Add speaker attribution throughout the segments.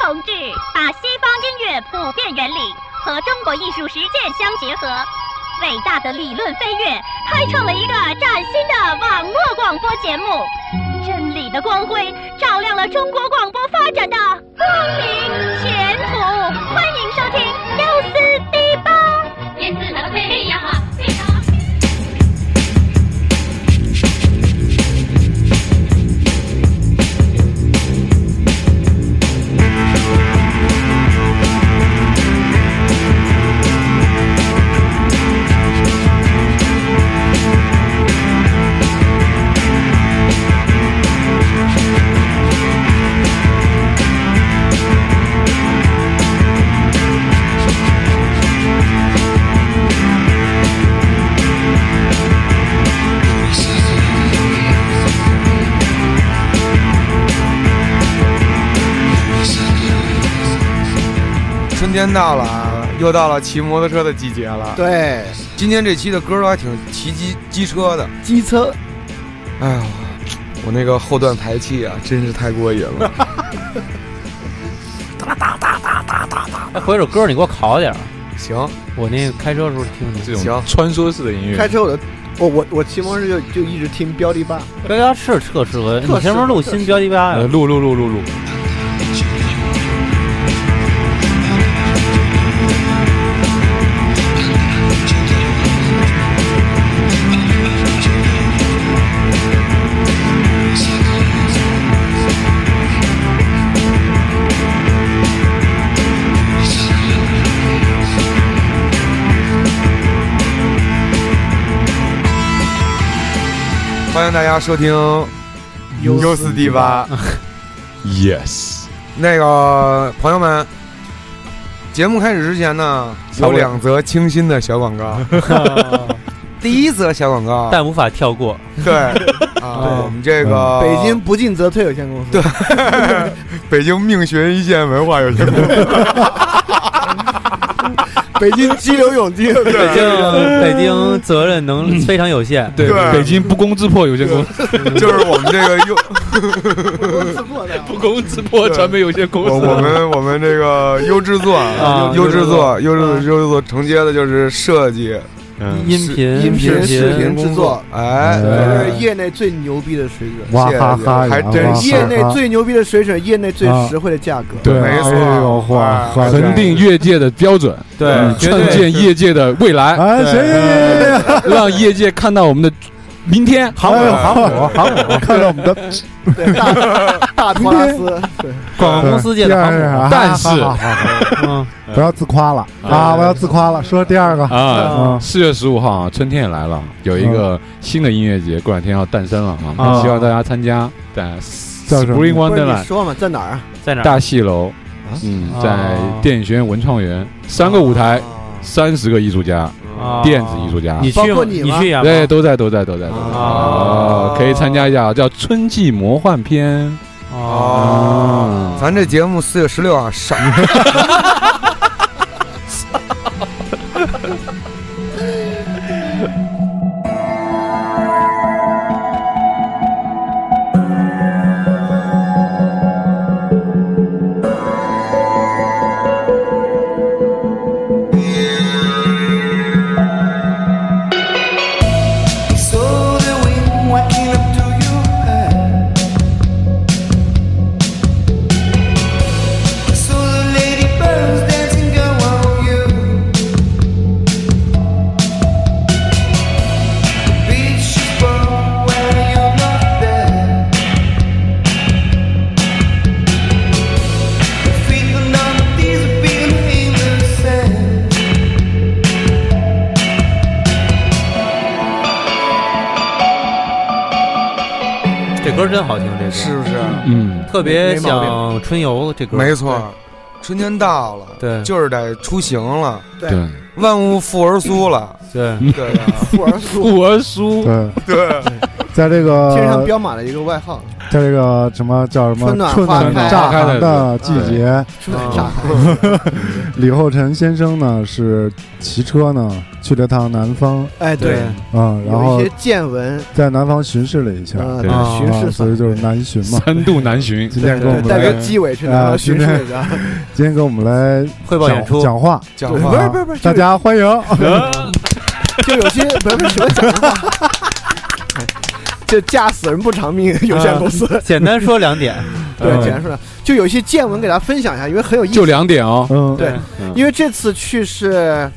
Speaker 1: 同志把西方音乐普遍原理和中国艺术实践相结合，伟大的理论飞跃，开创了一个崭新的网络广播节目。真理的光辉照亮了中国广播发展的光明前途。欢迎收听幺四 D 八。
Speaker 2: 电子的飞扬啊，飞扬！
Speaker 3: 春天到了啊，又到了骑摩托车的季节了。，
Speaker 4: 对，
Speaker 3: 今天这期的歌都还挺骑机机车的。
Speaker 4: 机车
Speaker 3: 哎呀，我那个后段排气啊，真是太过瘾了。
Speaker 5: 哎，回首歌你给我考点儿，
Speaker 3: 行
Speaker 5: 我那个开车的时候听听。
Speaker 6: 这
Speaker 3: 行
Speaker 6: 种穿梭式的音乐，
Speaker 4: 开车我就我我我骑摩托车就就一直听标的吧，
Speaker 5: 标标是特适合，你
Speaker 4: 特适合
Speaker 5: 什么时候录新标题吧
Speaker 6: 呃
Speaker 5: 呀？
Speaker 6: 录录录录录，
Speaker 3: 欢迎大家收听优四 D 八。
Speaker 6: ，yes，
Speaker 3: 那个朋友们，节目开始之前呢，有两则清新的小广告。第一则小广告，
Speaker 5: 但无法跳过。
Speaker 3: 对啊，我们这个
Speaker 4: 北京不进则退有限公司。对，
Speaker 3: 北京命悬一线文化有限公司。
Speaker 4: 北京激流勇进。
Speaker 5: 北京，北京责任能非常有限。
Speaker 6: 嗯对
Speaker 3: 对
Speaker 6: 北京不攻自破有限公司，
Speaker 3: 就是我们这个优，
Speaker 6: 不攻自破
Speaker 3: 对
Speaker 6: 传媒有限公
Speaker 3: 我
Speaker 6: 司，
Speaker 3: 我们我们这个优制作
Speaker 5: 啊
Speaker 3: 优制作优制优制作承接的就是设计、
Speaker 6: 嗯
Speaker 5: 音频、
Speaker 4: 音频
Speaker 5: 视
Speaker 4: 视频
Speaker 3: 工
Speaker 4: 制
Speaker 3: 作
Speaker 4: 作，
Speaker 3: 哎，
Speaker 4: 这是
Speaker 3: 对
Speaker 4: 业内最牛逼的水准，
Speaker 7: 哇哈哈，
Speaker 3: 还真
Speaker 7: 哇哈哈
Speaker 3: 是
Speaker 4: 业内最牛逼的水准，业内最实惠的价格。
Speaker 6: 对，
Speaker 3: 没错
Speaker 7: 哎呦
Speaker 3: 哎
Speaker 7: 嚯，
Speaker 3: 对
Speaker 6: 恒定业界的标准，嗯
Speaker 5: 对，绝
Speaker 6: 创
Speaker 5: 对
Speaker 6: 建业界的未来，
Speaker 7: 哎，行行行行，
Speaker 6: 让业界看到我们的明天。
Speaker 7: 航
Speaker 3: 哎
Speaker 7: 母
Speaker 3: 呦
Speaker 7: 航母航母，看到我们的
Speaker 4: 对，大大托拉斯，对，
Speaker 5: 广告公司界的航
Speaker 7: 第二
Speaker 5: 母。
Speaker 7: 个
Speaker 6: 但是
Speaker 7: 哈哈哈哈
Speaker 5: 嗯，
Speaker 7: 不要自夸了
Speaker 6: 嗯
Speaker 7: 啊！我要自夸了，说第二个，
Speaker 6: 啊，
Speaker 7: 嗯
Speaker 6: 四月十五号啊，春天也来了，有一个新的音乐节，过两天要诞生了啊，
Speaker 5: 啊
Speaker 6: 希望大家参加。在
Speaker 7: 叫什
Speaker 6: Spring
Speaker 7: 么
Speaker 4: 不是你
Speaker 6: Wonderland
Speaker 4: 说嘛，在哪儿啊？
Speaker 5: 在哪儿？
Speaker 6: 大戏楼，嗯，
Speaker 5: 啊
Speaker 6: 在电影学院文创园，三个舞台，三十个艺术家，
Speaker 5: 啊
Speaker 6: 电子艺术家，
Speaker 5: 你去
Speaker 4: 包
Speaker 5: 吗
Speaker 4: 括你
Speaker 5: 你
Speaker 4: 吗
Speaker 5: 去演
Speaker 6: 对，
Speaker 5: 吗？
Speaker 6: 都在，都在，都在，都在。
Speaker 5: 啊
Speaker 6: 哦，可以参加一下，叫《春季魔幻篇
Speaker 5: 哦，
Speaker 3: 咱这节目四月十六啊，上
Speaker 8: So the wind walking up to your head. So the ladybirds dancing around you. The beach is warm when you're not there. The feet are not disappearing in the sand.
Speaker 5: 这歌真好听，这歌
Speaker 3: 是啊不是？》。
Speaker 6: 嗯，
Speaker 5: 特别
Speaker 4: 没毛病
Speaker 5: 像春游这歌。
Speaker 3: 没错，春天到了，
Speaker 5: 对
Speaker 3: 就是得出行了，
Speaker 4: 对
Speaker 6: 对，
Speaker 3: 万物复而苏了，
Speaker 5: 对，
Speaker 6: 嗯
Speaker 3: 对啊，
Speaker 4: 库尔苏，
Speaker 6: 不而书，
Speaker 7: 对，
Speaker 3: 对，啊
Speaker 7: 在这个
Speaker 4: 天上彪马的一个外号，
Speaker 7: 在这个什么叫什么
Speaker 4: 春暖
Speaker 7: 春
Speaker 4: 花
Speaker 7: 暖
Speaker 4: 开
Speaker 7: 乍寒的季节，
Speaker 4: 春暖乍寒。
Speaker 7: 李厚辰先生呢是骑车呢去了趟南方
Speaker 4: 哎，对，
Speaker 7: 啊，然
Speaker 4: 有
Speaker 7: 后
Speaker 4: 一些见闻，
Speaker 7: 在南方巡视了一下，
Speaker 4: 呃
Speaker 6: 对，
Speaker 4: 巡
Speaker 7: 啊
Speaker 4: 视
Speaker 7: 所以就是南巡 嘛。
Speaker 6: 三度南巡，
Speaker 7: 今天跟
Speaker 4: 对，
Speaker 7: 我们
Speaker 4: 代
Speaker 7: 来，
Speaker 4: 表纪委去南
Speaker 7: 啊
Speaker 4: 方巡
Speaker 7: 今
Speaker 4: 视
Speaker 7: 天
Speaker 4: 一下。
Speaker 7: 今天跟我们来
Speaker 5: 汇报演
Speaker 7: 讲
Speaker 5: 出，嗯
Speaker 7: 讲话，
Speaker 3: 讲
Speaker 4: 对
Speaker 3: 话
Speaker 4: 不是
Speaker 7: 啊
Speaker 4: 不是不是，
Speaker 7: 大家欢迎。
Speaker 4: 就有些不是不是什么讲 话，就嫁死人不偿命，有限公司。
Speaker 7: 嗯
Speaker 5: 简单说两点。
Speaker 4: 对，
Speaker 6: 嗯
Speaker 4: 简单说呢，就有一些见闻给大家分享一下，因为很有意
Speaker 6: 就
Speaker 4: 思。
Speaker 6: 两点哦，
Speaker 7: 嗯，
Speaker 4: 对，
Speaker 6: 嗯
Speaker 4: 因为这次去是，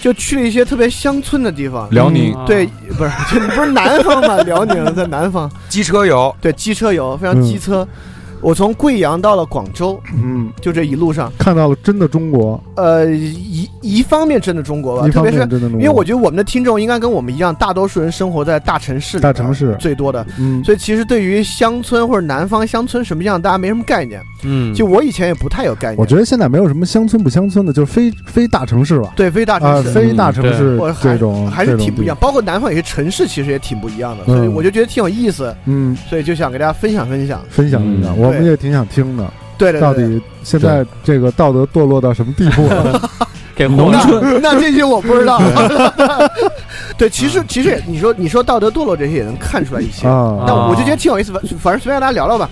Speaker 4: 就去了一些特别乡村的地方。
Speaker 7: 啊
Speaker 6: 辽宁
Speaker 4: 对，不是， 就不是南方嘛，辽宁在南 方，
Speaker 3: 机车友，
Speaker 4: 对，机车游非常机车。我从贵阳到了广州，
Speaker 7: 嗯，
Speaker 4: 就这一路上，
Speaker 7: 看到了真的中国，
Speaker 4: 呃，一一方面真的中国吧，
Speaker 7: 一
Speaker 4: 特别
Speaker 7: 方
Speaker 4: 是
Speaker 7: 面嗯真的中国，
Speaker 4: 因为我觉得我们的听众应该跟我们一样，大多数人生活在大城市里，
Speaker 7: 大城市
Speaker 4: 最多的，
Speaker 7: 嗯，
Speaker 4: 所以其实对于乡村或者南方乡村什么样，大家没什么概念。
Speaker 5: 嗯，
Speaker 4: 就我以前也不太有概念，
Speaker 7: 我觉得现在没有什么乡村不乡村的，就是非非大城市吧，
Speaker 4: 对非大
Speaker 7: 啊，
Speaker 4: 城市。
Speaker 7: 非大城市
Speaker 4: 我
Speaker 7: 这种
Speaker 4: 还是挺不一，样
Speaker 7: 这种，
Speaker 4: 包括南方有些城市其实也挺不一样的，
Speaker 7: 嗯
Speaker 4: 所以我就觉得挺有意思，
Speaker 7: 地嗯，
Speaker 4: 所以就想给大家分享分享。
Speaker 7: 分享一下，
Speaker 6: 嗯
Speaker 7: 我们
Speaker 4: 对
Speaker 7: 也挺想听的，
Speaker 4: 对对
Speaker 7: 到
Speaker 4: 对对，
Speaker 7: 底现在这个道德堕落到什么地步了？
Speaker 5: 给红了。
Speaker 4: 那那这些我不知道。
Speaker 7: 嗯
Speaker 4: 对，其实其实也你说你说道德堕落这些也能看出来一些，
Speaker 7: 啊，
Speaker 4: 但我就觉得挺有意思，反反正随便跟大家聊聊吧。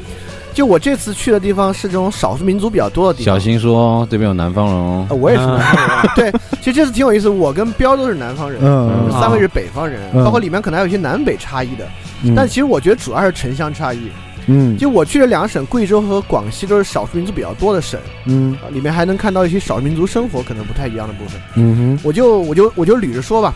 Speaker 4: 就我这次去的地方是这种少数民族比较多的地方，
Speaker 6: 小心说这边有南方人哦
Speaker 4: 啊，，我也是南方人。对，其实这次挺有意思，我跟彪都是南方人，
Speaker 7: 嗯，
Speaker 4: 三位是北方人，
Speaker 7: 嗯
Speaker 4: 包括里面可能还有一些南北差异的。
Speaker 7: 嗯
Speaker 4: 但其实我觉得主要还是城乡差异。
Speaker 7: 嗯
Speaker 4: 就我去的两省，贵州和广西都是少数民族比较多的省，
Speaker 7: 嗯
Speaker 4: 啊里面还能看到一些少数民族生活可能不太一样的部分。
Speaker 7: 嗯哼
Speaker 4: 我就我就我就捋着说吧。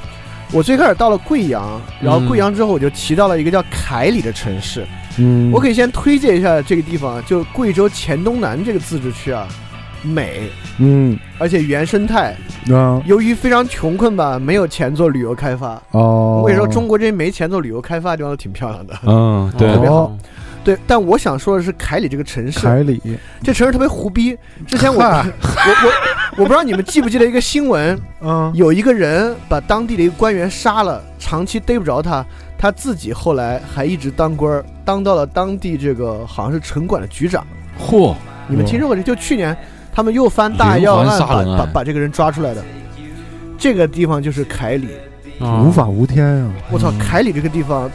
Speaker 4: 我最开始到了贵阳，然后贵阳之后我就骑到了一个叫凯里的城市。
Speaker 7: 嗯，
Speaker 4: 我可以先推荐一下这个地方，就贵州黔东南这个自治区啊，美，
Speaker 7: 嗯
Speaker 4: 而且原生态，
Speaker 7: 啊
Speaker 4: 由于非常穷困吧，没有钱做旅游开发。
Speaker 7: 哦，
Speaker 4: 我跟你说，中国这些没钱做旅游开发的地方都挺漂亮的。
Speaker 6: 嗯，对，
Speaker 7: 特别好
Speaker 5: 哦
Speaker 4: 对，但我想说的是，凯里这个城市，
Speaker 7: 凯里，
Speaker 4: 这城市特别胡逼。之 前我我
Speaker 7: 嗨
Speaker 4: 我我不知道你们记不记得一个新闻，
Speaker 7: 嗯
Speaker 4: 有一个人把当地的一个官员杀了，长期逮不着他，他自己后来还一直当官儿，当到了当地这个好像是城管的局长。
Speaker 6: 嚯，
Speaker 4: 你
Speaker 7: 哦
Speaker 4: 们听说过这？就去年他们又翻大要
Speaker 6: 连环
Speaker 4: 案，
Speaker 6: 杀
Speaker 4: 把
Speaker 6: 人案
Speaker 4: 把把这个人抓出来的。这个地方就是凯里。
Speaker 7: 无法无天啊，
Speaker 4: 我
Speaker 6: 嗯
Speaker 4: 操，凯里这个地方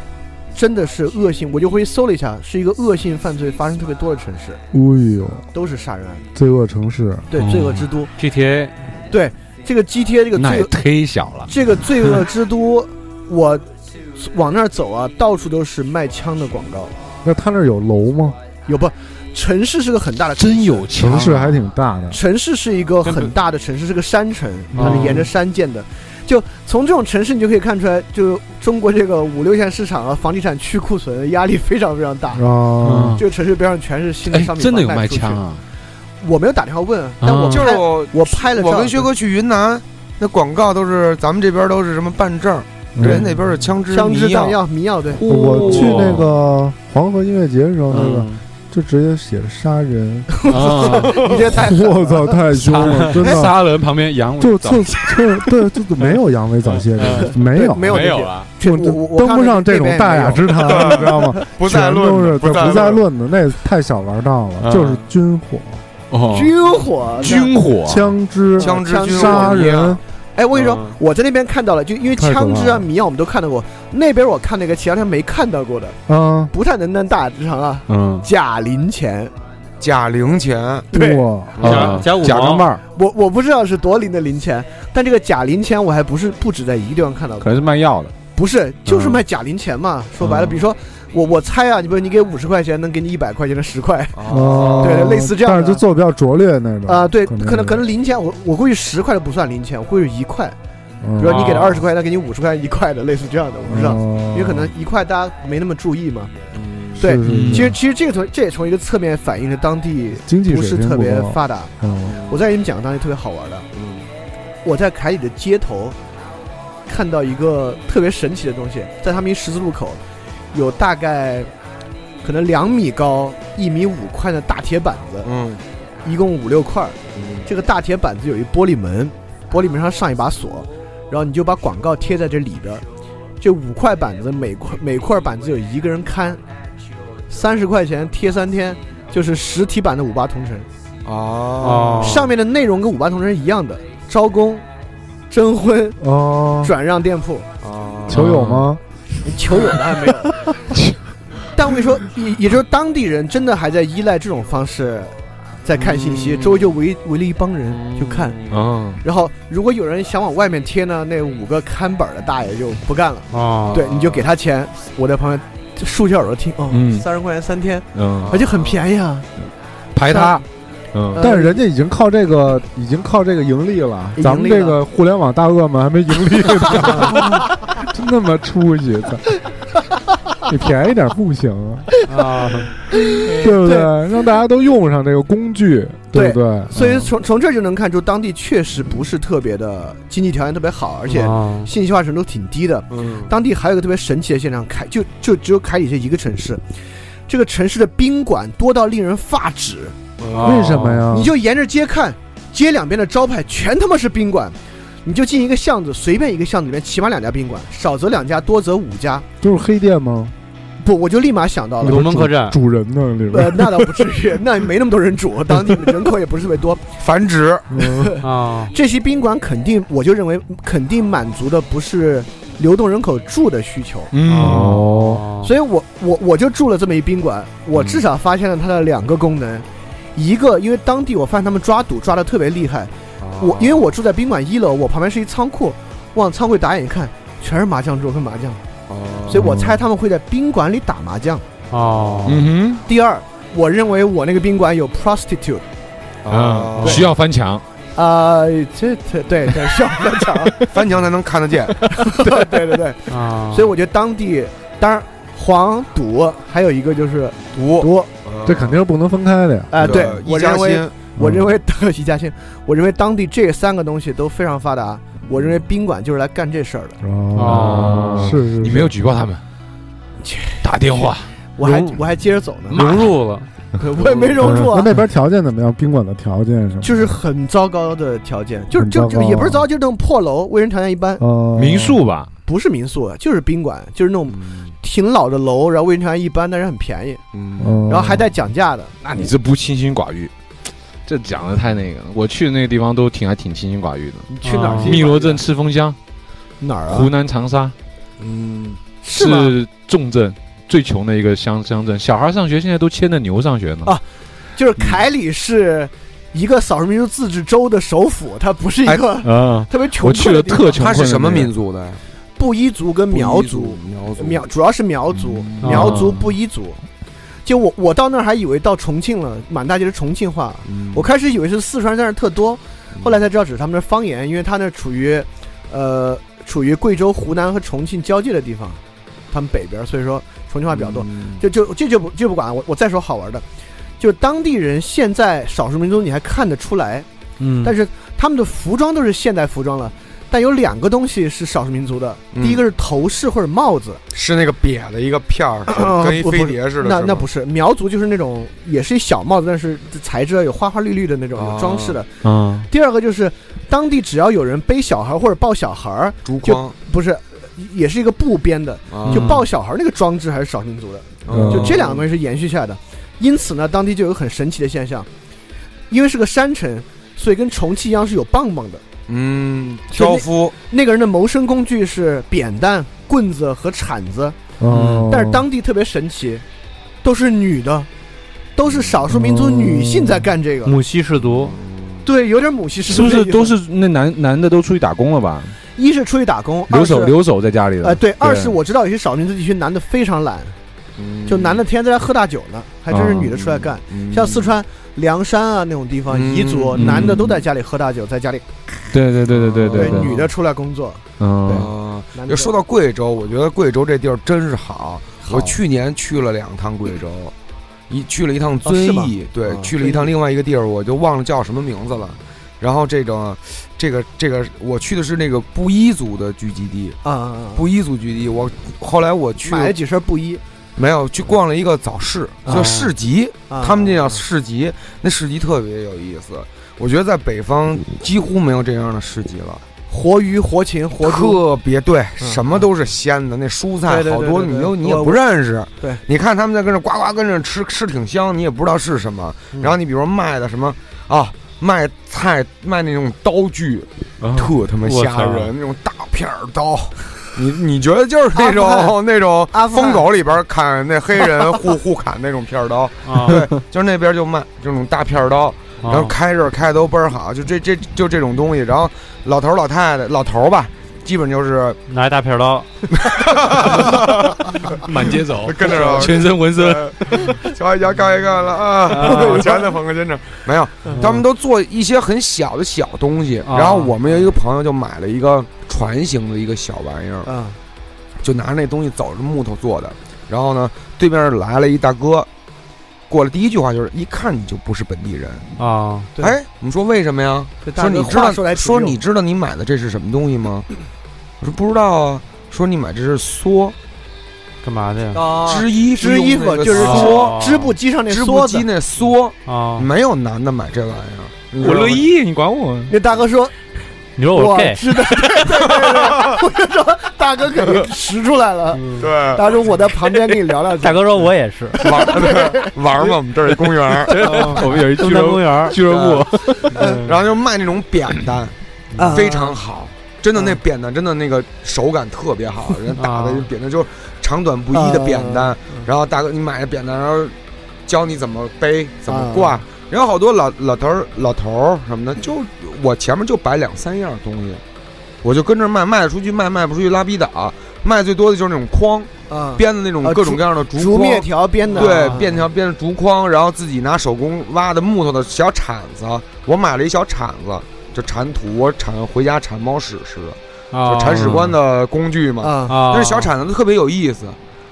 Speaker 4: 真的是恶性，我就回去搜了一下，是一个恶性犯罪发生特别多的城市，
Speaker 7: 哎呦，
Speaker 4: 都是杀人案，
Speaker 7: 罪恶城市，
Speaker 4: 对，
Speaker 6: 哦
Speaker 4: 罪恶之都。
Speaker 6: GTA
Speaker 4: 这个 GTA 这个
Speaker 6: 那
Speaker 4: 罪
Speaker 6: 也
Speaker 4: 恶
Speaker 6: 忒小了，
Speaker 4: 这个罪恶之都，我往那儿走啊，到处都是卖枪的广告，
Speaker 7: 那他那儿有楼吗？
Speaker 4: 有不？城市是个很大的，
Speaker 6: 真有啊钱，
Speaker 7: 城市还挺大的，
Speaker 4: 城市是一个
Speaker 6: 根本
Speaker 4: 很大的城市，是个山城，它
Speaker 6: 哦
Speaker 4: 是沿着山建的。就从这种城市，你就可以看出来，就中国这个五六线市场啊，房地产去库存的压力非常非常大。
Speaker 7: 啊，
Speaker 4: 这个城市边上全是新的
Speaker 6: 嗯哎
Speaker 4: 商，品，
Speaker 6: 真的有卖枪！啊，
Speaker 4: 我没有打电话问，但我
Speaker 6: 啊
Speaker 3: 就是
Speaker 4: 嗯拍
Speaker 3: 我
Speaker 4: 我拍了照，
Speaker 3: 我跟薛哥去云南，那广告都是咱们这边都是什么办证，
Speaker 7: 嗯
Speaker 3: 人那边是枪支
Speaker 4: 枪支
Speaker 3: 迷
Speaker 4: 弹药、迷 药，对，
Speaker 7: 哎我去那个黄河音乐节的时候，那
Speaker 6: 嗯
Speaker 7: 个就直接写着杀人，
Speaker 6: 个
Speaker 4: 你这 太
Speaker 7: 我操，太凶了，真的。
Speaker 6: 杀人旁边羊，
Speaker 7: 就就就对，就没有阳痿早泄这个，没有
Speaker 4: 没有
Speaker 6: 没
Speaker 4: 这
Speaker 6: 有啊
Speaker 4: 些
Speaker 6: 了，
Speaker 4: 我
Speaker 7: 就
Speaker 4: 我我
Speaker 7: 登
Speaker 4: 看
Speaker 7: 不
Speaker 4: 着
Speaker 7: 上这
Speaker 4: 那
Speaker 7: 种
Speaker 4: 边也
Speaker 7: 大
Speaker 4: 没
Speaker 7: 雅
Speaker 4: 有
Speaker 7: 之堂，你知道吗？
Speaker 3: 不
Speaker 7: 全
Speaker 3: 再
Speaker 7: 都是
Speaker 3: 论，
Speaker 7: 对不再
Speaker 3: 再论，
Speaker 7: 论的，那太小玩闹了，
Speaker 6: 嗯
Speaker 7: 就是军火、
Speaker 6: 哦
Speaker 4: 军火，
Speaker 6: 军火，
Speaker 7: 枪支、
Speaker 3: 枪支
Speaker 4: 枪
Speaker 3: 军火
Speaker 7: 杀
Speaker 3: 迷药
Speaker 7: 人，
Speaker 4: 哎，我跟你说
Speaker 6: 嗯，
Speaker 4: 我在那边看到了，就因为
Speaker 7: 太可怕
Speaker 4: 枪支啊、
Speaker 7: 了
Speaker 4: 迷药我们都看到过，那边我看那个其他天没看到过的，
Speaker 7: 啊，
Speaker 4: 不太能当大雅之堂啊，
Speaker 6: 嗯，
Speaker 4: 假零钱，
Speaker 3: 假零钱，
Speaker 4: 对
Speaker 7: 哇，
Speaker 6: 啊
Speaker 5: 甲甲五毛
Speaker 6: 假钢镚儿，
Speaker 4: 我我不知道是多零的零钱，但这个假零钱我还不是不止在一个地方看到
Speaker 6: 可
Speaker 4: 过，
Speaker 6: 能是卖药的，
Speaker 4: 不是就是卖假零钱嘛，说白了，
Speaker 6: 嗯
Speaker 4: 比如说我我猜啊，你比如你给五十块钱，能给你一百块钱的十块。
Speaker 7: 哦，
Speaker 4: 对对类似这样的
Speaker 7: 但是就做得比较拙劣那种
Speaker 4: 啊、对，可能
Speaker 7: 能
Speaker 4: 可能零钱，我我估计十块的不算零钱，我估计一块，比
Speaker 7: 能
Speaker 4: 如说你给他
Speaker 6: 哦
Speaker 4: 二十块，他给你五十块一块的，类似这样的，我不知道，
Speaker 7: 哦
Speaker 4: 因为可能一块大家没那么注意嘛。对
Speaker 6: 嗯
Speaker 4: 其实其实这个从这也从一个侧面反映了当地
Speaker 7: 经济
Speaker 4: 不
Speaker 7: 水
Speaker 4: 是
Speaker 7: 平
Speaker 4: 特别
Speaker 7: 高，
Speaker 4: 发达。
Speaker 7: 嗯
Speaker 4: 我再给你们讲个当地特别好玩的，我在凯里的街头看到一个特别神奇的东西，在他们一十字路口有大概可能两米高、一米五宽的大铁板子，
Speaker 3: 嗯，
Speaker 4: 一共五六块儿。这个大铁板子有一玻璃门，玻璃门上上一把锁，然后你就把广告贴在这里边儿。就五块板子，每块每块板子有一个人看，三十块钱贴三天，就是实体版的五八同城。
Speaker 3: 哦
Speaker 4: 上面的内容跟五八同城是一样的，招工、征婚、
Speaker 7: 哦，
Speaker 4: 转让店铺，
Speaker 3: 哦
Speaker 7: 球友吗？
Speaker 4: 嗯求有的还没有。 但我跟你说，也也就是当地人真的还在依赖这种方式在看信息，周围就围围了一帮人就嗯看。
Speaker 3: 嗯
Speaker 6: 哦，
Speaker 4: 然后如果有人想往外面贴呢，那五个看板的大爷就不干了，
Speaker 5: 哦，
Speaker 4: 对，你就给他钱，我在旁边竖起耳朵听，哦
Speaker 6: 嗯，
Speaker 4: 三十块钱三天，
Speaker 6: 嗯，
Speaker 4: 而且很便宜啊。
Speaker 3: 排他，
Speaker 6: 嗯，
Speaker 7: 但是人家已经靠这个，已经靠这个盈利了。
Speaker 4: 利了
Speaker 7: 咱们这个互联网大鳄们还没盈利 呢，真他妈出息！操你便宜点不行啊，
Speaker 5: 啊，
Speaker 7: 对不对？让大家都用上这个工具，
Speaker 4: 对
Speaker 7: 不对？
Speaker 4: 所以从从这儿就能看出，当地确实不是特别的经济条件特别好，而且
Speaker 5: 哦
Speaker 4: 信息化程度挺低的。
Speaker 3: 嗯，
Speaker 4: 当地还有一个特别神奇的现象，凯就就只有凯里这一个城市，这个城市的宾馆多到令人发指。
Speaker 7: 嗯为什么？呀？
Speaker 4: 你就沿着街看，街两边的招牌全他妈是宾馆，你就进一个巷子，随便一个巷子里面起码两家宾馆，少则两家，多则五家。
Speaker 7: 就是黑店吗？
Speaker 4: 不，我就立马想到了，
Speaker 5: 啊龙门客栈
Speaker 7: 主人呢里
Speaker 4: 呃
Speaker 7: 边，，
Speaker 4: 那倒不至于， 那没那么多人住，当地人口也不是特别多。
Speaker 3: 哦繁殖，
Speaker 7: 嗯
Speaker 5: 啊，
Speaker 4: 这些宾馆肯定，我就认为肯定满足的不是流动人口住的需求，
Speaker 5: 啊
Speaker 3: 嗯，
Speaker 7: 哦，
Speaker 4: 所以我我我就住了这么一宾馆，我至少发现了它的两个功能，一个因为当地我发现他们抓赌抓的特别厉害，我因为我住在宾馆一楼，我旁边是一仓库，往仓库打眼一看，全是麻将桌跟麻将，所以我猜他们会在宾馆里打麻将。
Speaker 5: 哦，
Speaker 3: 嗯
Speaker 4: 第二，我认为我那个宾馆有 prostitute，
Speaker 3: 哼，
Speaker 7: 嗯
Speaker 6: 啊
Speaker 3: 啊，，
Speaker 6: 需要翻墙，
Speaker 4: 啊、这这对对，需要翻墙，
Speaker 3: 翻墙才能看得 见，
Speaker 4: 对对对对，
Speaker 5: 啊，
Speaker 4: 所以我觉得当地，当然黄赌还有一个就是
Speaker 3: 毒，嗯呃
Speaker 4: 赌，
Speaker 7: 这肯定是不能分开的呀。
Speaker 4: 哎、对
Speaker 3: 一
Speaker 4: 我
Speaker 3: 家嗯
Speaker 4: 认为
Speaker 3: 心
Speaker 4: 我认为 德一家亲，我认为当地这三个东西都非常发达。我认为宾馆就是来干这事儿的。
Speaker 7: 哦
Speaker 5: 哦，
Speaker 7: 是是，
Speaker 6: 你没有举报他们
Speaker 4: 切，
Speaker 6: 打电话，
Speaker 4: 我还
Speaker 7: 嗯
Speaker 5: 融
Speaker 4: 我还接着走呢，
Speaker 5: 融入了，
Speaker 4: 我也没融住
Speaker 7: 那
Speaker 4: 啊，
Speaker 7: 嗯那边条件怎么样？宾馆的条件是吗？
Speaker 4: 就是很糟糕的条件，就是
Speaker 7: 很
Speaker 4: 就
Speaker 7: 糟
Speaker 4: 就
Speaker 7: 糕
Speaker 4: 也不是糟，就是那种破楼，卫生条件一般，
Speaker 7: 哦，
Speaker 6: 民宿吧，
Speaker 4: 不是民宿，啊就是宾馆，就是那种
Speaker 6: 嗯
Speaker 4: 挺老的楼，然后卫生条件一般，但是很便宜，
Speaker 3: 嗯
Speaker 7: 哦，
Speaker 4: 然后还带讲价的。
Speaker 6: 那你这不清心寡欲，这讲的太那个了。我去的那个地方都挺还挺清心寡欲的，
Speaker 4: 你去哪儿
Speaker 5: 啊
Speaker 4: 清心寡欲啊？
Speaker 6: 嗯汨罗镇赤峰乡，
Speaker 4: 哪儿啊
Speaker 6: 湖？南长沙
Speaker 3: 嗯，
Speaker 4: 是吗？
Speaker 6: 重镇最穷的一个乡乡镇，小孩上学现在都牵着牛上学呢。
Speaker 4: 啊就是凯里是一个少数民族自治州的首府，它不是一个
Speaker 6: 啊，
Speaker 4: 特别穷
Speaker 6: 我去
Speaker 4: 困
Speaker 6: 了
Speaker 4: 的地方。
Speaker 6: 特穷
Speaker 3: 他
Speaker 6: 困的那个，
Speaker 3: 是什么民族的？
Speaker 4: 布依族跟苗族，，
Speaker 3: 苗族，
Speaker 4: 苗主要是苗族，
Speaker 5: 嗯
Speaker 4: 苗
Speaker 5: 哦
Speaker 4: 族布依族。就我我到那儿还以为到重庆了，满大街是重庆话，
Speaker 3: 嗯
Speaker 4: 我开始以为是四川在那儿特多，后来才知道只是他们的方言，因为他那处于，呃，处于贵州、湖南和重庆交界的地方，他们北边，所以说重庆话比较多。
Speaker 3: 嗯
Speaker 4: 就就这就不就不管了我，我再说好玩的，就当地人现在少数民族你还看得出来，
Speaker 5: 嗯，
Speaker 4: 但是他们的服装都是现代服装了。但有两个东西是少数民族的，
Speaker 3: 嗯
Speaker 4: 第一个是头饰或者帽子，
Speaker 3: 是那个瘪的一个片 儿，
Speaker 4: 啊
Speaker 3: 跟一
Speaker 4: 不不
Speaker 3: 飞碟似的，
Speaker 4: 那那不
Speaker 3: 是
Speaker 4: 是苗族，就是那种也是一小帽子，但是材质有花花绿绿的那种
Speaker 3: 哦
Speaker 4: 有装饰的。
Speaker 6: 啊，
Speaker 4: 第二个就是当地只要有人背小孩或者抱小孩儿，
Speaker 3: 吗竹筐，
Speaker 4: 不是，也是一个布编的，
Speaker 6: 嗯
Speaker 3: 啊
Speaker 4: 就抱小孩儿那个装置还是少数民族的，
Speaker 7: 嗯
Speaker 4: 就这两个东西是延续下来的。因此呢，当地就有很神奇的现象，因为是个山城，所以跟重庆一样是有棒棒的。
Speaker 3: 嗯，挑夫，
Speaker 4: 那个人的谋生工具是扁担、棍子和铲子，
Speaker 6: 嗯
Speaker 7: 哦，
Speaker 4: 但是当地特别神奇，都是女的，都是少数民族
Speaker 6: 嗯
Speaker 4: 女性在干这个。
Speaker 5: 母系氏族，
Speaker 4: 对，有点母系氏
Speaker 6: 是
Speaker 4: 族
Speaker 6: 不
Speaker 4: 那意思，
Speaker 6: 嗯是都是那男男的都出去打工了吧？
Speaker 4: 一是出去打工，
Speaker 6: 留守
Speaker 4: 二是
Speaker 6: 留守在家里了
Speaker 4: 呃，。对，二是我知道有些少数民族地区男的非常懒，
Speaker 3: 嗯
Speaker 4: 就男的天天在家喝大酒呢，还真是女的出来干。像四川凉山啊那种地方，
Speaker 3: 啊嗯
Speaker 4: 彝族
Speaker 6: 嗯
Speaker 4: 男的都在家里喝大酒，在家里
Speaker 6: 对对对对对对，
Speaker 4: 女的出来工作。
Speaker 6: 嗯，
Speaker 3: 啊，
Speaker 4: 男的
Speaker 3: 要说到贵州，我觉得贵州这地儿真是好。
Speaker 4: 好
Speaker 3: 我去年去了两趟贵州，一去了一趟
Speaker 4: 哦是
Speaker 3: 遵
Speaker 4: 吗
Speaker 3: 义，对
Speaker 4: 啊，
Speaker 3: 去了一趟另外一个地儿，我就忘了叫什么名字了。然后这个，这个，这个，我去的是那个布依族的聚集地，
Speaker 4: 啊啊，啊
Speaker 3: 布依族聚集地。我后来我去
Speaker 4: 买了几身布衣，
Speaker 3: 没有去逛了一个早市，
Speaker 4: 啊
Speaker 3: 叫市集，
Speaker 4: 啊
Speaker 3: 他们这叫市集，那市集特别有意思。我觉得在北方几乎没有这样的市集了。
Speaker 4: 活鱼、活禽、活猪，
Speaker 3: 特别对，
Speaker 4: 嗯
Speaker 3: 什么都是鲜的。那蔬菜
Speaker 4: 对对对
Speaker 3: 好多
Speaker 4: 对对
Speaker 3: 你都你也
Speaker 4: 我
Speaker 3: 不认识。
Speaker 4: 对，
Speaker 3: 你看他们在跟那呱呱跟那吃，吃挺香，你也不知道是什么。
Speaker 4: 嗯
Speaker 3: 然后你比如卖的什么啊，卖菜卖那种刀具，特他妈
Speaker 5: 啊我
Speaker 3: 吓
Speaker 5: 操
Speaker 3: 人，那种大片儿 刀。你你觉得就是那
Speaker 4: 阿富
Speaker 3: 种那种
Speaker 4: 阿富汗
Speaker 3: 疯狗里边砍那黑 人互互砍那种片儿刀，
Speaker 5: 啊，
Speaker 3: 对，就是那边就卖这种大片儿刀，然后
Speaker 5: 啊
Speaker 3: 开这儿开的都倍儿好，就这这就这种东西。然后老头儿老太太老头儿吧，基本就是
Speaker 5: 拿一大片刀，
Speaker 6: 满街走
Speaker 3: 跟着
Speaker 6: 全身纹身，
Speaker 3: 呃 瞧一瞧，看一看了啊！
Speaker 5: 啊嗯
Speaker 3: 有钱的捧个真正没有，他们都做一些很小的小东西。
Speaker 5: 啊
Speaker 3: 然后我们有一个朋友就买了一个船型的一个小玩意儿，
Speaker 4: 嗯，
Speaker 3: 就拿着那东西走，是木头做的。然后呢，对面来了一大哥，过来第一句话就是：一看你就不是本地人。
Speaker 5: 啊，
Speaker 4: 对
Speaker 3: 哎，我们说为什么呀？
Speaker 4: 这大
Speaker 3: 说
Speaker 4: 哥
Speaker 3: 你知
Speaker 4: 话
Speaker 3: 道
Speaker 4: 说来挺
Speaker 3: 说
Speaker 4: 重
Speaker 3: 你知道你买的这是什么东西吗？我说不知道啊。说你买这是梭
Speaker 5: 干嘛的呀？
Speaker 4: 啊，
Speaker 3: 织衣服
Speaker 4: 织
Speaker 3: 用
Speaker 4: 衣
Speaker 3: 那
Speaker 4: 服
Speaker 3: 个
Speaker 4: 就是
Speaker 3: 梭
Speaker 5: 啊
Speaker 4: 织布机上那
Speaker 3: 织布
Speaker 4: 梭
Speaker 3: 机
Speaker 4: 子。
Speaker 3: 那梭，
Speaker 5: 啊，
Speaker 3: 没有男的买这玩意儿。你知
Speaker 6: 我
Speaker 3: 道吗
Speaker 6: 乐 意，你管我？
Speaker 4: 那大哥说
Speaker 5: 你说：“我
Speaker 4: 我
Speaker 5: 是 gay，
Speaker 4: 知道，对对对对，我就说大哥肯定识出来
Speaker 3: 嗯
Speaker 4: 了。
Speaker 3: 对
Speaker 4: 大哥，我在旁边跟你聊聊去。
Speaker 5: 大哥说我也是，
Speaker 3: 玩对玩嘛，我们这儿一 公园儿，
Speaker 4: 哦
Speaker 6: 我们有一俱
Speaker 5: 中山
Speaker 6: 乐
Speaker 5: 公
Speaker 6: 部，
Speaker 5: 园儿
Speaker 6: 俱乐部
Speaker 3: 然后就卖那种扁担，
Speaker 4: 啊
Speaker 3: 非常好。真的，
Speaker 4: 啊
Speaker 3: 那扁担真的那个手感特别好， 人家打的
Speaker 5: 啊
Speaker 3: 扁担就是长短不一的扁担嗯
Speaker 4: 啊。
Speaker 3: 然后大哥，你买的扁担，然后教你怎么背，怎么
Speaker 4: 啊
Speaker 3: 挂。然后好多老老头儿、老头儿什么的，就我前面就摆两三样东西，我就跟着卖，卖得出去卖，卖不出去拉逼打。卖最多的就是那种筐
Speaker 4: 啊，
Speaker 3: 编的那种
Speaker 4: 啊
Speaker 3: 各种各样的
Speaker 4: 竹
Speaker 3: 筐
Speaker 4: 篾，条编的，
Speaker 3: 对
Speaker 5: 啊，
Speaker 3: 变条变成竹筐，然后自己拿手工挖的木头的小铲子，我买了一小铲子，就铲土，我铲回家铲猫屎吃，
Speaker 5: 啊
Speaker 3: 就铲屎官的工具嘛。
Speaker 4: 啊，
Speaker 5: 啊，
Speaker 3: 但是小铲子特别有意思，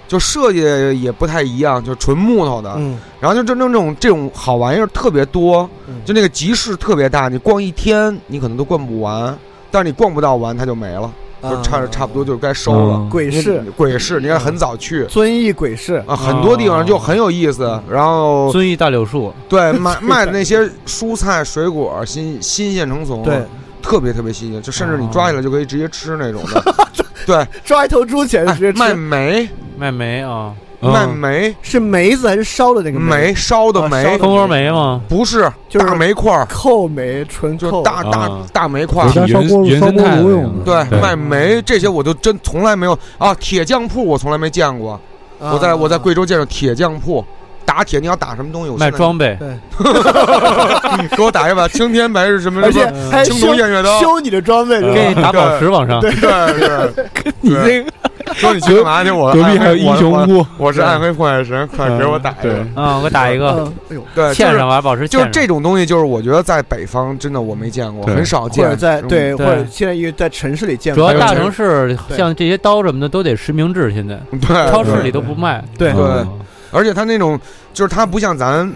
Speaker 3: 就设计也不太一样，就纯木头的。
Speaker 4: 嗯，
Speaker 3: 然后就真正这种这种好玩意儿特别多，
Speaker 4: 嗯
Speaker 3: 就那个集市特别大，你逛一天你可能都逛不完，但是你逛不到完它就没了，就差
Speaker 4: 啊
Speaker 3: 差不多就该收了。
Speaker 6: 嗯
Speaker 4: 鬼市
Speaker 3: 你鬼市，你看很早去。
Speaker 4: 遵义鬼市
Speaker 3: 啊，很多地方就很有意思，然后
Speaker 5: 遵义大柳树，
Speaker 3: 对，卖卖的那些蔬菜水果新新鲜成怂，啊
Speaker 4: 对，哦
Speaker 3: 特别特别新鲜，就甚至你抓起来就可以直接吃那种的。对，
Speaker 4: 抓一头猪起来就
Speaker 3: 哎
Speaker 4: 直接
Speaker 3: 卖
Speaker 4: 吃，
Speaker 3: 煤，
Speaker 5: 卖煤啊，
Speaker 3: 卖煤，
Speaker 4: 是梅子还是烧的那个梅？
Speaker 3: 煤烧的
Speaker 4: 啊烧
Speaker 3: 煤
Speaker 4: 的
Speaker 5: 蜂窝煤吗？
Speaker 3: 不是，
Speaker 4: 就是
Speaker 3: 大煤块儿，
Speaker 4: 扣梅纯
Speaker 3: 就
Speaker 4: 扣
Speaker 3: 是大大
Speaker 5: 啊
Speaker 3: 大煤块
Speaker 7: 我
Speaker 3: 儿。
Speaker 7: 家烧锅
Speaker 6: 嗯原
Speaker 7: 炉烧
Speaker 6: 生
Speaker 7: 锅
Speaker 6: 态的
Speaker 7: 炉
Speaker 6: 那
Speaker 7: 用
Speaker 6: 种
Speaker 7: 的，
Speaker 3: 对，
Speaker 6: 对
Speaker 3: 卖煤这些我都真从来没有啊，铁匠铺我从来没见过，
Speaker 4: 啊
Speaker 3: 我在我在贵州见着铁匠铺。打铁，你要打什么东西？我
Speaker 5: 卖
Speaker 3: 现在
Speaker 5: 装备，
Speaker 3: 给我打一把青天白日什么
Speaker 4: 而
Speaker 3: 什
Speaker 4: 且
Speaker 3: 么
Speaker 4: 还
Speaker 3: 嗯青铜
Speaker 4: 修
Speaker 3: 偃月刀。
Speaker 4: 修你的装备，
Speaker 5: 给
Speaker 4: 对
Speaker 5: 你
Speaker 4: 吧？嗯
Speaker 5: 打宝石往上，
Speaker 3: 对 对，
Speaker 6: 你这个
Speaker 3: 说你去干嘛去？我哎
Speaker 6: 隔壁还有
Speaker 3: 我
Speaker 6: 英
Speaker 4: 啊
Speaker 6: 雄屋，
Speaker 3: 我是暗黑破坏神，快给我打一个
Speaker 6: 对。
Speaker 5: 啊，我打一个，
Speaker 4: 嗯，哎呦，
Speaker 3: 嗯对，就
Speaker 5: 嵌
Speaker 3: 是
Speaker 5: 上把宝石
Speaker 3: 就是
Speaker 5: 嵌上
Speaker 3: 这，种东西，就是我觉得在北方真的我没见过，
Speaker 6: 对
Speaker 3: 很少
Speaker 4: 或
Speaker 3: 见。嗯
Speaker 4: 者在对，或
Speaker 5: 对
Speaker 4: 者现在因为在城市里见
Speaker 5: 主
Speaker 4: 过，
Speaker 5: 要
Speaker 3: 还有
Speaker 5: 大
Speaker 3: 这
Speaker 5: 城市
Speaker 4: 对
Speaker 5: 像这些刀什么的都得实名制，现在
Speaker 3: 对，
Speaker 5: 超市里都不卖，
Speaker 4: 对
Speaker 7: 嗯
Speaker 3: 对而且它那种就是它不像咱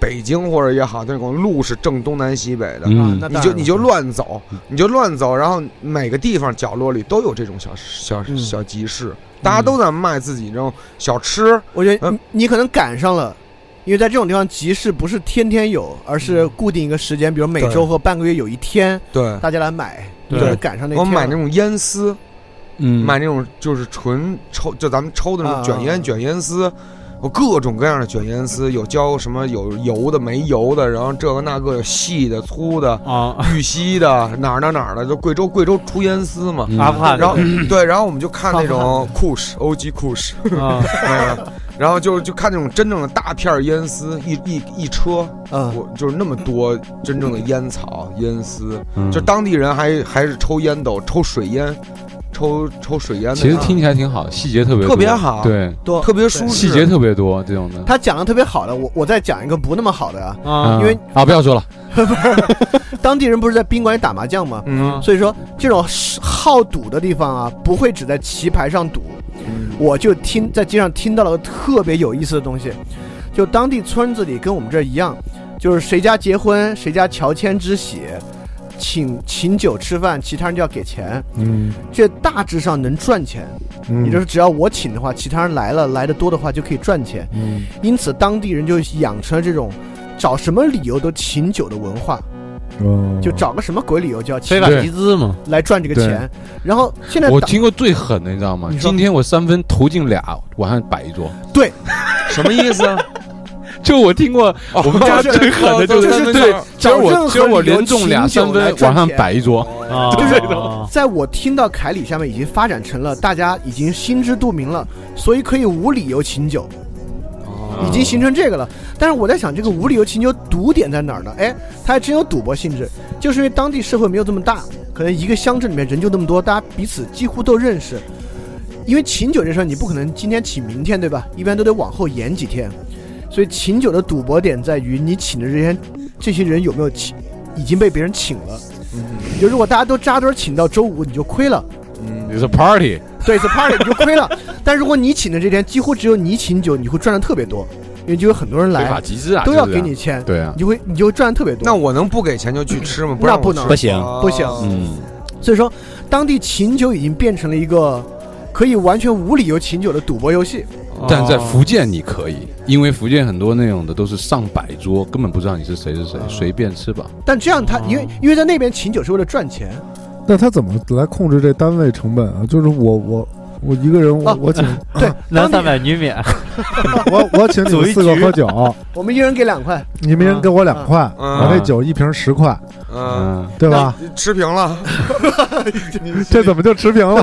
Speaker 3: 北京或者也好，那种路是正东南西北的，
Speaker 4: 啊
Speaker 6: 嗯
Speaker 4: 那，
Speaker 3: 你
Speaker 4: 当
Speaker 3: 就
Speaker 4: 然
Speaker 3: 你就乱走
Speaker 6: 嗯，
Speaker 3: 你就乱走，然后每个地方角落里都有这种小小
Speaker 4: 嗯
Speaker 3: 小集市，大家都在卖自己这种小吃，
Speaker 4: 我觉得你
Speaker 3: 嗯
Speaker 4: 你可能赶上了。因为在这种地方集市不是天天有，而是固定一个时间，比如每周
Speaker 3: 嗯对
Speaker 4: 或半个月有一天，
Speaker 3: 对。
Speaker 4: 大家来买，
Speaker 5: 对
Speaker 4: 你就是赶上那
Speaker 3: 我
Speaker 4: 天啊了。
Speaker 3: 买那种烟丝，
Speaker 6: 嗯
Speaker 3: 买那种就是纯抽，就咱们抽的那种卷
Speaker 4: 啊啊
Speaker 3: 烟、
Speaker 4: 啊
Speaker 3: 卷烟丝，有各种各样的卷烟丝，有浇什么有油的、没油的，然后这个那个有细的、粗的、
Speaker 5: 啊，
Speaker 3: 玉溪的，哪儿哪儿哪儿的，就贵州贵州出烟丝嘛。
Speaker 6: 嗯
Speaker 5: 阿富汗的，
Speaker 3: 然后 对，然后我们就看那
Speaker 5: 啊好
Speaker 3: 种 Kush OG Kush，
Speaker 5: 啊
Speaker 3: 那个然后就就看那种真正的大片儿烟丝，一一一车，
Speaker 4: 嗯，
Speaker 3: 我就是那么多真正的烟草烟丝，
Speaker 6: 嗯
Speaker 3: 就当地人还还是抽烟斗、抽水烟、抽抽水烟的，
Speaker 6: 其实听起来挺好，细节特别多
Speaker 3: 特别好
Speaker 6: 对，
Speaker 4: 多
Speaker 3: 特别舒适，
Speaker 6: 细节特别多这种的。
Speaker 4: 他讲的特别好的，我我再讲一个不那么好的啊。
Speaker 5: 啊
Speaker 3: 嗯
Speaker 4: 因为
Speaker 6: 啊，不要说了，
Speaker 4: 当地人不是在宾馆里打麻将吗？
Speaker 3: 嗯，
Speaker 4: 所以说这种好赌的地方啊，不会只在棋牌上赌。我就听在街上听到了个特别有意思的东西，就当地村子里跟我们这儿一样，就是谁家结婚谁家乔迁之喜，请请酒吃饭，其他人就要给钱，
Speaker 7: 嗯，
Speaker 4: 这大致上能赚钱。也就是只要我请的话，其他人来了来的多的话就可以赚钱。
Speaker 7: 嗯，
Speaker 4: 因此当地人就养成了这种找什么理由都请酒的文化。
Speaker 7: 哦
Speaker 4: 就找个什么鬼理由就要
Speaker 5: 非
Speaker 4: 起
Speaker 5: 法
Speaker 6: 对
Speaker 5: 集资嘛，
Speaker 4: 来赚这个
Speaker 7: 对
Speaker 4: 钱。然后现在
Speaker 6: 我
Speaker 4: 打
Speaker 6: 听过最狠的，你知道吗
Speaker 4: 你？说
Speaker 6: 今天我三分投进俩，晚上摆 一桌。
Speaker 3: 什么意思啊？
Speaker 6: 就我听过，
Speaker 4: 哦
Speaker 6: 我们家最狠的就是
Speaker 4: 就是
Speaker 6: 对
Speaker 3: 找，
Speaker 6: 今儿
Speaker 4: 任何
Speaker 6: 我今儿我
Speaker 4: 理由
Speaker 6: 连中俩
Speaker 4: 请
Speaker 6: 三
Speaker 4: 酒
Speaker 6: 分
Speaker 4: 来，赚
Speaker 6: 晚上
Speaker 4: 钱
Speaker 6: 摆一桌。
Speaker 5: 啊，
Speaker 3: 哦
Speaker 4: 在我听到凯里下面已经发展成了大家已经心知肚明了，所以可以无理由请酒，已经形成这个了。但是我在想，这个无理由请酒赌点在哪儿呢？哎，它还真有赌博性质，就是因为当地社会没有这么大，可能一个乡镇里面人就那么多，大家彼此几乎都认识。因为请酒这事儿，你不可能今天请明天，对吧？一般都得往后延几天。所以请酒的赌博点在于你请的这些这些人有没有请，已经被别人请了。
Speaker 6: 嗯
Speaker 4: 就如果大家都扎堆儿请到周五，你就亏 了。
Speaker 3: 嗯，
Speaker 6: It's a party，
Speaker 4: 对，是 party 你就亏了。但如果你请的这天几乎只有你请酒，你会赚的特别多，因为就有很多人
Speaker 6: 非
Speaker 4: 来
Speaker 6: 法集资啊，
Speaker 4: 都要
Speaker 6: 就是这
Speaker 4: 给
Speaker 6: 样
Speaker 4: 你钱，
Speaker 6: 对啊
Speaker 4: 你，就会你就会赚的特别多。
Speaker 3: 那我能不给钱就去吃吗？
Speaker 4: 那
Speaker 3: 让
Speaker 4: 不
Speaker 3: 我
Speaker 4: 能
Speaker 3: 吃
Speaker 5: 不行
Speaker 3: 啊
Speaker 4: 不行
Speaker 6: 嗯，
Speaker 4: 所以说，当地请酒已经变成了一个可以完全无理由请酒的赌博游戏。
Speaker 6: 但在
Speaker 5: 哦
Speaker 6: 福建你可以，因为福建很多那种的都是上百桌，根本不知道你是谁是谁，
Speaker 4: 嗯
Speaker 6: 随便吃吧。
Speaker 4: 但这样
Speaker 6: 哦
Speaker 4: 他，因为因为在那边请酒是为了赚钱，
Speaker 7: 那他怎么来控制这单位成本啊？就是我我我一个人我、
Speaker 4: 啊
Speaker 7: 我请
Speaker 4: 对，
Speaker 5: 男
Speaker 4: 当
Speaker 5: 三
Speaker 4: 地
Speaker 5: 百女免，
Speaker 7: 我我请你
Speaker 5: 组
Speaker 7: 们
Speaker 5: 一
Speaker 7: 四个
Speaker 5: 局
Speaker 7: 喝酒，
Speaker 4: 我们一人给两块，
Speaker 7: 你们一人给我两块，
Speaker 3: 嗯
Speaker 7: 我那酒一瓶十块，
Speaker 3: 嗯，
Speaker 6: 嗯，
Speaker 7: 对吧？
Speaker 3: 吃平了，
Speaker 7: 这怎么就持平了？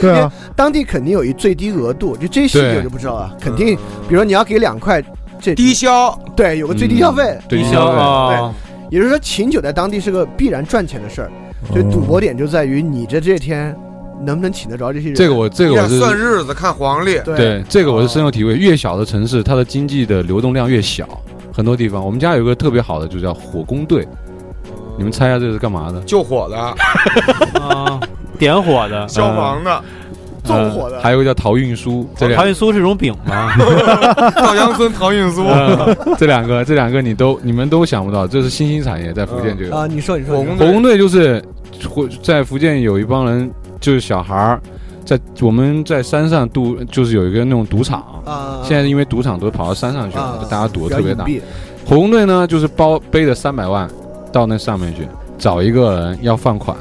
Speaker 7: 对啊，
Speaker 4: 当地肯定有一最低额度，就这些细节我就不知道了。肯定，比如说你要给两块，这
Speaker 3: 低消，
Speaker 4: 对有个最低
Speaker 6: 嗯
Speaker 4: 消费，
Speaker 6: 对
Speaker 5: 消啊，
Speaker 4: 也就是说请酒在当地是个必然赚钱的事儿。所
Speaker 6: 哦
Speaker 4: 以赌博点就在于你这这天能不能请得着这些人。
Speaker 6: 这个我这个
Speaker 3: 你
Speaker 6: 我
Speaker 3: 得
Speaker 6: 是
Speaker 3: 算日子看黄历。
Speaker 4: 对
Speaker 6: 对，这个我是深有体会。越小的城市，它的经济的流动量越小，很多地方。我们家有一个特别好的，就叫火工队。你们猜一下这是干嘛的？
Speaker 3: 救火的、
Speaker 5: 啊，点火的，嗯
Speaker 3: 消
Speaker 6: 嗯
Speaker 3: 防的、
Speaker 4: 纵火的
Speaker 6: 还有一个叫陶运输，这
Speaker 5: 陶
Speaker 6: 两
Speaker 5: 运苏是种饼吗？
Speaker 3: 稻香村陶运输、
Speaker 6: 嗯 这两个这两个你都你们都想不到，这是新兴产业，在福建就有。
Speaker 4: 啊，你说你说，
Speaker 3: 火
Speaker 4: 你
Speaker 3: 工
Speaker 6: 火
Speaker 3: 队
Speaker 6: 工队就是火在福建有一帮人，就是小孩儿，在我们在山上赌，就是有一个那种赌场
Speaker 4: 说。啊，
Speaker 6: 现在因为赌场都跑到山上去了
Speaker 4: 啊，
Speaker 6: 大家赌的特别大
Speaker 4: 比。较隐蔽
Speaker 6: 火工队呢，就是包背着三百万到那上面去，找一个人要放款，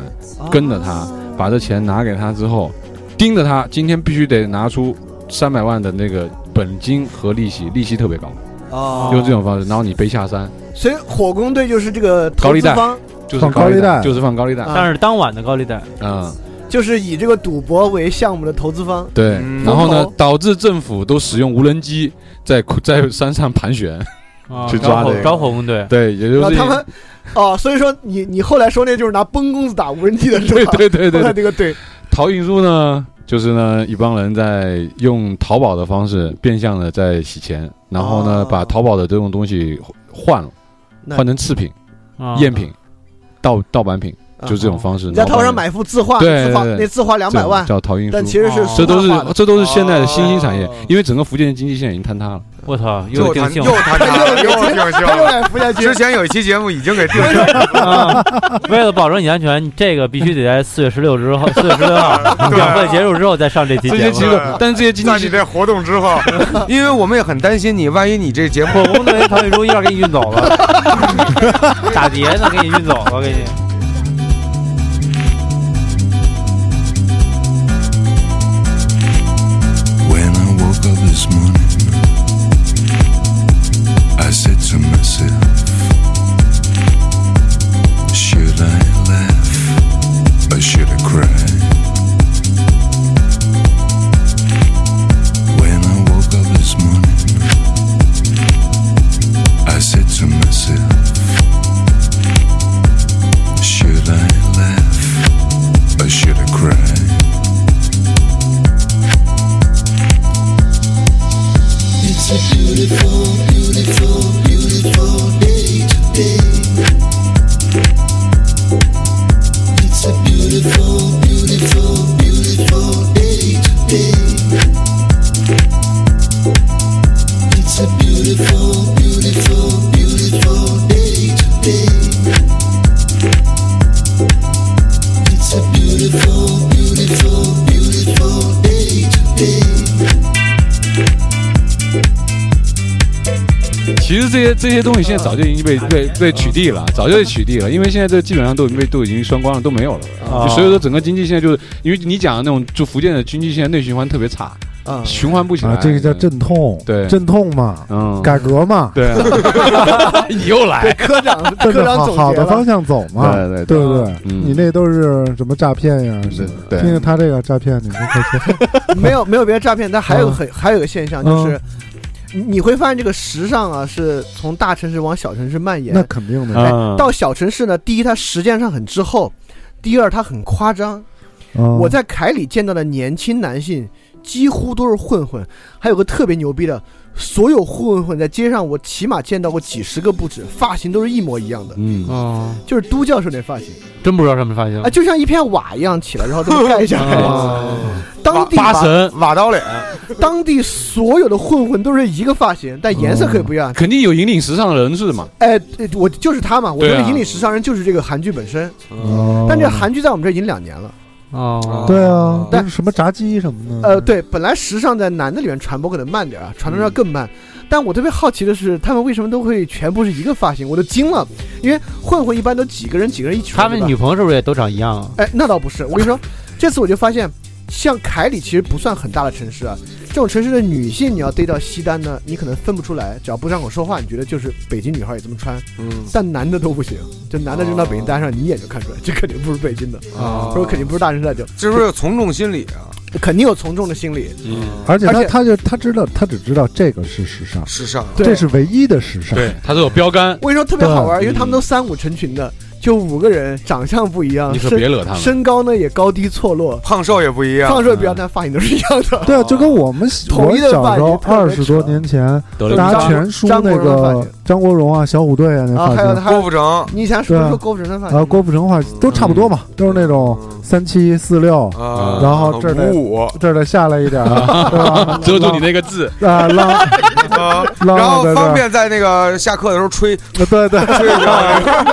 Speaker 6: 跟着他，
Speaker 4: 啊
Speaker 6: 把这钱拿给他之后，盯着他，今天必须得拿出三百万的那个本金和利息，利息特别高，
Speaker 4: 哦，
Speaker 6: 用这种方式，然后你背下山，
Speaker 4: 所以火工队就是这个
Speaker 6: 高
Speaker 4: 投
Speaker 6: 利
Speaker 4: 资
Speaker 6: 贷
Speaker 4: 方，
Speaker 6: 就是
Speaker 7: 放高利
Speaker 6: 利
Speaker 7: 贷
Speaker 6: 就是放高利贷，
Speaker 3: 嗯
Speaker 4: 啊
Speaker 5: 但是当晚的高利贷，
Speaker 6: 嗯，
Speaker 4: 就是以这个赌博为项目的投资方。
Speaker 6: 对
Speaker 3: 嗯，
Speaker 6: 然后
Speaker 4: 风
Speaker 6: 呢
Speaker 4: 投，
Speaker 6: 导致政府都使用无人机在 在山上盘 旋，
Speaker 3: 嗯
Speaker 5: 啊
Speaker 6: 去
Speaker 5: 招
Speaker 6: 抓这
Speaker 5: 火
Speaker 6: 个
Speaker 5: 招火工队，
Speaker 6: 对，也
Speaker 4: 然
Speaker 6: 就
Speaker 4: 后
Speaker 6: 是
Speaker 4: 他们，哦，所以说你你后来说那就是拿崩公子打无人机的是
Speaker 6: 对
Speaker 4: 吧？
Speaker 6: 对对对
Speaker 4: 后来
Speaker 6: 对，
Speaker 4: 那个对，
Speaker 6: 陶运输呢，就是呢一帮人在用淘宝的方式变相的在洗钱，然后呢
Speaker 4: 哦
Speaker 6: 把淘宝的这种东西换了，
Speaker 4: 那
Speaker 6: 换成次品、
Speaker 5: 啊
Speaker 6: 赝品、盗盗版品，
Speaker 4: 啊
Speaker 6: 就这种方式。
Speaker 4: 你在淘宝上
Speaker 6: 然后
Speaker 4: 买幅字画，
Speaker 6: 对
Speaker 4: 字画
Speaker 6: 对对
Speaker 4: 那字画两
Speaker 6: 这
Speaker 4: 百
Speaker 6: 种
Speaker 4: 万，
Speaker 6: 叫陶运
Speaker 4: 但其
Speaker 6: 输，
Speaker 4: 实是
Speaker 5: 哦
Speaker 4: 苏
Speaker 6: 这都是
Speaker 4: 画画的
Speaker 6: 这都是现在的新兴产业
Speaker 3: 哦，
Speaker 6: 因为整个福建的经济现在已经坍塌了。
Speaker 5: 我操，
Speaker 3: 又
Speaker 5: 又定
Speaker 3: 谈
Speaker 5: 性
Speaker 3: 又谈 又定性
Speaker 4: 他又
Speaker 3: 了。
Speaker 4: 来福建街
Speaker 3: 之前有一期节目已经给定性 了，
Speaker 5: 啊！为了保证你安全，你这个必须得在四月十六 之后，四月十六号
Speaker 3: 对
Speaker 5: 两会结束之后再上这期
Speaker 6: 这
Speaker 5: 节目
Speaker 6: 些机。
Speaker 3: 实
Speaker 6: 构，但是这些经
Speaker 3: 在
Speaker 6: 济
Speaker 3: 你这活动之 后，因为我们也很担心你，万一你这节目
Speaker 5: 火工队唐运输一下给你运 走了，打劫呢给你运走了，给你。
Speaker 8: When I woke up this morning, I said to myself, Should I laugh or should I cry? When I woke up this morning, I said to myself, Should I laugh or should I cry?
Speaker 6: 其实这些这些东西现在早就已经被被被取缔了，早就被取缔了，因为现在这基本上都已经被都已经双光了，都没有了。
Speaker 5: 啊
Speaker 6: 就所以说整个经济现在就是因为你讲的那种，就福建的经济现在内循环特别差，
Speaker 4: 啊，
Speaker 6: 循环不起来。
Speaker 7: 啊，这个叫阵痛，
Speaker 6: 对
Speaker 7: 阵痛嘛，
Speaker 6: 嗯，
Speaker 7: 改革嘛，
Speaker 6: 对啊，你又来，
Speaker 4: 科长 科
Speaker 7: 奔着
Speaker 4: 长
Speaker 7: 好
Speaker 4: 总
Speaker 7: 好
Speaker 4: 结
Speaker 7: 的方
Speaker 4: 了，
Speaker 7: 向走嘛，
Speaker 6: 对对对
Speaker 7: 对不对？
Speaker 6: 嗯
Speaker 7: 你那都是什么诈骗呀？什么
Speaker 6: 对
Speaker 7: 听听他这个诈骗，你们快 说
Speaker 4: 没有没有别的诈骗，但还有个
Speaker 7: 啊
Speaker 4: 很还有个现象
Speaker 7: 嗯
Speaker 4: 就是。你你会发现这个时尚啊，是从大城市往小城市蔓延。
Speaker 7: 那肯定的
Speaker 4: 哎
Speaker 7: 呀。
Speaker 6: 嗯
Speaker 4: 到小城市呢，第一它时间上很滞后，第二它很夸张。
Speaker 7: 嗯
Speaker 4: 我在凯里见到的年轻男性几乎都是混混，还有个特别牛逼的，所有混混在街上我起码见到过几十个不止，发型都是一模一样的，
Speaker 6: 嗯，
Speaker 5: 哦，
Speaker 4: 就是都教授那发型
Speaker 5: 真不知道什么发
Speaker 7: 嗯
Speaker 5: 型
Speaker 4: 啊，就像一片瓦一样起来，然后这 么盖一下来。
Speaker 5: 啊，
Speaker 4: 当地
Speaker 5: 八
Speaker 6: 嗯
Speaker 5: 神
Speaker 3: 瓦刀脸，
Speaker 4: 当地所有的混混都是一个发型，但颜色可以不一样。
Speaker 6: 肯定有引领时尚的人士嘛，
Speaker 4: 哎，对我就是他嘛，我觉
Speaker 6: 对啊
Speaker 4: 得引领时尚人就是这个韩剧本身，
Speaker 7: 哦
Speaker 4: 但这韩剧在我们这儿已经两年了。
Speaker 5: 哦，
Speaker 7: 对啊，
Speaker 4: 但
Speaker 7: 但是什么炸鸡什么的，
Speaker 4: 呃，，对，本来时尚在男的里面传播可能慢点儿啊，传到要更慢。但我特别好奇的是，他们为什么都会全部是一个发型？我都惊了，因为混混一般都几个人几个人一起。
Speaker 5: 他们
Speaker 4: 对吧
Speaker 5: 女朋友是不是也都长一样啊？
Speaker 4: 哎，那倒不是。我跟你说，这次我就发现，像凯里其实不算很大的城市啊，这种城市的女性你要逮到西单呢，你可能分不出来，只要不张口说话，你觉得就是北京女孩也这么穿。
Speaker 3: 嗯
Speaker 4: 但男的都不行，就男的扔到北京单上，你一眼就看出来，这肯定不是北京的，
Speaker 3: 啊
Speaker 4: 或者肯定不是大城市的，就
Speaker 3: 这是不是从众心理啊？
Speaker 4: 肯定有从众的心理。
Speaker 6: 嗯，
Speaker 7: 而且
Speaker 4: 而
Speaker 7: 他
Speaker 4: 且
Speaker 7: 他就他知道，他只知道这个是时尚，
Speaker 3: 时尚，
Speaker 4: 对
Speaker 7: 这是唯一的时尚。
Speaker 6: 对，他是有标杆，
Speaker 4: 我跟你说特别好玩儿，
Speaker 6: 对
Speaker 4: 因为他们都三五成群的，就五个人，长相不一样，
Speaker 6: 你可
Speaker 4: 身
Speaker 6: 别惹他们。
Speaker 4: 身高呢也高低错落，
Speaker 3: 胖瘦也不一样。
Speaker 4: 放射不一样，但发型都是一样的。
Speaker 7: 对啊，就跟我们
Speaker 4: 哦统
Speaker 7: 我
Speaker 4: 一的
Speaker 7: 小时候
Speaker 4: 发型
Speaker 7: 二
Speaker 4: 特别
Speaker 7: 十
Speaker 4: 扯
Speaker 7: 多年前，
Speaker 6: 都
Speaker 4: 对
Speaker 7: 大
Speaker 4: 张
Speaker 7: 家全梳
Speaker 4: 张国
Speaker 7: 那
Speaker 4: 荣的发
Speaker 7: 个
Speaker 4: 型
Speaker 7: 张国荣啊、小虎队啊那
Speaker 4: 啊，
Speaker 7: 发
Speaker 4: 还有
Speaker 7: 型，
Speaker 4: 还
Speaker 3: 郭
Speaker 4: 有，
Speaker 3: 富城，
Speaker 4: 你以前是不
Speaker 7: 对
Speaker 4: 是
Speaker 7: 啊
Speaker 4: 说郭富城的发
Speaker 7: 然后
Speaker 4: 型？
Speaker 7: 郭富城话都差不多嘛，都是那种
Speaker 3: 嗯
Speaker 7: 三七四六，
Speaker 3: 啊，
Speaker 7: 然后这儿的
Speaker 3: 五五
Speaker 7: 这儿的下来一点儿，啊对吧？
Speaker 6: 遮住你那个字，
Speaker 7: 啊，浪
Speaker 3: 啊，
Speaker 7: 浪
Speaker 3: 然 后
Speaker 7: 在这
Speaker 3: 方
Speaker 7: 儿，
Speaker 3: 便在那个下课的时候吹
Speaker 7: 对 对，
Speaker 3: 吹一下，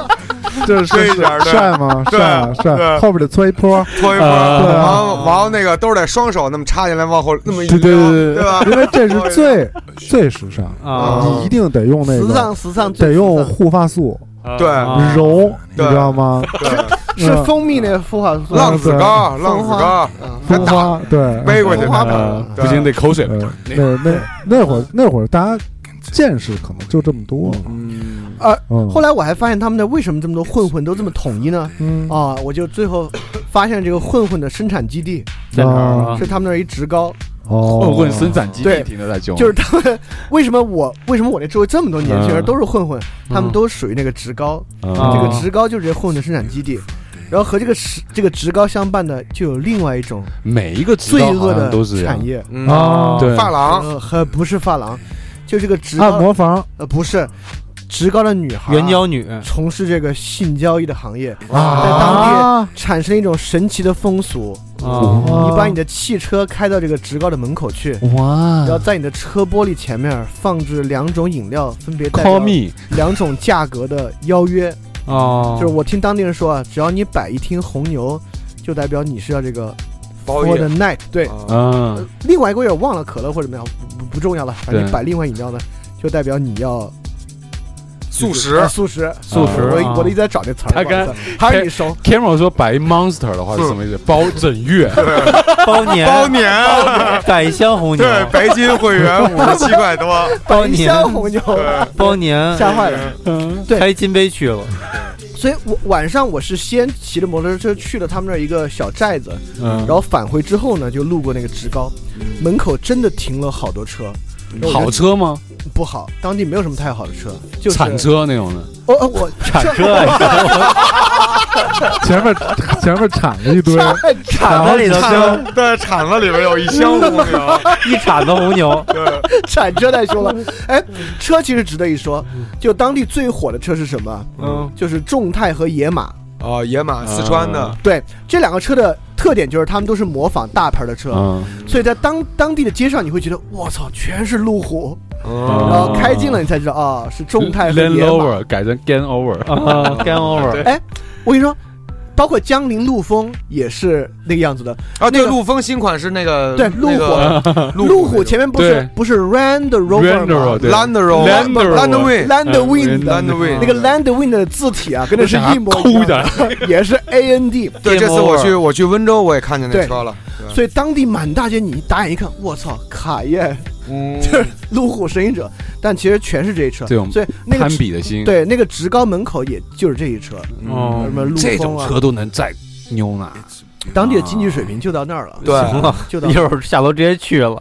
Speaker 7: 这
Speaker 3: 这
Speaker 7: 是
Speaker 3: 一点儿对
Speaker 7: 帅吗？
Speaker 3: 对
Speaker 7: 帅啊
Speaker 3: 对
Speaker 7: 帅，后边得搓一波，
Speaker 3: 搓一波，
Speaker 6: 啊
Speaker 7: 对啊
Speaker 3: 然后然后那个都是得双手那么插进来，往后那么一
Speaker 7: 对对
Speaker 3: 撩
Speaker 7: 对
Speaker 3: 对吧？
Speaker 7: 因为这是最最时尚，
Speaker 5: 啊
Speaker 7: 你一定得用那
Speaker 4: 时
Speaker 7: 个
Speaker 4: 尚时尚
Speaker 7: 得
Speaker 4: 最
Speaker 7: 用
Speaker 4: 时尚
Speaker 7: 护发素
Speaker 3: 对
Speaker 5: 啊
Speaker 7: 揉，你
Speaker 3: 对
Speaker 7: 知道吗？
Speaker 3: 对
Speaker 7: 嗯
Speaker 4: 是蜂蜜那孵化素，
Speaker 3: 浪子高，
Speaker 4: 对
Speaker 3: 浪子高，
Speaker 4: 啊
Speaker 7: 风花对
Speaker 3: 背过去
Speaker 4: 风花
Speaker 3: 的，
Speaker 6: 呃
Speaker 3: 对
Speaker 6: 不行得口水了。
Speaker 7: 呃那那那会儿那会儿大家见识可能就这么多，
Speaker 3: 嗯，
Speaker 7: 嗯，
Speaker 4: 后来我还发现他们的为什么这么多混混都这么统一呢？
Speaker 7: 嗯
Speaker 4: 啊，我就最后发现这个混混的生产基地
Speaker 5: 在哪儿啊
Speaker 4: 是？他们那儿一职高，
Speaker 7: 哦，
Speaker 6: 混混生产基地
Speaker 4: 对
Speaker 6: 停留在胸，
Speaker 4: 就是他们为什么我为什么我那周围这么多年轻人
Speaker 6: 嗯
Speaker 4: 都是混混，他们
Speaker 5: 嗯
Speaker 4: 都属于那个职高，
Speaker 6: 啊
Speaker 4: 这个职高就是这混混的生产基地。然后和这个职这个职高相伴的，就有另外一种
Speaker 6: 每一个职
Speaker 4: 罪
Speaker 6: 高好
Speaker 4: 恶
Speaker 6: 像
Speaker 4: 的
Speaker 6: 都是这样
Speaker 4: 产，业，
Speaker 3: 嗯
Speaker 7: 啊，
Speaker 6: 对
Speaker 3: 发廊，
Speaker 4: 呃，还不是发廊，就这个职
Speaker 7: 按
Speaker 4: 高
Speaker 7: 摩房
Speaker 4: 呃不是职高的女孩，
Speaker 5: 援交女
Speaker 4: 从事这个性交易的行业，在当
Speaker 7: 啊，
Speaker 4: 地产生一种神奇的风俗，
Speaker 5: 啊
Speaker 4: 你把你的汽车开到这个职高的门口去，然后
Speaker 5: 哇
Speaker 4: 在你的车玻璃前面放置两种饮料，分别代表
Speaker 6: ，Call me，
Speaker 4: 两种价格的邀约。
Speaker 5: 哦
Speaker 4: 就是我听当地人说啊，只要你摆一听红牛，就代表你是要这个
Speaker 3: 包
Speaker 4: for
Speaker 3: 夜
Speaker 4: the night。对，
Speaker 5: 哦
Speaker 3: 啊
Speaker 6: 嗯，
Speaker 4: 另外一个我也忘了可乐或者怎么样，不不重要了，反正你
Speaker 6: 对
Speaker 4: 摆另外饮料呢，就代表你要
Speaker 3: 素食
Speaker 4: 啊，素食。
Speaker 5: 素食
Speaker 4: 我
Speaker 5: 啊
Speaker 4: 我一直在找这词儿，
Speaker 6: 大概
Speaker 4: 不好意思还是你 熟。
Speaker 6: Camera 说白 monster 的话是什么意思？
Speaker 4: 嗯
Speaker 6: 包整月，
Speaker 5: 包年
Speaker 3: 包年。
Speaker 5: 改香红牛
Speaker 3: 对，白金会员五十七块多，
Speaker 5: 包
Speaker 4: 一
Speaker 5: 年
Speaker 4: 箱红牛，
Speaker 5: 包年
Speaker 4: 吓坏了。
Speaker 5: 嗯
Speaker 4: 对
Speaker 5: 开金杯去了
Speaker 4: 所以我晚上我是先骑着摩托车去了他们那儿一个小寨子，
Speaker 6: 嗯
Speaker 4: 然，后返回之后呢，就路过那个职高，门口真的停了好多车，
Speaker 6: 好车吗？
Speaker 4: 不好，当地没有什么太好的车，就是
Speaker 6: 铲。车那种的，
Speaker 4: 哦哦，我
Speaker 5: 铲 车啊，
Speaker 7: 前面前面铲了一堆，
Speaker 5: 铲子里头
Speaker 3: 铲
Speaker 5: 就
Speaker 3: 对铲子里边有一箱红牛，
Speaker 5: 一铲子红牛，
Speaker 3: 对，
Speaker 4: 铲车太凶了。哎，车其实值得一说，就当地最火的车是什么？
Speaker 5: 嗯，
Speaker 4: 就是众泰和野马。
Speaker 3: 哦，野马四川的，
Speaker 4: 对，这两个车的特点就是他们都是模仿大牌的车，
Speaker 6: 嗯，
Speaker 4: 所以在当当地的街上你会觉得，我操，全是路虎。
Speaker 3: 嗯
Speaker 4: 然后开进了，你才知道啊，是众泰和
Speaker 6: Land
Speaker 4: 野马。
Speaker 6: Rover 改成 Gan Over，
Speaker 5: 啊 game over，
Speaker 4: 我跟你说，包括江铃陆风也是那个样子的。
Speaker 3: 啊，对，
Speaker 4: 那个
Speaker 3: 陆风新款是那个
Speaker 4: 对
Speaker 3: 那个路
Speaker 4: 路虎前面不是
Speaker 6: 对
Speaker 4: 不是 Land
Speaker 6: Range
Speaker 4: Rover
Speaker 6: Rover，
Speaker 4: 吗
Speaker 6: 对
Speaker 3: Land
Speaker 6: Land Rover
Speaker 3: Rover，Land
Speaker 4: ？Land Wind
Speaker 3: 嗯
Speaker 4: 的
Speaker 3: Land Rover
Speaker 4: 那个 Land Wind 的字体啊，跟那是一模一
Speaker 6: 抠
Speaker 4: 样
Speaker 6: 的，
Speaker 4: 也是 A N D。
Speaker 3: 对，这
Speaker 5: Game
Speaker 3: 次我
Speaker 5: over
Speaker 3: 去我去温州，我也看见那
Speaker 4: 对
Speaker 3: 车了。
Speaker 4: 所以当地满大街，你一打眼一看，我操，卡宴
Speaker 3: 嗯，
Speaker 4: 就是路虎神行者，但其实全是这一车。
Speaker 6: 这种
Speaker 4: 所以那个
Speaker 6: 攀比的心，
Speaker 4: 对那个职高门口也就是这一车，
Speaker 6: 哦
Speaker 4: 什么陆
Speaker 6: 这
Speaker 4: 风
Speaker 6: 种
Speaker 4: 啊，
Speaker 6: 车都能再牛呢，
Speaker 4: 当地的经济水平就到那儿了，
Speaker 7: 啊
Speaker 3: 对
Speaker 5: 行 了，
Speaker 4: 就到
Speaker 5: 一会儿下楼直接去了。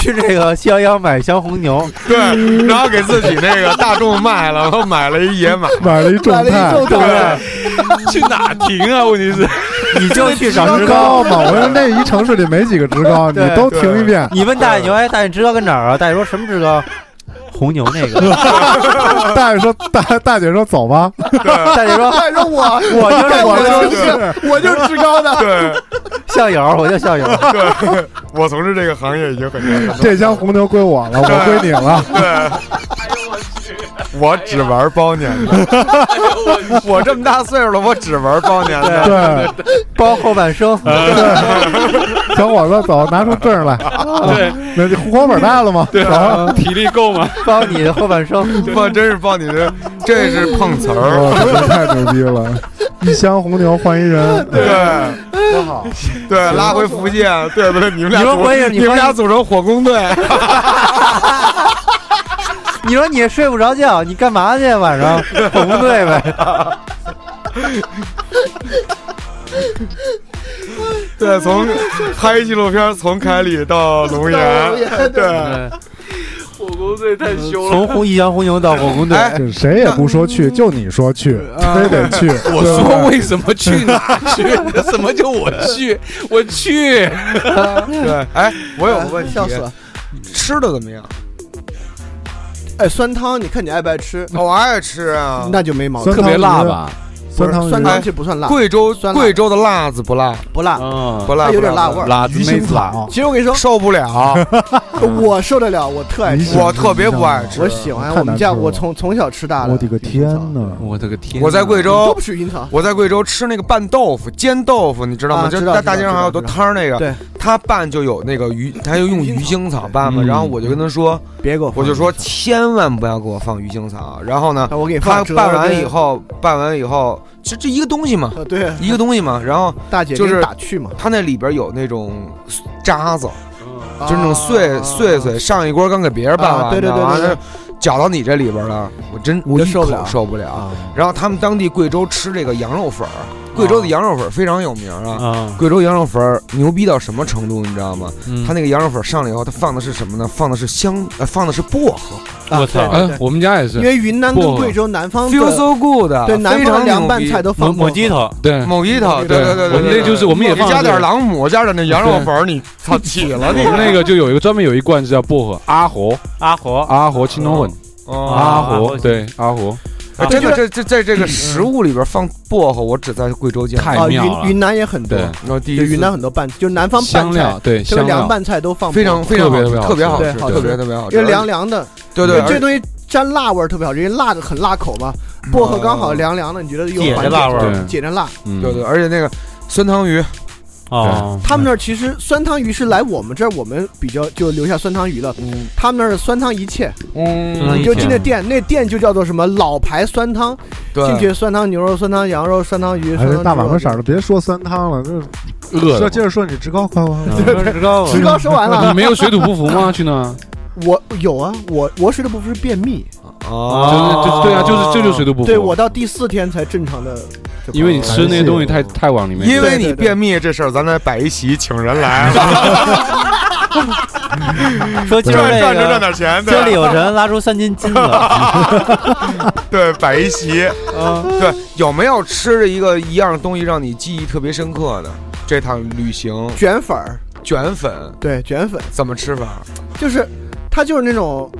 Speaker 5: 去这个襄阳买箱红牛，
Speaker 3: 对，然后给自己那个大众卖了，然后买了一野马。
Speaker 7: 买了一众
Speaker 4: 买了一
Speaker 7: 泰，
Speaker 4: 众泰，
Speaker 6: 去哪停啊？问题是，
Speaker 5: 你就去找职
Speaker 7: 职高
Speaker 5: 高
Speaker 7: 嘛，我说那一城市里没几个职高，你
Speaker 5: 对
Speaker 7: 都停一遍。
Speaker 5: 你问大爷牛，哎，大爷职高跟哪儿啊？大爷说什么职高？红牛那个。
Speaker 7: 大爷说大大姐说走吧，
Speaker 5: 大姐说
Speaker 4: 但是我
Speaker 5: 我就是
Speaker 4: 干我
Speaker 5: 我
Speaker 4: 的
Speaker 5: 就
Speaker 4: 事情，我 就是 职高的。
Speaker 3: 对
Speaker 5: 校友，我叫校友。
Speaker 3: 对，我从事这个行业已经很年了。
Speaker 7: 这箱红牛归我了，我归你了。
Speaker 3: 我只玩包年 的，我这么大岁数了，我只玩包年的。
Speaker 7: 对，
Speaker 5: 包后半生，
Speaker 7: 小伙子走，拿出证来。对，那你户口本带了吗？对，
Speaker 6: 体力够 吗？
Speaker 5: 包你的后半 生。
Speaker 3: 我真是帮你这，这是碰瓷
Speaker 4: 哦
Speaker 3: 儿。
Speaker 7: 这太牛逼了，一箱红牛换一人。
Speaker 3: 对，多好。对，拉回福建，对对对，你们俩
Speaker 5: 你说
Speaker 3: 组
Speaker 5: 关键是你
Speaker 3: 你们俩
Speaker 5: 关键
Speaker 3: 组成火攻队。
Speaker 5: 你说你也睡不着觉，你干嘛去？晚上火部队呗。
Speaker 3: 对，从拍纪录片，从凯里到龙岩，对，
Speaker 9: 火锅队太凶了。
Speaker 5: 从红一箱红牛到火工队，
Speaker 3: 哎
Speaker 7: 这谁也不说去，就你说去，非得去。
Speaker 6: 我
Speaker 7: 对不 对
Speaker 6: 说为什么去哪去？什么就我去？我去。
Speaker 3: 对。哎，我 有个问题，
Speaker 4: 笑死了！
Speaker 3: 吃的怎么样？
Speaker 4: 哎，酸汤，你看你爱不爱吃？
Speaker 3: 我爱吃啊。
Speaker 4: 那就没毛
Speaker 7: 酸
Speaker 4: 病。
Speaker 6: 特别辣吧？
Speaker 4: 不
Speaker 7: 酸
Speaker 4: 是
Speaker 7: 汤鱼
Speaker 4: 酸汤其实不算辣，
Speaker 3: 贵州
Speaker 4: 酸辣
Speaker 3: 贵州的辣子不辣，
Speaker 4: 不
Speaker 7: 啊
Speaker 4: 辣。
Speaker 5: 嗯，
Speaker 3: 不辣，
Speaker 4: 它有点
Speaker 3: 不
Speaker 4: 辣味儿
Speaker 6: 辣
Speaker 7: 鱼腥
Speaker 6: 啊
Speaker 7: 草，
Speaker 4: 其实我跟你说，
Speaker 3: 受不了，
Speaker 6: 嗯
Speaker 7: 啊
Speaker 4: 我受得了，我特爱
Speaker 7: 鱼
Speaker 4: 吃
Speaker 7: 腥，草
Speaker 3: 我特别不爱吃
Speaker 4: 我喜欢
Speaker 7: 太难
Speaker 4: 我们家，
Speaker 7: 吃了
Speaker 4: 我从从小吃大的。
Speaker 7: 啊我的个天呐！
Speaker 6: 我的个天！啊
Speaker 3: 我在贵
Speaker 4: 你都
Speaker 3: 州
Speaker 4: 不。吃樱桃，
Speaker 3: 我在贵州吃那个拌豆腐、煎豆腐，你知道吗？
Speaker 4: 啊
Speaker 3: 就
Speaker 4: 知道
Speaker 3: 在
Speaker 4: 知道
Speaker 3: 大街上还有多
Speaker 4: 知道
Speaker 3: 摊儿那个，
Speaker 4: 对，
Speaker 3: 他拌就有那个鱼，他就用鱼腥草拌嘛。
Speaker 6: 嗯
Speaker 3: 然后我就跟他说，
Speaker 4: 别给我放，
Speaker 3: 我就说千万不要给我放鱼腥草。然后呢，
Speaker 4: 啊，我给你
Speaker 3: 他
Speaker 4: 放折耳
Speaker 3: 拌完
Speaker 4: 根
Speaker 3: 以，后，拌完以后，这这一个东西嘛，
Speaker 4: 呃，对，
Speaker 3: 一个东西嘛。然后
Speaker 4: 大姐
Speaker 3: 就
Speaker 4: 给你
Speaker 3: 是
Speaker 4: 打趣嘛，
Speaker 3: 它那里边有那种渣子，就是那种
Speaker 4: 啊
Speaker 3: 碎碎碎。上一锅刚给别人拌
Speaker 4: 啊
Speaker 3: 完
Speaker 4: 对
Speaker 3: 的，
Speaker 4: 对对
Speaker 3: 完
Speaker 4: 对
Speaker 3: 了搅到你这里边了，我真我
Speaker 4: 就
Speaker 3: 一
Speaker 4: 受不
Speaker 3: 口
Speaker 4: 了
Speaker 3: 受不了。
Speaker 4: 啊。
Speaker 3: 然后他们当地贵州吃这个羊肉粉儿，贵州的羊肉粉儿非常有名啊。
Speaker 5: 啊，
Speaker 3: 贵州羊肉粉儿牛逼到什么程度，你知道吗？它
Speaker 4: 嗯
Speaker 6: 他
Speaker 3: 那个羊肉粉上来以后，它放的是什么呢？放的是香，呃，放的是薄荷
Speaker 5: 我操
Speaker 4: 啊对对对
Speaker 6: 我哎们家也
Speaker 4: 因
Speaker 6: 是，
Speaker 4: 为云南跟
Speaker 6: 薄荷
Speaker 4: 贵州南方
Speaker 3: ，feel
Speaker 4: 的
Speaker 3: so good，
Speaker 4: 嗯
Speaker 3: 啊
Speaker 4: 对南
Speaker 3: 非
Speaker 4: 方的
Speaker 3: 常
Speaker 4: 凉拌菜都
Speaker 5: 抹
Speaker 4: 放啊
Speaker 5: 抹鸡
Speaker 4: 头，
Speaker 5: 头，
Speaker 6: 对，
Speaker 3: 某一头，对对对对
Speaker 6: 我们
Speaker 3: 对，
Speaker 6: 那啊就是我们也
Speaker 3: 你
Speaker 6: 放
Speaker 3: 加点
Speaker 6: 对
Speaker 3: 朗姆，加点那羊肉粉儿，你操起了你
Speaker 6: 我们那个就有一个专门有一罐是叫薄荷阿活
Speaker 5: 阿活，
Speaker 6: 阿活青铜混
Speaker 3: 啊！
Speaker 6: 哦阿
Speaker 5: 啊
Speaker 6: 活对阿活
Speaker 3: 哎真的，这这在这个食物里边放薄荷，我只在贵州见过。
Speaker 6: 太
Speaker 4: 啊，
Speaker 6: 妙了
Speaker 4: 云云南也很多，
Speaker 6: 对
Speaker 3: 然后第一
Speaker 4: 就
Speaker 3: 次
Speaker 4: 云南很多拌，就是南方拌
Speaker 6: 香料
Speaker 4: 菜，
Speaker 6: 对
Speaker 4: 这个
Speaker 6: 香
Speaker 4: 凉
Speaker 6: 料
Speaker 4: 拌菜都放
Speaker 3: 非常非常好吃，特
Speaker 6: 特
Speaker 3: 别
Speaker 6: 别
Speaker 3: 好
Speaker 6: 好
Speaker 3: 吃，
Speaker 4: 吃对
Speaker 3: 特别特别好吃，
Speaker 4: 就凉凉的，
Speaker 3: 对
Speaker 4: 因
Speaker 3: 对，
Speaker 4: 为这东西沾辣味儿特别好，因为辣的很辣口嘛。薄荷刚好凉凉的，你觉得又
Speaker 5: 解
Speaker 4: 缓
Speaker 5: 着辣味
Speaker 6: 对
Speaker 5: 儿
Speaker 4: 解着辣。
Speaker 6: 嗯
Speaker 3: 对对，而且那个酸汤鱼，
Speaker 5: 哦。
Speaker 4: 他们那儿其实酸汤鱼是来我们这儿，我们比较就留下酸汤鱼了。
Speaker 3: 嗯
Speaker 4: 他们那儿的酸汤一切，
Speaker 5: 嗯
Speaker 3: 嗯，
Speaker 4: 你就进那店，那店就叫做什么老牌酸汤，进
Speaker 3: 对，
Speaker 4: 去酸汤牛肉、酸汤羊肉、酸汤鱼、
Speaker 7: 哎
Speaker 4: 酸，汤
Speaker 7: 大碗
Speaker 4: 猪肉
Speaker 7: 跟色儿的，别说酸汤了，就是
Speaker 6: 饿
Speaker 7: 说
Speaker 6: 了
Speaker 7: 接着说你职高，快快快！
Speaker 4: 嗯
Speaker 5: 职高
Speaker 4: 石膏说完
Speaker 6: 你
Speaker 4: 了，
Speaker 6: 没有水土不服吗？去那
Speaker 4: 我有啊，我我水土不服是便秘，
Speaker 3: 哦，
Speaker 6: 就是就对啊，就是这就是水土不服。
Speaker 4: 对我到第四天才正常的，
Speaker 6: 因为你吃那些东西太太往里面，
Speaker 3: 因为
Speaker 4: 对
Speaker 3: 你
Speaker 4: 对对
Speaker 3: 便秘这事儿，咱来摆一席，请人来，赚
Speaker 5: 说今儿
Speaker 3: 赚着
Speaker 5: 那
Speaker 3: 赚
Speaker 5: 个。
Speaker 3: 点钱，
Speaker 5: 今儿里
Speaker 3: 对
Speaker 5: 有人拉出三斤金子，
Speaker 3: 对，摆一席，对，有没有吃的一个一样东西让你记忆特别深刻的？这趟旅行
Speaker 4: 卷粉儿，
Speaker 3: 卷粉
Speaker 4: 对卷粉
Speaker 3: 怎么吃法？
Speaker 4: 就是。它就是那种，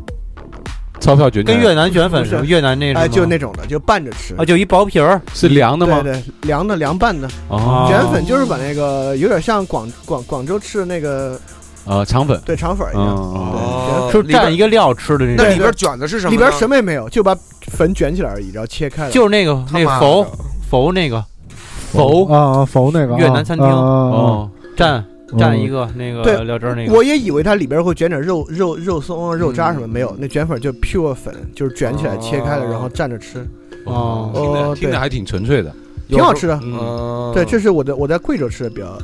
Speaker 6: 钞票卷起
Speaker 5: 跟
Speaker 6: 来
Speaker 5: 越南卷粉似的，越南那
Speaker 4: 哎，
Speaker 5: 什
Speaker 4: 就
Speaker 5: 么
Speaker 4: 那种的，就拌着吃
Speaker 5: 啊，，就一薄皮儿，
Speaker 6: 是凉的
Speaker 4: 对
Speaker 6: 吗？
Speaker 4: 对，凉的凉拌的。
Speaker 6: 哦
Speaker 4: 卷粉就是把那个有点像广广广州吃的那个
Speaker 6: 呃肠粉，
Speaker 4: 对肠粉儿一样，
Speaker 6: 嗯，
Speaker 4: 对卷
Speaker 3: 哦
Speaker 5: 就蘸一个料吃的那
Speaker 3: 那
Speaker 5: 种，
Speaker 3: 里边卷的是什么呢？
Speaker 4: 里边什么也没有，就把粉卷起来而已，然后切开了。
Speaker 5: 就是那个
Speaker 3: 他
Speaker 5: 那
Speaker 3: 妈的
Speaker 5: 佛佛那个佛
Speaker 7: 啊，佛那个
Speaker 5: 越南餐厅，
Speaker 7: 哦，
Speaker 5: 哦，蘸
Speaker 6: 嗯
Speaker 5: 蘸一
Speaker 7: 个
Speaker 5: 个那个
Speaker 4: 对
Speaker 5: 料汁儿那个，
Speaker 4: 我也以为它里边会卷点肉肉肉松啊、肉渣什么，没有，那卷粉就 pure 粉，就是卷起来切开了，然后蘸着吃，
Speaker 5: 哦
Speaker 6: 听着
Speaker 4: 哦
Speaker 6: 听着
Speaker 4: 对
Speaker 6: 还挺纯粹的。
Speaker 4: 挺好吃的。
Speaker 5: 嗯，
Speaker 3: 嗯，
Speaker 4: 对，这是我的我在贵州吃的比较。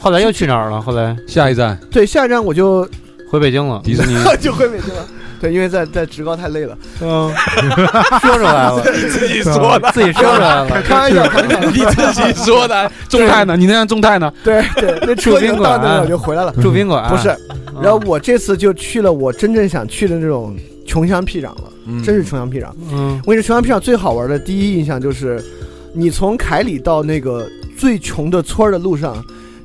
Speaker 5: 后来又去哪儿了？后来
Speaker 6: 下一站
Speaker 4: 对，下一站我就
Speaker 5: 回北京 了，
Speaker 6: 哦迪士尼，
Speaker 4: 就回北京了。 对，因为在在职高太累了，
Speaker 7: 嗯，
Speaker 5: 说出来了，
Speaker 6: 自己
Speaker 7: 说
Speaker 6: 的，
Speaker 5: 自己说出来了。
Speaker 4: 开玩笑，开玩笑。
Speaker 6: 你自己 说的。众泰呢？你那辆众泰呢？
Speaker 4: 对对，那车已经到那了，我就回来了。
Speaker 5: 住宾
Speaker 6: 啊
Speaker 5: 馆
Speaker 4: 嗯不是，，然后我这次就去了我真正想去的那种穷乡僻壤了，
Speaker 3: 嗯
Speaker 4: 真是穷乡僻壤。
Speaker 5: 嗯，
Speaker 4: 我跟你说，穷乡僻壤最好玩的第一印象就是，你从凯里到那个最穷的村儿的路上，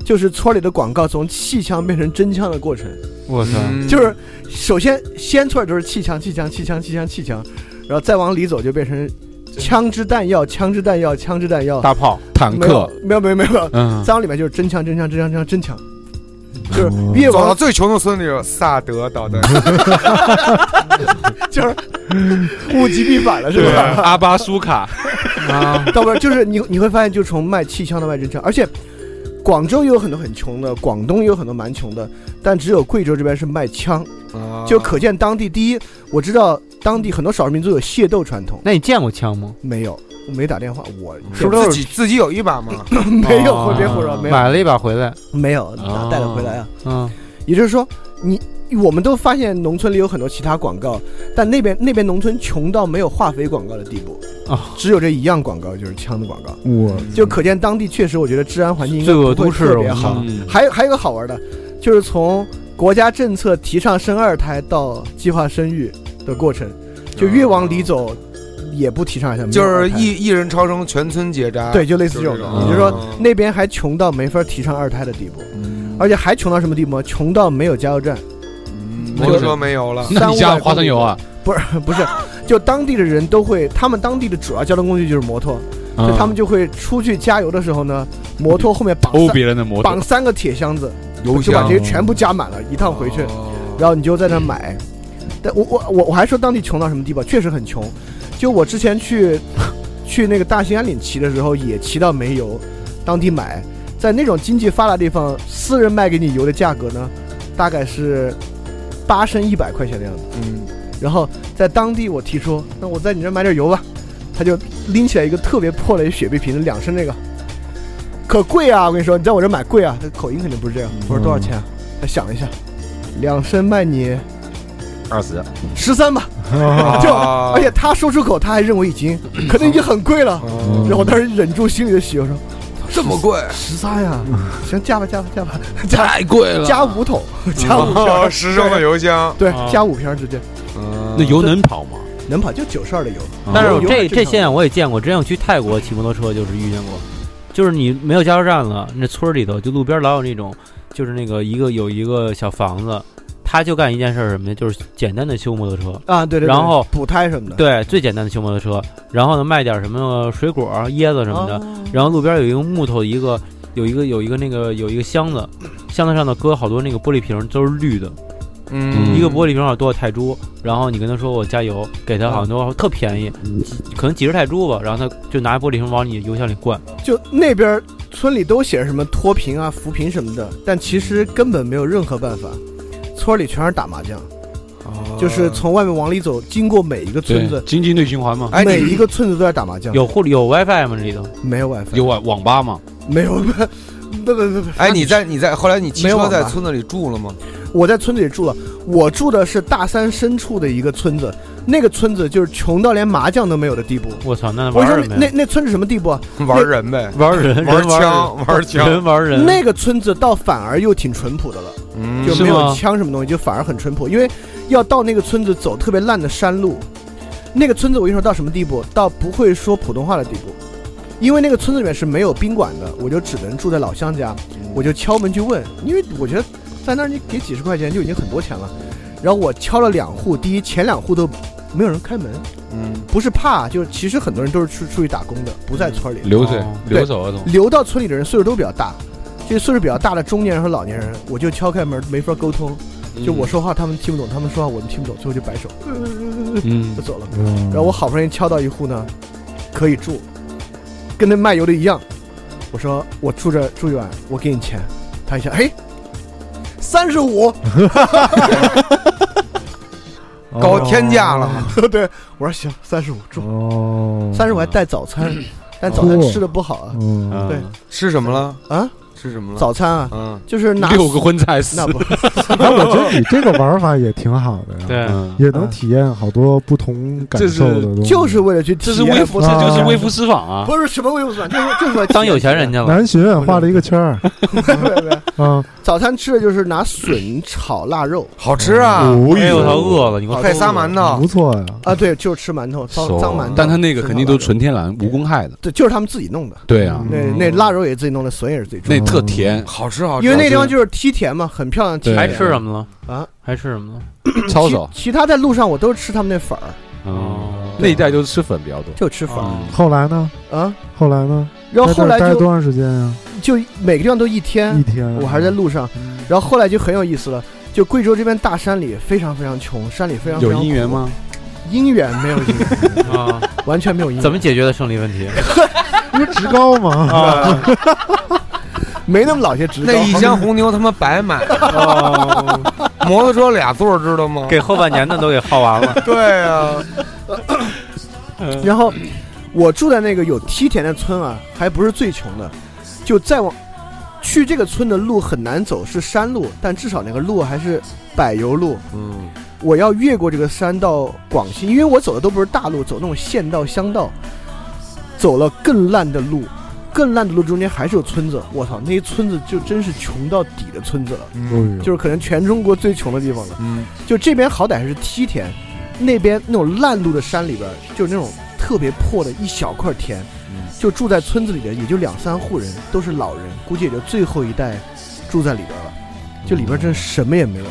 Speaker 4: 就是村儿里的广告从气枪变成真枪的过程。
Speaker 5: 我操，
Speaker 3: 嗯
Speaker 4: 就是首先先村儿就是气枪、气枪、气枪、气枪、气枪，然后再往里走就变成枪支弹药、枪支弹药、枪支弹药。
Speaker 5: 大炮，
Speaker 6: 坦
Speaker 4: 没
Speaker 6: 克
Speaker 4: 有，没有没有没有，
Speaker 6: 嗯，
Speaker 4: 再往里面就是真枪、真枪、真枪、真枪、真枪，就是
Speaker 7: 哦
Speaker 4: 越
Speaker 3: 走到
Speaker 4: 往
Speaker 3: 最穷的村里，萨德导 弹，
Speaker 4: 就是物极必反了，是
Speaker 6: 对，
Speaker 4: 吧？
Speaker 6: 阿巴苏卡，
Speaker 5: 啊
Speaker 4: 到不是，就是你你会发现，就从卖气枪到卖真枪，而且广州也有很多很穷的，广东也有很多蛮穷的，但只有贵州这边是卖枪，
Speaker 3: 哦
Speaker 5: 啊
Speaker 4: 就可见当地第一，我知道当地很多少数民族有械斗传统，
Speaker 5: 那你见过枪吗？
Speaker 4: 没有，我没打电话，我
Speaker 3: 是不是自己自己有一把吗？
Speaker 4: 没有，别胡
Speaker 6: 啊
Speaker 4: 说，没有，
Speaker 5: 哦买了一把回来，
Speaker 4: 没有，
Speaker 5: 哦
Speaker 4: 哪带了回来啊？
Speaker 5: 嗯，
Speaker 4: 也就是说，你我们都发现农村里有很多其他广告，但那边那边农村穷到没有化肥广告的地步
Speaker 5: 哦
Speaker 4: 只有这一样广告就是枪的广告，
Speaker 7: 我
Speaker 4: 就可见当地确实，我觉得治安环境应该
Speaker 5: 罪恶
Speaker 4: 不会
Speaker 5: 都市
Speaker 4: 特别
Speaker 5: 我
Speaker 4: 好
Speaker 5: 靠。
Speaker 6: 嗯，
Speaker 4: 还有还有一个好玩的，就是从国家政策提倡生二胎到计划生育的过程，就越往里走，也不提倡一下，没有
Speaker 3: 就是
Speaker 4: 二胎
Speaker 3: 一一人超生，全村结扎。
Speaker 4: 对，，就类似
Speaker 3: 就
Speaker 4: 这种
Speaker 3: 这
Speaker 4: 的
Speaker 3: 种，
Speaker 4: 也就是说
Speaker 6: 哦
Speaker 3: 嗯
Speaker 4: 那边还穷到没法提倡二胎的地步，
Speaker 6: 嗯
Speaker 4: 而且还穷到什么地步？穷到没有加油站，
Speaker 3: 摩托车没油了，
Speaker 6: 那你加花生油啊？
Speaker 4: 不是不是，就当地的人都会，他们当地的主要交通工具就是摩托，
Speaker 6: 嗯
Speaker 4: 就他们就会出去加油的时候呢，摩托后面绑
Speaker 6: 欧
Speaker 4: 三
Speaker 6: 别人的摩托
Speaker 4: 绑，三个铁箱子，
Speaker 6: 油
Speaker 4: 就把
Speaker 6: 箱
Speaker 4: 这些全部加满了，一趟回去。
Speaker 3: 哦
Speaker 4: 然后你就在那买。但我我我我还说当地穷到什么地步，啊确实很穷。就我之前去去那个大兴安岭骑的时候，也骑到没油，当地买，在那种经济发达地方，私人卖给你油的价格呢，大概是八升一百块钱的样子。
Speaker 3: 嗯
Speaker 4: 然后在当地我提出，那我在你这儿买点油吧，他就拎起来一个特别破的一雪碧瓶子，两升那个，可贵啊！我跟你说，你在我这儿买贵啊，他口音肯定不是这样。我说多少钱、啊？他想了一下，两升卖你
Speaker 5: 二十，
Speaker 4: 十三吧，
Speaker 7: 啊
Speaker 4: 就
Speaker 3: 啊
Speaker 4: 而且他说出口，他还认为已经可能已经很贵了。
Speaker 3: 哦
Speaker 4: 然后我当时忍住心里的喜，我说
Speaker 3: 这么 贵，
Speaker 4: 十三呀，行，加吧加吧加吧，加
Speaker 6: 太贵了，
Speaker 4: 加五桶，加五瓶
Speaker 3: 哦
Speaker 4: 儿，
Speaker 3: 十升的油箱，
Speaker 4: 对
Speaker 5: 啊，
Speaker 4: 加五瓶儿直接
Speaker 6: 那油能跑吗？
Speaker 4: 能跑就九十二的油，
Speaker 5: 但
Speaker 4: 我
Speaker 5: 是
Speaker 4: 有很
Speaker 5: 这
Speaker 4: 正
Speaker 5: 这
Speaker 4: 常
Speaker 5: 现象我也见过，之前我去泰国骑摩托车就是遇见过，就是你没有加油站了，那村儿里头就路边老有那种，就是那个一个有一个小房子，他就干一件事儿什么呢？就是简单的修摩托车。
Speaker 4: 啊，对对对，
Speaker 5: 然后
Speaker 4: 补胎什么的，
Speaker 5: 对，最简单的修摩托车，然后呢卖点什么水果、椰子什么的，
Speaker 4: 啊
Speaker 5: 然后路边有一个木头，一个有一个有一个那个有一个箱子，箱子上头搁好多那个玻璃瓶，都是绿的，
Speaker 3: 嗯
Speaker 5: 一个玻璃瓶好像多少泰铢，然后你跟他说我加油，给他好像多特便宜，可能几十泰铢吧，然后他就拿玻璃瓶往你油箱里灌，
Speaker 4: 就那边儿村里都写着什么脱贫啊、扶贫什么的，但其实根本没有任何办法。村里全是打麻将，
Speaker 3: 哦
Speaker 4: 就是从外面往里走，经过每一个村
Speaker 6: 对
Speaker 4: 子，，
Speaker 6: 经济内循环嘛，
Speaker 3: 哎，
Speaker 4: 每
Speaker 3: 你
Speaker 4: 一个村子都在打麻将，
Speaker 5: 有护理有 WiFi 吗？这里头
Speaker 4: 没有 WiFi？
Speaker 6: 有网网吧嘛，
Speaker 4: 没有？不不不不，
Speaker 3: 哎，你在你在后来你骑
Speaker 4: 没有
Speaker 3: 车
Speaker 4: 网吧
Speaker 3: 在村子里住了吗？
Speaker 4: 我在村子里住了，我住的是大山深处的一个村子，那个村子就是穷到连麻将都没有的地步。
Speaker 5: 我操，那
Speaker 4: 我
Speaker 5: 玩
Speaker 4: 跟
Speaker 5: 儿
Speaker 4: 你
Speaker 5: 什
Speaker 4: 说
Speaker 5: 么
Speaker 4: 那
Speaker 5: 呀？
Speaker 4: 那村子什么地步啊？
Speaker 3: 玩人呗，
Speaker 5: 玩儿人，人
Speaker 3: 玩
Speaker 5: 玩儿
Speaker 3: 枪，玩
Speaker 5: 人
Speaker 3: 枪，
Speaker 5: 人玩儿人，
Speaker 4: 那个村子倒反而又挺淳朴的了。
Speaker 3: 嗯
Speaker 4: 就是没有
Speaker 5: 吗
Speaker 4: 枪什么东西，就反而很淳朴。因为要到那个村子走特别烂的山路，那个村子我跟你说到什么地步，到不会说普通话的地步。因为那个村子里面是没有宾馆的，我就只能住在老乡家，我就敲门去问，因为我觉得在那儿你给几十块钱就已经很多钱了。然后我敲了两户，第一前两户都没有人开门，
Speaker 3: 嗯
Speaker 4: 不是怕，就是其实很多人都是出出去打工的，不在村里。
Speaker 6: 流水
Speaker 5: 哦
Speaker 6: 留守儿童，
Speaker 4: 留到村里的人岁数都比较大，这岁数比较大的中年人和老年人，我就敲开门没法沟通，就我说话他们听不懂，他们说话我们听不懂，最后就摆手
Speaker 6: 嗯
Speaker 4: 就，走了。
Speaker 7: 嗯，
Speaker 4: 然后我好不容易敲到一户呢，可以住，跟那卖油的一样。我说我住这住一晚，我给你钱。他一下，哎，三十五，
Speaker 7: 哦
Speaker 3: 高天价了，
Speaker 4: 对我说行，三十五住，
Speaker 7: 哦，
Speaker 4: 三十五还带早餐，
Speaker 6: 嗯
Speaker 4: 但早餐吃的不好啊
Speaker 7: 嗯，
Speaker 4: 对
Speaker 3: 吃什么了？
Speaker 4: 啊，
Speaker 3: 吃什么了？
Speaker 4: 早餐啊
Speaker 3: 嗯，
Speaker 4: 就是拿
Speaker 6: 哦六个荤菜丝
Speaker 4: 那，不
Speaker 7: 反正我觉得你这个玩法也挺好的呀，
Speaker 5: 对，
Speaker 6: 嗯
Speaker 7: 也能体验好多不同感受的东西，
Speaker 4: 就是为了去体
Speaker 6: 这
Speaker 4: 验
Speaker 6: 是微服，这
Speaker 7: 啊
Speaker 6: 就是微服私访啊！
Speaker 4: 不是什么微服私访，就是就是为了体验
Speaker 5: 当有 钱人。家了，
Speaker 7: 南巡也画了一个圈儿
Speaker 4: 没有没有
Speaker 7: 啊，
Speaker 4: 早餐吃的就是拿笋炒腊肉
Speaker 3: 好吃啊，
Speaker 7: 哦
Speaker 5: 哎呦，我操，饿了，你给我
Speaker 3: 配仨馒头
Speaker 7: 不，错呀，
Speaker 4: 啊，对，就是吃馒头，脏
Speaker 6: 熟
Speaker 4: 脏馒头，
Speaker 6: 但他那个肯定都是
Speaker 4: 吃腊肉，
Speaker 6: 纯天然无公害的。
Speaker 4: 对，就是他们自己弄的。
Speaker 6: 对啊，
Speaker 4: 那那腊肉也是自己弄的，笋也是自己
Speaker 6: 那
Speaker 4: 种，
Speaker 6: 哦特甜，
Speaker 3: 好吃好吃。
Speaker 4: 因为那地方就是梯田嘛，很漂亮的梯
Speaker 6: 对
Speaker 4: 田。
Speaker 5: 还吃什么了
Speaker 4: 啊？
Speaker 5: 还吃什么了？
Speaker 4: 嗯
Speaker 6: 抄手。
Speaker 4: 其其他在路上我都是吃他们那粉儿，
Speaker 5: 哦，
Speaker 6: 嗯那一带都是吃粉比较多。
Speaker 4: 嗯就吃粉
Speaker 6: 哦
Speaker 4: 儿
Speaker 7: 后来呢？
Speaker 4: 啊。
Speaker 7: 后来呢？
Speaker 4: 然后
Speaker 7: 在这
Speaker 4: 后
Speaker 7: 儿
Speaker 4: 来
Speaker 7: 待了
Speaker 4: 就
Speaker 7: 多长时间呀？
Speaker 4: 就每个地方都一
Speaker 7: 一
Speaker 4: 天，
Speaker 7: 天啊，
Speaker 4: 我还是在路上。然后后来就很有意思了，就贵州这边大山里非常非常穷，山里非常
Speaker 6: 有姻缘？吗？
Speaker 4: 非常苦姻缘没有姻 缘，
Speaker 5: 啊，
Speaker 4: 完全没有姻缘。
Speaker 5: 怎么解决的生理问题？
Speaker 7: 不是职高吗？
Speaker 5: 啊，
Speaker 4: 没那么老些职高
Speaker 3: 那？一箱红牛他妈白买了， 摩托车俩座儿知道吗？
Speaker 5: 给后半年的都给耗完了。
Speaker 3: 对啊，
Speaker 4: 然后我住在那个有梯田的村啊，还不是最穷的，就再往去这个村的路很难走，是山路，但至少那个路还是柏油路。
Speaker 3: 嗯，
Speaker 4: 我要越过这个山到广西，因为我走的都不是大路，走那种县道、乡道，走了更烂的路，更烂的路中间还是有村子。我操，那些村子就真是穷到底的村子了，
Speaker 7: 嗯
Speaker 4: 就是可能全中国最穷的地方了。
Speaker 3: 嗯，
Speaker 4: 就这边好歹还是梯田，那边那种烂路的山里边，就是那种特别破的一小块田，就住在村子里的也就两三户人，都是老人，估计也就最后一代住在里边了。就里边真什么也没有，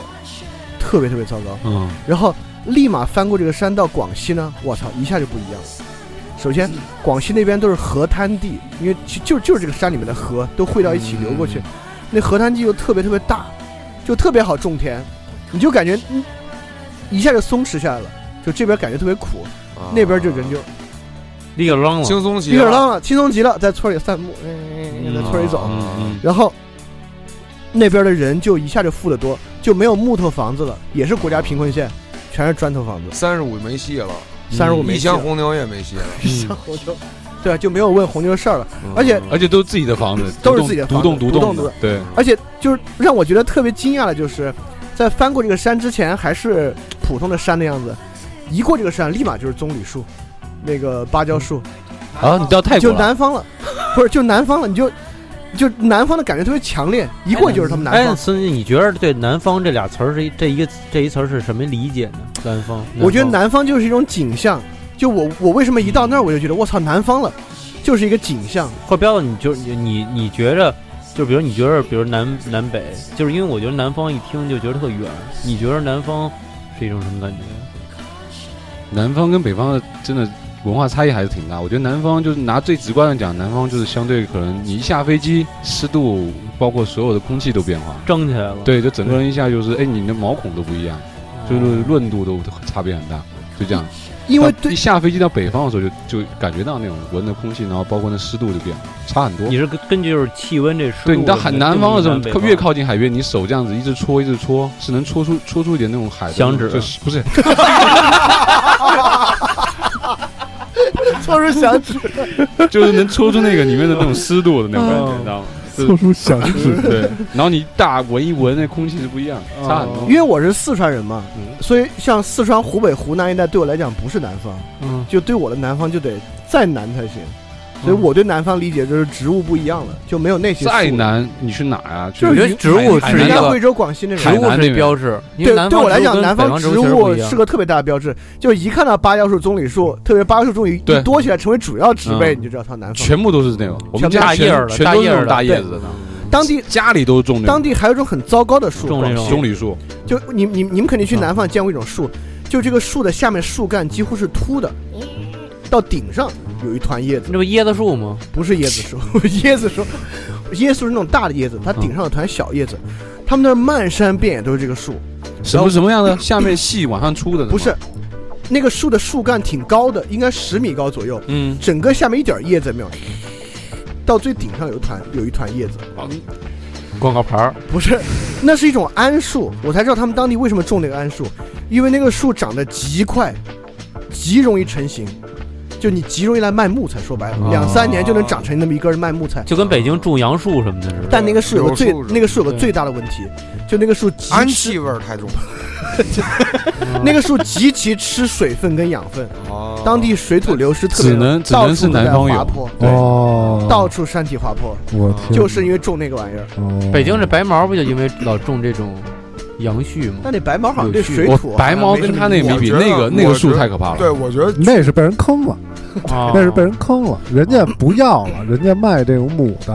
Speaker 4: 特别特别糟糕。
Speaker 5: 嗯，
Speaker 4: 然后立马翻过这个山到广西呢，我操，一下就不一样了。首先，
Speaker 5: 嗯
Speaker 4: 广西那边都是河滩地，因为就就就是这个山里面的河都汇到一起流过
Speaker 5: 嗯
Speaker 4: 去，那河滩地又特别特别大，就特别好种田，你就感觉嗯一下就松弛下来了。就这边感觉特别苦，
Speaker 3: 啊
Speaker 4: 那边就人就
Speaker 5: 立个啊扔了。
Speaker 3: 轻松些
Speaker 4: 一个人浪了，轻松极了，在村里散步，嗯，在村里走，
Speaker 5: 嗯
Speaker 4: 然后那边的人就一下就富得多，就没有木头房子了，也是国家贫困县，全是砖头房子。
Speaker 3: 三十五没戏了，
Speaker 6: 嗯
Speaker 4: 三十五
Speaker 3: 一
Speaker 4: 没戏
Speaker 3: 箱
Speaker 4: 了，
Speaker 3: 红牛也没戏了，
Speaker 4: 像红牛，对啊，就没有问红牛的事儿了。而且
Speaker 6: 嗯
Speaker 3: 嗯
Speaker 6: 而且都是自己的房子，
Speaker 4: 都是自己的
Speaker 6: 独
Speaker 4: 房
Speaker 6: 栋
Speaker 4: 子
Speaker 6: 独
Speaker 4: 独
Speaker 6: 栋
Speaker 4: 栋
Speaker 6: 的。对，
Speaker 4: 而且就是让我觉得特别惊讶的就是，在翻过这个山之前还是普通的山的样子，一过这个山立马就是棕榈树，那个芭蕉树，
Speaker 5: 哦
Speaker 6: 啊，你到
Speaker 5: 哎
Speaker 6: 泰国
Speaker 4: 就
Speaker 6: 了？
Speaker 4: 南方了， 不是就南方了，你就就南方的感觉特别强烈，一过就是他们南
Speaker 5: 哎，
Speaker 4: 方。
Speaker 5: 孙子，你觉得对“南方”这俩词儿是这一个这一词儿是什么理解呢？南方，
Speaker 4: 我觉得
Speaker 5: 南
Speaker 4: 南方就是一种景象，就我我为什么一到那儿我就觉得我操南方了，就是一个景象。
Speaker 5: 方或彪子，你就你你你觉着，就比如你觉着，比如南南北，就是因为我觉得南方一听就觉得特远，你觉得南方是一种什么感觉？
Speaker 6: 南方跟北方的真的文化差异还是挺大。我觉得南方就是拿最直观的讲，南方就是相对可能你一下飞机，湿度包括所有的空气都变化。
Speaker 5: 蒸起来了，，
Speaker 6: 对，就整个人一下就是，哎，你的毛孔都不一样，就是润度都差别很大，就这样。
Speaker 4: 因为
Speaker 6: 到
Speaker 4: 对
Speaker 6: 一下飞机到北方的时候就，就感觉到那种闻的空气，然后包括那湿度就变了，差很多
Speaker 5: 你。是根根据就是气温这湿度
Speaker 6: 对你到
Speaker 5: 什么
Speaker 6: 海
Speaker 5: 的
Speaker 6: 南方的时候，
Speaker 5: 定义南北
Speaker 6: 靠越靠近海边，你手这样子一直搓一直搓，是能搓出搓出一点那种海的
Speaker 5: 响
Speaker 6: 那种
Speaker 5: 指
Speaker 6: 就是不是
Speaker 4: 搓出响指，
Speaker 6: 就是能搓出那个里面的那种湿度的那种感觉，你知道吗？
Speaker 4: 嗯
Speaker 7: 做出 响指，
Speaker 6: 对，然后你一大闻一闻，那空气是不一样，
Speaker 4: 嗯
Speaker 6: 差很多
Speaker 4: 因。为我是四川人嘛，
Speaker 6: 哦嗯
Speaker 4: 所以像四川、湖北、湖南一带对我来讲不是南方，
Speaker 5: 嗯
Speaker 4: 就对我的南方就得再南才行。所以我对南方理解就是植物不一样了，就没有那些
Speaker 6: 再
Speaker 4: 树了
Speaker 6: 南你去哪呀？去
Speaker 4: 就是
Speaker 5: 我觉得
Speaker 4: 云
Speaker 5: 植物
Speaker 6: 海
Speaker 5: 是
Speaker 4: 云
Speaker 5: 一
Speaker 6: 南
Speaker 4: 南、
Speaker 5: 个
Speaker 4: 贵州、广西那
Speaker 5: 植
Speaker 4: 种。
Speaker 6: 海
Speaker 5: 物
Speaker 6: 南那
Speaker 5: 是
Speaker 6: 边
Speaker 5: 标志，因为
Speaker 4: 对，
Speaker 5: 南
Speaker 4: 对
Speaker 5: 方
Speaker 4: 我来
Speaker 5: 植物
Speaker 4: 讲，
Speaker 5: 跟
Speaker 4: 南
Speaker 5: 北
Speaker 4: 方
Speaker 5: 方
Speaker 4: 植
Speaker 5: 物确实不
Speaker 4: 物
Speaker 5: 一样
Speaker 4: 是个特别大的标志，就一看到芭蕉树、棕榈树，特别芭蕉树棕榈
Speaker 6: 对
Speaker 4: 一多起来成为主要植被，
Speaker 6: 嗯
Speaker 4: 你就知道它南方。
Speaker 6: 全部都是那种，我们
Speaker 4: 全部
Speaker 6: 家
Speaker 5: 大叶
Speaker 6: 全
Speaker 5: 儿的
Speaker 6: 全
Speaker 5: 大
Speaker 6: 都是
Speaker 5: 叶
Speaker 6: 那
Speaker 5: 儿
Speaker 6: 种
Speaker 5: 的
Speaker 6: 大叶
Speaker 4: 对
Speaker 6: 子的，
Speaker 4: 当地
Speaker 6: 家里都种那
Speaker 4: 当
Speaker 6: 种
Speaker 4: 地还有一种很糟糕的树，
Speaker 5: 种那种
Speaker 6: 棕榈树，
Speaker 4: 就你你你们肯定去南方见过一种树，就这个树的下面树干几乎是秃的，到顶上有一团叶子，
Speaker 5: 那不椰子树吗？
Speaker 4: 不是椰子树， 椰子树，椰子树是那种大的椰子，它顶上有团小叶子，他们那儿漫山遍野都是这个树，
Speaker 6: 什么什么样的下面细往上出的？
Speaker 4: 不是，，那个树的树干挺高的，应该十米高左右，
Speaker 6: 嗯，
Speaker 4: 整个下面一点叶子也没有，到最顶上有一团有一团叶子，嗯
Speaker 5: 广告牌儿，
Speaker 4: 不是，那是一种桉树，我才知道他们当地为什么种那个桉树，因为那个树长得极快，极容易成型，就你极容易来卖木材，说白了，
Speaker 5: 哦
Speaker 4: 两三年就能长成那么一根卖木材。
Speaker 5: 就跟北京种杨树什么的似的。
Speaker 4: 但那个树有个最
Speaker 3: 柳树是吧
Speaker 4: 那个树有个最大的问题，就那个树极
Speaker 3: 氨
Speaker 4: 吃
Speaker 3: 气味儿太重了。
Speaker 5: 嗯
Speaker 4: 那个树极其吃水分跟养分，
Speaker 3: 哦
Speaker 4: 当地水土流失特别
Speaker 6: 只
Speaker 4: 严重，
Speaker 6: 能只
Speaker 4: 到
Speaker 6: 能
Speaker 4: 处
Speaker 6: 是
Speaker 4: 都在
Speaker 6: 南方
Speaker 4: 滑
Speaker 6: 有，
Speaker 4: 坡，对，
Speaker 7: 哦，
Speaker 4: 到处山体滑坡，
Speaker 7: 我天，
Speaker 4: 就是因为种那个玩意儿。
Speaker 7: 哦
Speaker 5: 北京这白毛不就因为老种这种杨絮吗？
Speaker 4: 但那白毛好像对
Speaker 5: 有趣
Speaker 4: 水
Speaker 6: 我
Speaker 4: 土好像
Speaker 6: 白毛
Speaker 4: 没什
Speaker 6: 跟
Speaker 4: 么
Speaker 6: 他那
Speaker 4: 影
Speaker 6: 没
Speaker 4: 响
Speaker 6: 比，
Speaker 3: 我觉得
Speaker 6: 那个那个树
Speaker 3: 我觉得
Speaker 6: 太可怕了。
Speaker 3: 对，我觉得
Speaker 7: 那是被人坑了，
Speaker 4: 哦
Speaker 5: 啊，
Speaker 7: 那是被人坑了，人家不要了，人家卖这种母的、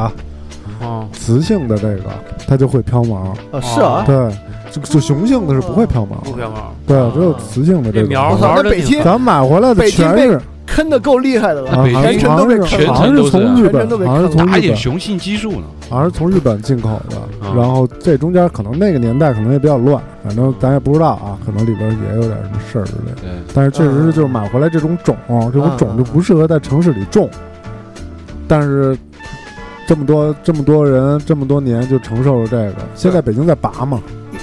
Speaker 5: 啊，
Speaker 7: 雌性的这个，它就会飘毛。
Speaker 4: 哦是啊，哦
Speaker 7: 对，就就雄性的是不会飘毛，
Speaker 5: 不飘毛。
Speaker 7: 对，只有雌性的这
Speaker 5: 这
Speaker 7: 个
Speaker 5: 苗
Speaker 4: 我操
Speaker 5: 苗
Speaker 4: 那北京
Speaker 7: 咱们买回来的
Speaker 4: 北京
Speaker 7: 全
Speaker 4: 被
Speaker 7: 是
Speaker 4: 坑的够厉害的了。
Speaker 7: 啊，
Speaker 6: 北京
Speaker 7: 好像
Speaker 4: 全都被
Speaker 7: 好像是
Speaker 6: 坑
Speaker 7: 好像是从日
Speaker 4: 全
Speaker 7: 本
Speaker 4: 都被，
Speaker 7: 好像是
Speaker 4: 坑
Speaker 7: 从
Speaker 6: 打一
Speaker 7: 日
Speaker 6: 点
Speaker 7: 本，
Speaker 6: 雄性激素呢？
Speaker 7: 好像是从日本进口的。
Speaker 5: 啊
Speaker 7: 然后这中间可能那个年代可能也比较乱，反正咱也不知道啊，可能里边也有点什么事儿之类的。
Speaker 6: 对，
Speaker 7: 但是确实
Speaker 4: 嗯
Speaker 7: 是就是买回来这种种，这种种就不适合在城市里种。
Speaker 4: 嗯
Speaker 7: 但是这么多这么多人这么多年就承受了这个，现在北京在拔嘛，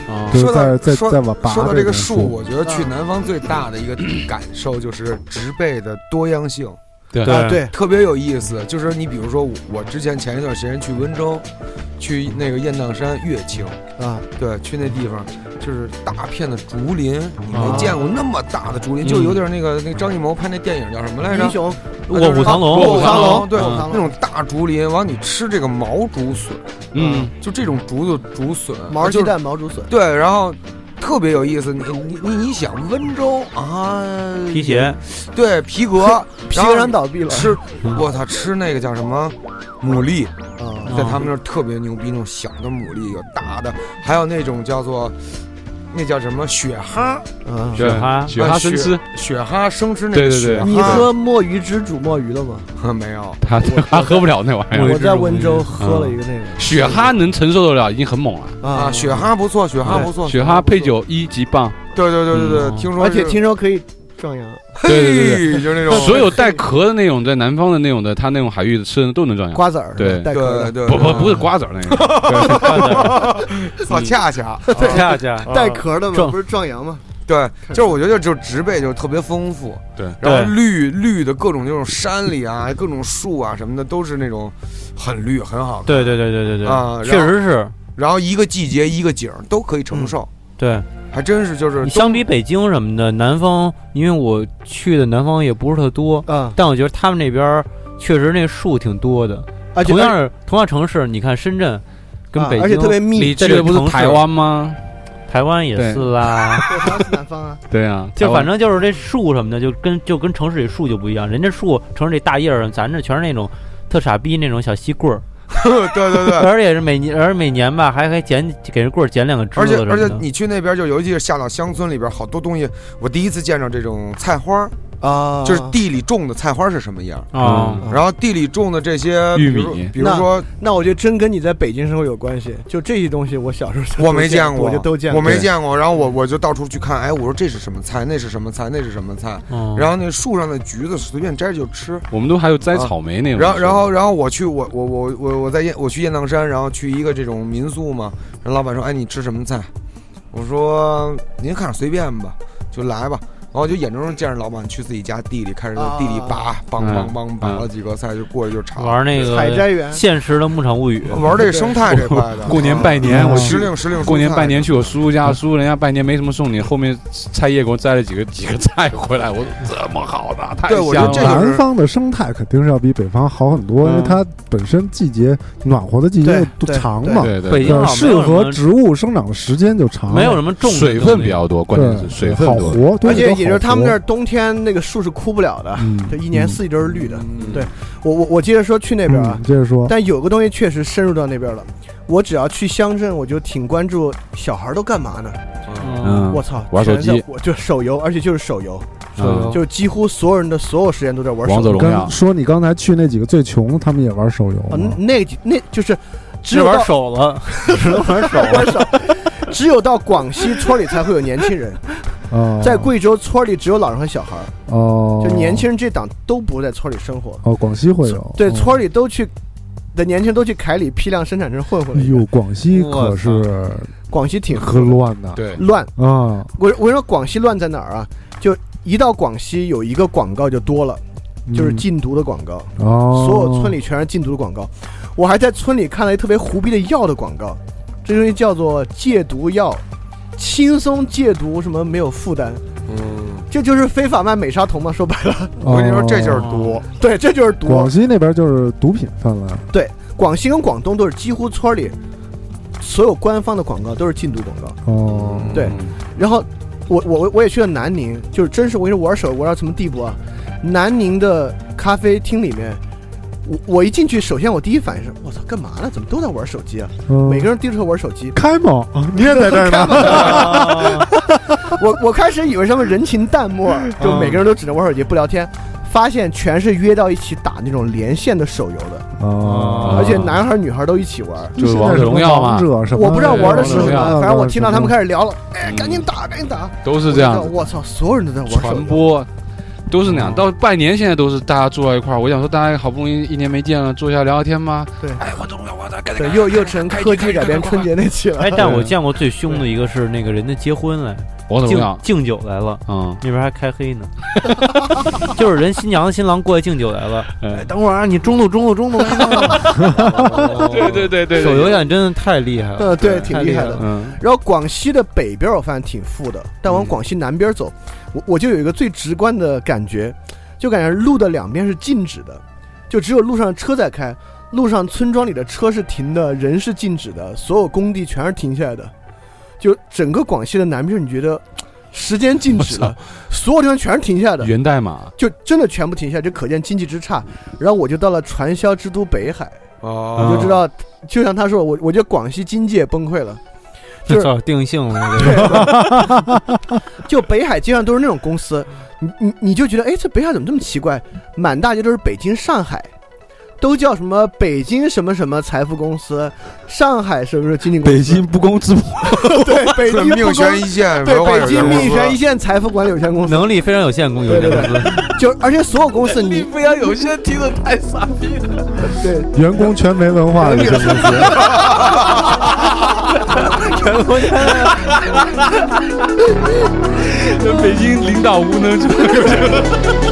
Speaker 5: 啊
Speaker 4: 哦
Speaker 7: 就是
Speaker 3: 说到
Speaker 7: 在在
Speaker 3: 说
Speaker 7: 在往拔
Speaker 3: 说到
Speaker 7: 这
Speaker 3: 这个
Speaker 7: 树，
Speaker 3: 树，我觉得去
Speaker 4: 嗯
Speaker 3: 南方最大的一个感受就是植被的多样性，
Speaker 6: 对
Speaker 4: 啊，对，
Speaker 3: 特别有意思。就是你比如说，我我之前前一段时间去温州，去那个雁荡山乐清，
Speaker 4: 啊，
Speaker 3: 对，去那地方就是大片的竹林，你
Speaker 5: 啊嗯
Speaker 3: 没见过那么大的竹林，就有点那个那张艺谋拍那电影叫什么来着
Speaker 4: 英？雄
Speaker 5: 卧虎藏龙，
Speaker 3: 卧虎
Speaker 4: 藏
Speaker 3: 龙，啊对，
Speaker 4: 卧虎
Speaker 3: 那
Speaker 4: 藏龙嗯
Speaker 3: 种大竹林，完你吃这个毛竹笋，
Speaker 6: 嗯，
Speaker 3: 就这种竹子竹笋，
Speaker 4: 嗯
Speaker 3: 啊
Speaker 4: 毛
Speaker 3: 就
Speaker 4: 鸡
Speaker 3: 是
Speaker 4: 蛋毛竹笋，，
Speaker 3: 对，然后特别有意思。你你你你想温州啊，
Speaker 5: 皮鞋，
Speaker 3: 对皮革
Speaker 4: 皮革厂倒闭了
Speaker 3: 吃，我操，吃那个叫什么牡蛎，
Speaker 4: 啊，
Speaker 3: 在他们那儿特别牛逼，那种小的牡蛎，有大的，还有那种叫做。那叫什么雪蛤？
Speaker 4: 啊
Speaker 5: 雪蛤
Speaker 6: 雪蛤生吃，
Speaker 3: 雪蛤生吃那个
Speaker 6: 对对对
Speaker 3: 雪蛤，
Speaker 4: 你喝墨鱼汁煮墨鱼了吗？
Speaker 3: 没有？
Speaker 6: 他他喝不了那玩意儿。
Speaker 4: 我在温州喝了一个那个啊
Speaker 6: 雪嗯蛤能承受得了，已经很猛了。
Speaker 3: 啊，雪，蛤不错，雪蛤不错，
Speaker 6: 哎雪
Speaker 3: 蛤
Speaker 6: 蛤
Speaker 3: 不错
Speaker 6: 配，酒一级棒，
Speaker 3: 对对对对
Speaker 5: 嗯
Speaker 3: 对，听说
Speaker 4: 而且
Speaker 3: 是
Speaker 4: 听说可以壮阳，
Speaker 3: 嘿，
Speaker 6: 对对对
Speaker 3: 就是那种
Speaker 6: 所有带壳的那种，在南方的那种的，它那种海域吃的都能壮阳。
Speaker 4: 瓜子儿，
Speaker 6: 对
Speaker 4: 带壳
Speaker 3: 对
Speaker 4: 的，啊
Speaker 3: 对
Speaker 6: 不不不是瓜子儿那个，
Speaker 3: 操恰恰
Speaker 5: 恰恰
Speaker 4: 带壳的嘛，
Speaker 5: 壮
Speaker 4: 不是壮阳吗？
Speaker 3: 对，就是我觉得就植被就特别丰富，
Speaker 6: 对
Speaker 3: 然后绿绿的各种那种山里啊，各种树啊什么的都是那种很绿很好看，
Speaker 5: 对对对对对
Speaker 3: 啊
Speaker 5: 对，
Speaker 3: 然后
Speaker 5: 确实是
Speaker 3: 然后一个季节一个景儿都可以承受，
Speaker 5: 对。
Speaker 6: 嗯
Speaker 3: 还真是就是
Speaker 5: 你相比北京什么的，南方，因为我去的南方也不是特多，
Speaker 4: 啊，
Speaker 5: 但我觉得他们那边儿确实那树挺多的。
Speaker 4: 而且
Speaker 5: 同样是同样城市，你看深圳跟
Speaker 4: 啊
Speaker 5: 北京，
Speaker 4: 而且特别密，
Speaker 6: 你去的不是台湾吗？
Speaker 5: 台湾也是啦。
Speaker 4: 对，当是南方啊，
Speaker 6: 对啊，
Speaker 5: 就反正
Speaker 6: 正
Speaker 5: 就是这树什么的，就跟就跟城市里树就不一样，人家树城市里大叶儿，咱这全是那种特傻逼那种小细棍儿，
Speaker 3: 对对对。
Speaker 5: 而且是每年而每年吧还还捡给人棍儿捡两个枝
Speaker 3: 而
Speaker 5: 子
Speaker 3: 且
Speaker 5: 什么
Speaker 3: 而且
Speaker 5: 的。
Speaker 3: 你去那边就尤其是下到乡村里边，好多东西我第一次见着这种菜花儿，
Speaker 4: 啊，
Speaker 3: 就是地里种的菜花儿是什么样，
Speaker 5: 啊，
Speaker 4: 嗯
Speaker 3: 然后地里种的这些
Speaker 6: 玉
Speaker 3: 比
Speaker 6: 米
Speaker 3: 如说比如说
Speaker 4: 那我觉得真跟你在北京生活有关系。就这些东西，我小时候
Speaker 3: 我没见过，
Speaker 4: 我就都见
Speaker 3: 我
Speaker 4: 过。
Speaker 3: 没见过。然后我我就到处去看，哎，我说这是什么菜，那是什么菜，那是什么菜。
Speaker 5: 嗯
Speaker 6: 哦
Speaker 3: 然后那树上的橘子随便摘就吃。
Speaker 6: 我们都还有摘草莓那种。
Speaker 3: 然后然后然后我去我我我我我在雁我去雁荡山，然后去一个这种民宿嘛，然后老板说，哎，你吃什么菜？我说您看着随便吧，就来吧。然后就眼睁睁见着老板去自己家地里开始在地里
Speaker 4: 啊
Speaker 3: 拔，梆
Speaker 6: 嗯
Speaker 3: 梆梆拔了几个菜，就过去就尝。
Speaker 5: 玩那
Speaker 4: 采
Speaker 5: 个
Speaker 4: 摘园，
Speaker 5: 现实的《牧场物语》
Speaker 3: 玩这生态这块的， 啊
Speaker 6: 过年拜年，
Speaker 7: 嗯
Speaker 6: 我
Speaker 3: 时
Speaker 6: 去
Speaker 3: 令时令
Speaker 6: 过年
Speaker 3: 蔬菜
Speaker 6: 拜年去我叔叔家，叔叔人家拜年没什么送你，后面菜叶给我摘了几个几个菜回来，我说这么好的，太
Speaker 3: 对我觉
Speaker 6: 香
Speaker 3: 得这
Speaker 6: 了。
Speaker 3: 个
Speaker 7: 南方的生态肯定是要比北方好很多，因为
Speaker 6: 嗯
Speaker 7: 它本身季节暖和的季节
Speaker 4: 对
Speaker 7: 又
Speaker 4: 对
Speaker 7: 长
Speaker 4: 对
Speaker 7: 嘛，
Speaker 6: 对
Speaker 5: 北
Speaker 6: 对
Speaker 5: 京
Speaker 7: 呃
Speaker 5: 好像没
Speaker 7: 适
Speaker 5: 有什
Speaker 7: 合
Speaker 5: 么
Speaker 7: 植物生长的时间就长，
Speaker 5: 没有什么种的
Speaker 6: 对，水
Speaker 5: 东
Speaker 6: 分
Speaker 5: 西
Speaker 6: 比较多，关键是
Speaker 7: 对，
Speaker 6: 水分
Speaker 7: 好
Speaker 6: 多。
Speaker 7: 活，对
Speaker 4: 而且也就是他们那，儿
Speaker 7: 都好
Speaker 4: 冬天那个树是枯不了的
Speaker 7: 活，嗯，
Speaker 4: 就一年四季都是绿的。
Speaker 3: 嗯
Speaker 4: 对我我我接着说去那
Speaker 7: 那
Speaker 4: 边啊，
Speaker 7: 接着说，
Speaker 4: 但有个东西确实深入到那边了。我只要去乡镇，我就挺关注小孩都干嘛呢？
Speaker 3: 啊
Speaker 6: 嗯，
Speaker 4: 我操，
Speaker 6: 玩手
Speaker 4: 全在
Speaker 6: 机
Speaker 4: 我就手游，而且就是手游，
Speaker 6: 嗯
Speaker 4: 就几乎所有人的所有时间都在玩
Speaker 6: 王
Speaker 4: 手
Speaker 6: 者
Speaker 4: 游。
Speaker 6: 荣耀
Speaker 7: 跟，说你刚才去那几个最穷，他们也玩手游
Speaker 4: 啊
Speaker 7: 吗，？
Speaker 4: 那那就是只
Speaker 5: 只
Speaker 4: 有
Speaker 5: 玩
Speaker 4: 到
Speaker 5: 手了，只能玩手 了。
Speaker 4: 玩手，只有到广西村里才会有年轻人，
Speaker 7: 哦，
Speaker 4: 在贵州村里只有老人和小孩儿，
Speaker 7: 哦，
Speaker 4: 就年轻人这档都不在村里生活，
Speaker 7: 哦，广西会有
Speaker 4: 对，村
Speaker 7: 里。
Speaker 4: 里都去的年轻人都去凯里批量生产镇混混
Speaker 7: 哎
Speaker 4: 了一阵。
Speaker 7: 呦，广西可
Speaker 5: 我
Speaker 7: 是
Speaker 4: 广西挺
Speaker 7: 可乱的，
Speaker 6: 对，
Speaker 4: 乱，
Speaker 7: 啊，
Speaker 4: 我我跟你说广西乱在哪儿啊？就一到广西有一个广告就多了，就是
Speaker 7: 嗯
Speaker 4: 禁毒的广告，
Speaker 7: 哦，
Speaker 4: 所有村里全是禁毒的广告。我还在村里看了一特别胡逼的药的广告，这东西叫做戒毒药，轻松戒毒，什么没有负担，
Speaker 3: 嗯，
Speaker 4: 这就是非法卖美沙酮嘛。说白了，
Speaker 7: 哦，
Speaker 3: 我跟你说这就是多，
Speaker 4: 对，这就是毒
Speaker 7: 广。西那边就是毒品泛滥，
Speaker 4: 广西跟广东都是几乎村里所有官方的广告都是禁毒广告。
Speaker 7: 哦，
Speaker 4: 对
Speaker 6: 嗯
Speaker 4: 然后我我我也去了南宁，就是真是我跟你说玩手玩到什么地步啊？南宁的咖啡厅里面，我我一进去，首先我第一反应是，我操，干嘛呢？怎么都在玩手机啊？
Speaker 7: 嗯
Speaker 4: 每个人低着头玩手机。
Speaker 7: 开蒙，你也在这儿呢，
Speaker 4: 我我开始以为他们人情淡漠，
Speaker 6: 嗯
Speaker 4: 就每个人都只能玩手机不聊天，发现全是约到一起打那种连线的手游的，
Speaker 7: 哦，
Speaker 4: 啊而且男孩女孩都一起玩。
Speaker 6: 就是王者荣耀嘛
Speaker 7: 现在什么王者什么哎
Speaker 4: 我不知道玩的
Speaker 6: 是
Speaker 4: 是
Speaker 6: 啊
Speaker 4: 什
Speaker 6: 什么
Speaker 4: 么，反正我听到他们
Speaker 7: 始
Speaker 4: 开始聊了，哎，
Speaker 6: 嗯
Speaker 4: 赶紧打，赶紧打，
Speaker 6: 都是这样子
Speaker 4: 我操，所有人都在玩手
Speaker 6: 传
Speaker 4: 游。
Speaker 6: 播。都是那样，到拜年现在都是大家坐在一块儿。我想说，大家好不容易一年没见了，坐下聊聊天吗？
Speaker 4: 对
Speaker 6: 哎，王者荣耀，我操，赶紧
Speaker 4: 对，又又成科技改编春节那期了。
Speaker 5: 哎，但我见过最凶的一个是那个人家结婚来
Speaker 6: 王者荣
Speaker 5: 敬
Speaker 6: 耀，
Speaker 5: 敬酒来了，
Speaker 6: 嗯，
Speaker 5: 那边还开黑呢， 就是人新娘新郎过来敬酒来了，哎，
Speaker 6: 嗯
Speaker 5: 等会儿啊，你中路中 路中路，
Speaker 6: 对对对对，
Speaker 5: 手游点真的太厉害了，
Speaker 4: 呃，对，挺
Speaker 5: 啊太
Speaker 4: 厉
Speaker 5: 厉
Speaker 4: 害
Speaker 5: 了
Speaker 4: 的。
Speaker 5: 嗯，
Speaker 4: 然后广西的北边我发现挺富的，但往广西南边走，我我就有一个最直观的感觉，就感觉路的两边是静止的，就只有路上车在开，路上村庄里的车是停的，人是静止的，所有工地全是停下来的，就整个广西的南边，你觉得时间静止
Speaker 6: 我
Speaker 4: 了， 所有地方全是停下来的。
Speaker 6: 源代码，
Speaker 4: 就真的全部停下来，这可见经济之差。然后我就到了传销之都北海，
Speaker 3: 哦，
Speaker 6: 嗯
Speaker 4: 我就知道，就像他说，我我觉得广西经济也崩溃了。就是
Speaker 5: 早定性了那个，
Speaker 4: 对， 就北海街上都是那种公司，你你你就觉得，哎，这北海怎么这么奇怪？满大街都是北京、上海，都叫什么北京什么什么财富公司，上海什么什么经纪公司，
Speaker 10: 北京不攻 自破，
Speaker 4: 对北京不
Speaker 3: 命悬
Speaker 4: 公
Speaker 3: 一线，
Speaker 4: 哎对
Speaker 3: 文化有
Speaker 4: 北
Speaker 3: 限
Speaker 4: 京
Speaker 3: 公
Speaker 4: 命
Speaker 3: 司
Speaker 4: 悬一线财富管理有限公司，
Speaker 5: 能力非常有限，公有
Speaker 4: 对
Speaker 5: 这
Speaker 4: 对
Speaker 5: 公
Speaker 4: 对
Speaker 5: 司，
Speaker 4: 就而且所有公司你
Speaker 9: 不要有些听的太傻逼了。
Speaker 4: 对
Speaker 7: 员工全没文化的一个公司，
Speaker 6: 北京领导无能者。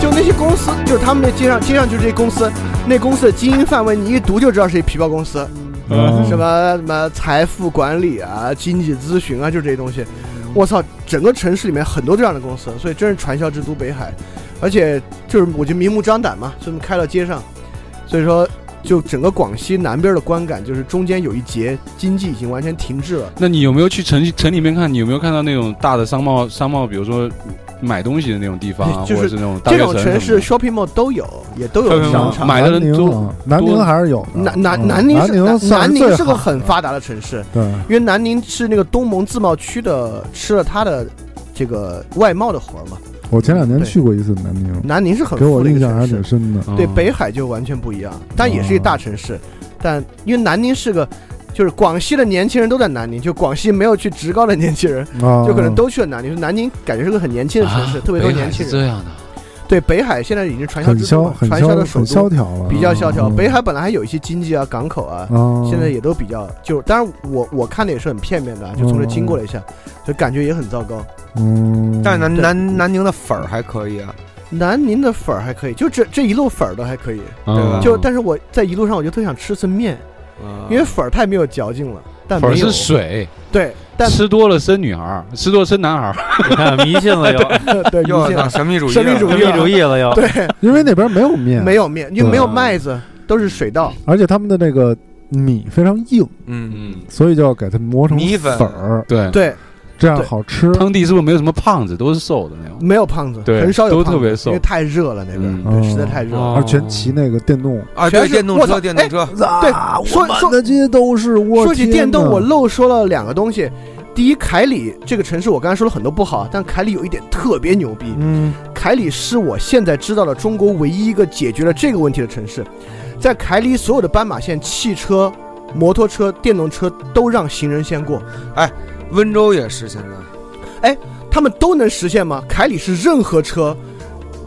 Speaker 4: 就那些公司，就是他们那街上街上就是这些公司，那公司的经营范围你一读就知道是一皮包公司。
Speaker 7: 嗯
Speaker 4: 什么什么财富管理啊、经济咨询啊，就这些东西。我操，整个城市里面很多这样的公司，所以真是传销之都北海。而且就是我觉得明目张胆嘛，所以我们开到街上，所以说就整个广西南边的观感就是中间有一节经济已经完全停滞了。
Speaker 6: 那你有没有去城城里面看？你有没有看到那种大的商贸商贸，比如说买东西的那种地方 啊，
Speaker 4: 就是
Speaker 6: 或者是那种大
Speaker 4: 这
Speaker 6: 悦
Speaker 4: 种城
Speaker 6: 什么
Speaker 4: 市
Speaker 6: 的
Speaker 4: shopping mall 都有，也都有
Speaker 6: shopping
Speaker 4: 商
Speaker 6: mall
Speaker 4: 场。
Speaker 6: 买的人
Speaker 7: 南宁
Speaker 6: 多
Speaker 7: 啊南宁还是有的，
Speaker 4: 南南
Speaker 7: 嗯
Speaker 4: 南宁是
Speaker 7: 宁
Speaker 4: 南
Speaker 7: 算
Speaker 4: 南
Speaker 7: 最
Speaker 4: 宁是个
Speaker 7: 好
Speaker 4: 很
Speaker 7: 的
Speaker 4: 发达的城市，
Speaker 7: 对，
Speaker 4: 因为南宁是那个东盟自贸区的吃了它的这个外贸的活儿嘛。
Speaker 7: 我前两年去过一次南宁，
Speaker 4: 南宁是嗯很
Speaker 7: 给
Speaker 4: 富
Speaker 7: 我
Speaker 4: 的一
Speaker 7: 印
Speaker 4: 个
Speaker 7: 象还
Speaker 4: 城
Speaker 7: 挺
Speaker 4: 市，
Speaker 7: 深的。
Speaker 4: 对
Speaker 5: 嗯
Speaker 4: 北海就完全不一样，但也是一大城市，但因为南宁是个，就是广西的年轻人都在南宁，就广西没有去职高的年轻人，
Speaker 7: 啊，
Speaker 4: 就可能都去了南宁，南宁感觉是个很年轻的城市，特别多
Speaker 6: 北海
Speaker 4: 年轻
Speaker 6: 是
Speaker 4: 人。
Speaker 6: 这样的，
Speaker 4: 对，北海现在已经传销
Speaker 7: 很
Speaker 4: 之都
Speaker 7: 萧
Speaker 4: 了，
Speaker 7: 很
Speaker 4: 传销
Speaker 7: 萧
Speaker 4: 的首
Speaker 7: 很萧
Speaker 4: 都，
Speaker 7: 条了，
Speaker 4: 比较萧条。
Speaker 7: 嗯
Speaker 4: 北海本来还有一些经济啊、港口啊，
Speaker 7: 啊，
Speaker 4: 现在也都比较，就当然我我看的也是很片面的
Speaker 7: 哦
Speaker 4: 啊，就从这经过了一下，就感觉也很糟糕。
Speaker 7: 嗯，
Speaker 3: 但是南
Speaker 4: 对
Speaker 3: 南南宁的粉儿还可以啊，
Speaker 4: 南宁的粉儿还可以，就这这一路粉儿都还可以，
Speaker 3: 对吧
Speaker 6: 嗯
Speaker 4: 就但是我在一路上我就特想吃次面，
Speaker 3: 嗯
Speaker 4: 因为粉儿太没有嚼劲了，但
Speaker 6: 粉儿
Speaker 4: 没有
Speaker 6: 是水，
Speaker 4: 对， 但
Speaker 6: 吃多了生女孩儿，吃多了生男孩儿，
Speaker 5: 你看迷信了又，
Speaker 4: 对
Speaker 3: 又要
Speaker 4: 迷信
Speaker 3: 讲
Speaker 4: 了
Speaker 3: 神秘主义了，
Speaker 4: 神秘主
Speaker 5: 神
Speaker 4: 义
Speaker 5: 秘主义了又。
Speaker 4: 对，
Speaker 7: 因为那边没有面，
Speaker 4: 没有面，因为没有
Speaker 3: 对
Speaker 4: 麦子，都是水稻。
Speaker 7: 而且他们的那个米非常硬，
Speaker 3: 嗯，
Speaker 6: 嗯，
Speaker 7: 所以就要给它磨成
Speaker 3: 米粉
Speaker 7: 儿，
Speaker 6: 对。
Speaker 4: 对，
Speaker 7: 这样
Speaker 4: 对
Speaker 7: 好吃。
Speaker 6: 当地是不是没有什么胖子，都是瘦的那种？
Speaker 4: 没有胖子，
Speaker 6: 对
Speaker 4: 很少有
Speaker 6: 都
Speaker 4: 胖子
Speaker 6: 特别瘦
Speaker 4: 因为太热了那边，
Speaker 6: 嗯
Speaker 4: 对，实在
Speaker 7: 哦
Speaker 4: 太热了。
Speaker 5: 哦
Speaker 7: 而全骑那个电动，
Speaker 3: 啊，
Speaker 4: 全
Speaker 3: 对，
Speaker 4: 是
Speaker 3: 电动
Speaker 4: 我
Speaker 3: 车，
Speaker 4: 操
Speaker 3: 电动车，
Speaker 4: 对
Speaker 7: 啊我
Speaker 4: 说
Speaker 7: 满
Speaker 4: 说
Speaker 7: 大街都是。我
Speaker 4: 说起
Speaker 7: 天
Speaker 4: 电动，
Speaker 7: 呐
Speaker 4: 我漏说了两个东西。第一，凯里这个城市，我刚才说了很多不好，但凯里有一点特别牛逼。
Speaker 7: 嗯，
Speaker 4: 凯里是我现在知道的中国唯一一个解决了这个问题的城市。在凯里，所有的斑马线、汽车、摩托车、电动车都让行人先过，
Speaker 3: 温州也是现在，
Speaker 4: 他们都能实现吗？凯里是任何车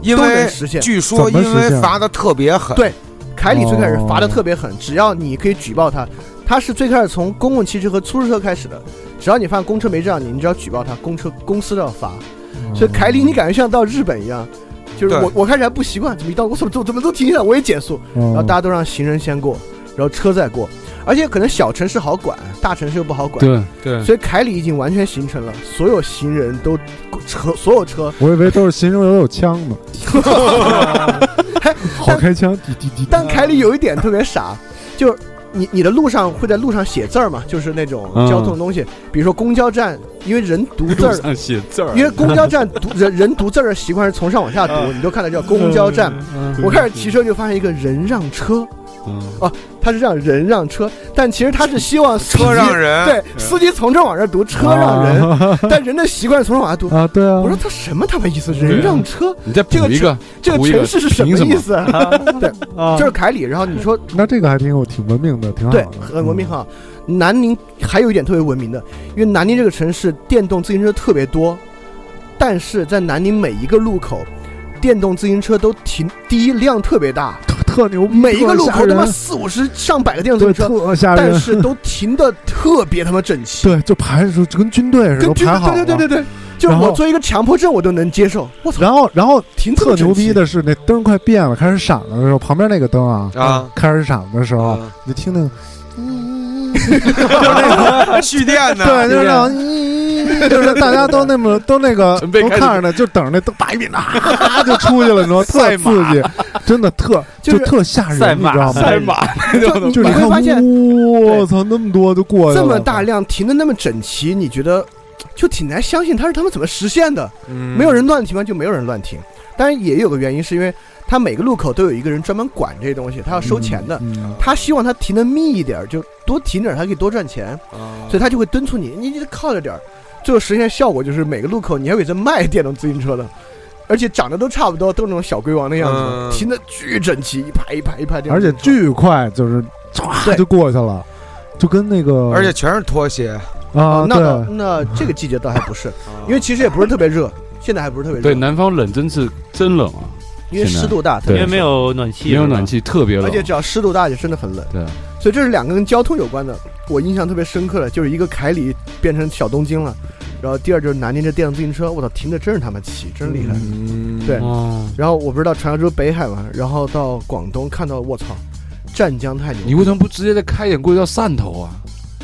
Speaker 3: 因
Speaker 4: 都能
Speaker 3: 为
Speaker 4: 实现。啊
Speaker 3: 据说
Speaker 7: 怎么
Speaker 3: 因为
Speaker 7: 实现
Speaker 3: 罚的特别狠，
Speaker 4: 对凯里最开始罚的特别狠，只要你可以举报他，他是最开始从公共汽车和出租车开始的，只要你发现公车没让你，你只要举报他，公车公司都要罚。所以凯里你感觉像到日本一样，就是
Speaker 3: 对
Speaker 4: 我我开始还不习惯，怎么一到我怎么怎么怎么都停下来，我也减速，
Speaker 7: 嗯，
Speaker 4: 然后
Speaker 7: 然
Speaker 4: 大家都让行人先过，然后车再过，而且可能小城市好管，大城市又不好管，
Speaker 6: 对对，
Speaker 4: 所以凯里已经完全形成了所有行人都车所有车，
Speaker 7: 我以为都是行人有有枪 呢， 好开枪，滴滴滴。
Speaker 4: 但凯里有一点特别傻，就是你你的路上会在路上写字儿嘛，就是那种
Speaker 6: 嗯
Speaker 4: 交通的东西，比如说公交站，因为人读字
Speaker 6: 路
Speaker 4: 儿。
Speaker 6: 上写字儿
Speaker 4: 因，为公交站读人人读字儿的习惯是从上往下
Speaker 6: 嗯
Speaker 4: 读，你都看到叫公交站。我开始骑车就发现一个人让车，
Speaker 6: 嗯
Speaker 4: 他是让人让车，但其实他是希望司机
Speaker 3: 车让人，嗯
Speaker 4: 对司机从这往这读，车让人，
Speaker 6: 啊
Speaker 4: 但人的习惯是从这往下读。
Speaker 7: 啊，对啊，
Speaker 4: 我说他什么他妈意思？
Speaker 6: 对
Speaker 4: 人
Speaker 6: 啊
Speaker 4: 让车，
Speaker 6: 你再补一个，
Speaker 4: 这
Speaker 6: 图
Speaker 4: 个
Speaker 6: 一个
Speaker 4: 城市是什么
Speaker 6: 凭什么
Speaker 4: 意思啊？
Speaker 5: 啊
Speaker 4: 这是凯里，然后你说
Speaker 7: 那这个还挺有挺文明的，
Speaker 6: 啊
Speaker 7: 挺好
Speaker 4: 对
Speaker 7: 的，，嗯
Speaker 4: 很文明哈。南宁还有一点特别文明的，因为南宁这个城市电动自行车特别多，但是在南宁每一个路口，电动自行车都停，第一量特别大，
Speaker 7: 嗯，特牛逼，
Speaker 4: 每一个路口
Speaker 7: 特吓
Speaker 4: 他妈
Speaker 7: 人
Speaker 4: 四五十上百个电动
Speaker 7: 对
Speaker 4: 自行车，
Speaker 7: 特吓
Speaker 4: 但
Speaker 7: 人，
Speaker 4: 是都停的特别他妈整齐，
Speaker 7: 对，就排的时候就跟军队似的，
Speaker 4: 跟
Speaker 7: 都
Speaker 4: 军
Speaker 7: 排好
Speaker 4: 对对对对
Speaker 7: 了。
Speaker 4: 对，就是
Speaker 7: 然后
Speaker 4: 我作为一个强迫症我都能接受， 我操，
Speaker 7: 然后，然后
Speaker 4: 停
Speaker 7: 特
Speaker 4: 整
Speaker 7: 牛逼
Speaker 4: 齐，
Speaker 7: 的是，那灯快变了，开始闪了的时候，旁边那个灯啊，
Speaker 3: 啊，
Speaker 7: 开始闪的时候，
Speaker 3: 啊
Speaker 7: 你听 那个，
Speaker 3: 蓄电呢，
Speaker 7: 对，就是那种，就是大家都那么都那个
Speaker 6: 准备
Speaker 7: 都
Speaker 6: 开始
Speaker 7: 看着呢，就等着那灯打一遍，啊就出去了，你知道吗，特刺激，真的特
Speaker 4: 就是
Speaker 7: 特吓人，
Speaker 5: 赛
Speaker 7: 你知道
Speaker 5: 马
Speaker 7: 吗？
Speaker 5: 赛马，
Speaker 4: 就
Speaker 7: 就是
Speaker 4: 你
Speaker 7: 你
Speaker 4: 会发
Speaker 7: 看，
Speaker 4: 现
Speaker 7: 我操，那么多就过去
Speaker 4: 这
Speaker 7: 了，
Speaker 4: 么大量停的那么整齐，你觉得就挺难相信他是他们怎么实现的？
Speaker 3: 没
Speaker 7: 嗯
Speaker 4: 没有人乱停吗？就没有人乱停。当然也有个原因，是因为他每个路口都有一个人专门管这些东西，他要收钱的。
Speaker 7: 嗯，嗯
Speaker 4: 他希望他停的密一点儿，就多停点儿，他可以多赚钱，
Speaker 3: 哦
Speaker 4: 所 以他就会敦促你，你你靠着点儿。最后实现效果就是每个路口你还有在卖电动自行车的，而且长得都差不多，都是那种小龟王的样子，
Speaker 3: 嗯
Speaker 4: 停的巨整齐，一排一排一排电动
Speaker 7: 而且
Speaker 4: 自行车
Speaker 7: 巨快，就是唰
Speaker 4: 对
Speaker 7: 就过去了，就跟那个，
Speaker 3: 而且全是拖鞋，
Speaker 7: 啊，
Speaker 4: 那倒
Speaker 7: 对，
Speaker 4: 那这个季节倒还不是，因为其实也不是特别热，现在还不是特别
Speaker 6: 对，
Speaker 4: 热，
Speaker 6: 南方冷真是真冷啊，
Speaker 4: 因为湿度大，特
Speaker 5: 因
Speaker 4: 别
Speaker 5: 为
Speaker 6: 对
Speaker 5: 没有暖气，
Speaker 6: 没有暖，气，特别
Speaker 4: 而
Speaker 6: 冷。啊
Speaker 4: 且只要湿度大就真的很冷。
Speaker 6: 对，
Speaker 4: 所以这是两个跟交通有关的，我印象特别深刻的，就是一个凯里变成小东京了，然后第二就是南宁这电动自行车，我操，停的真是他妈齐，真厉害。
Speaker 3: 嗯，
Speaker 4: 对
Speaker 5: 哦，
Speaker 4: 然后我不是到传说州北海嘛，然后到广东看到我操，湛江太牛，
Speaker 6: 你为什么不直接再开一点过去到汕头啊？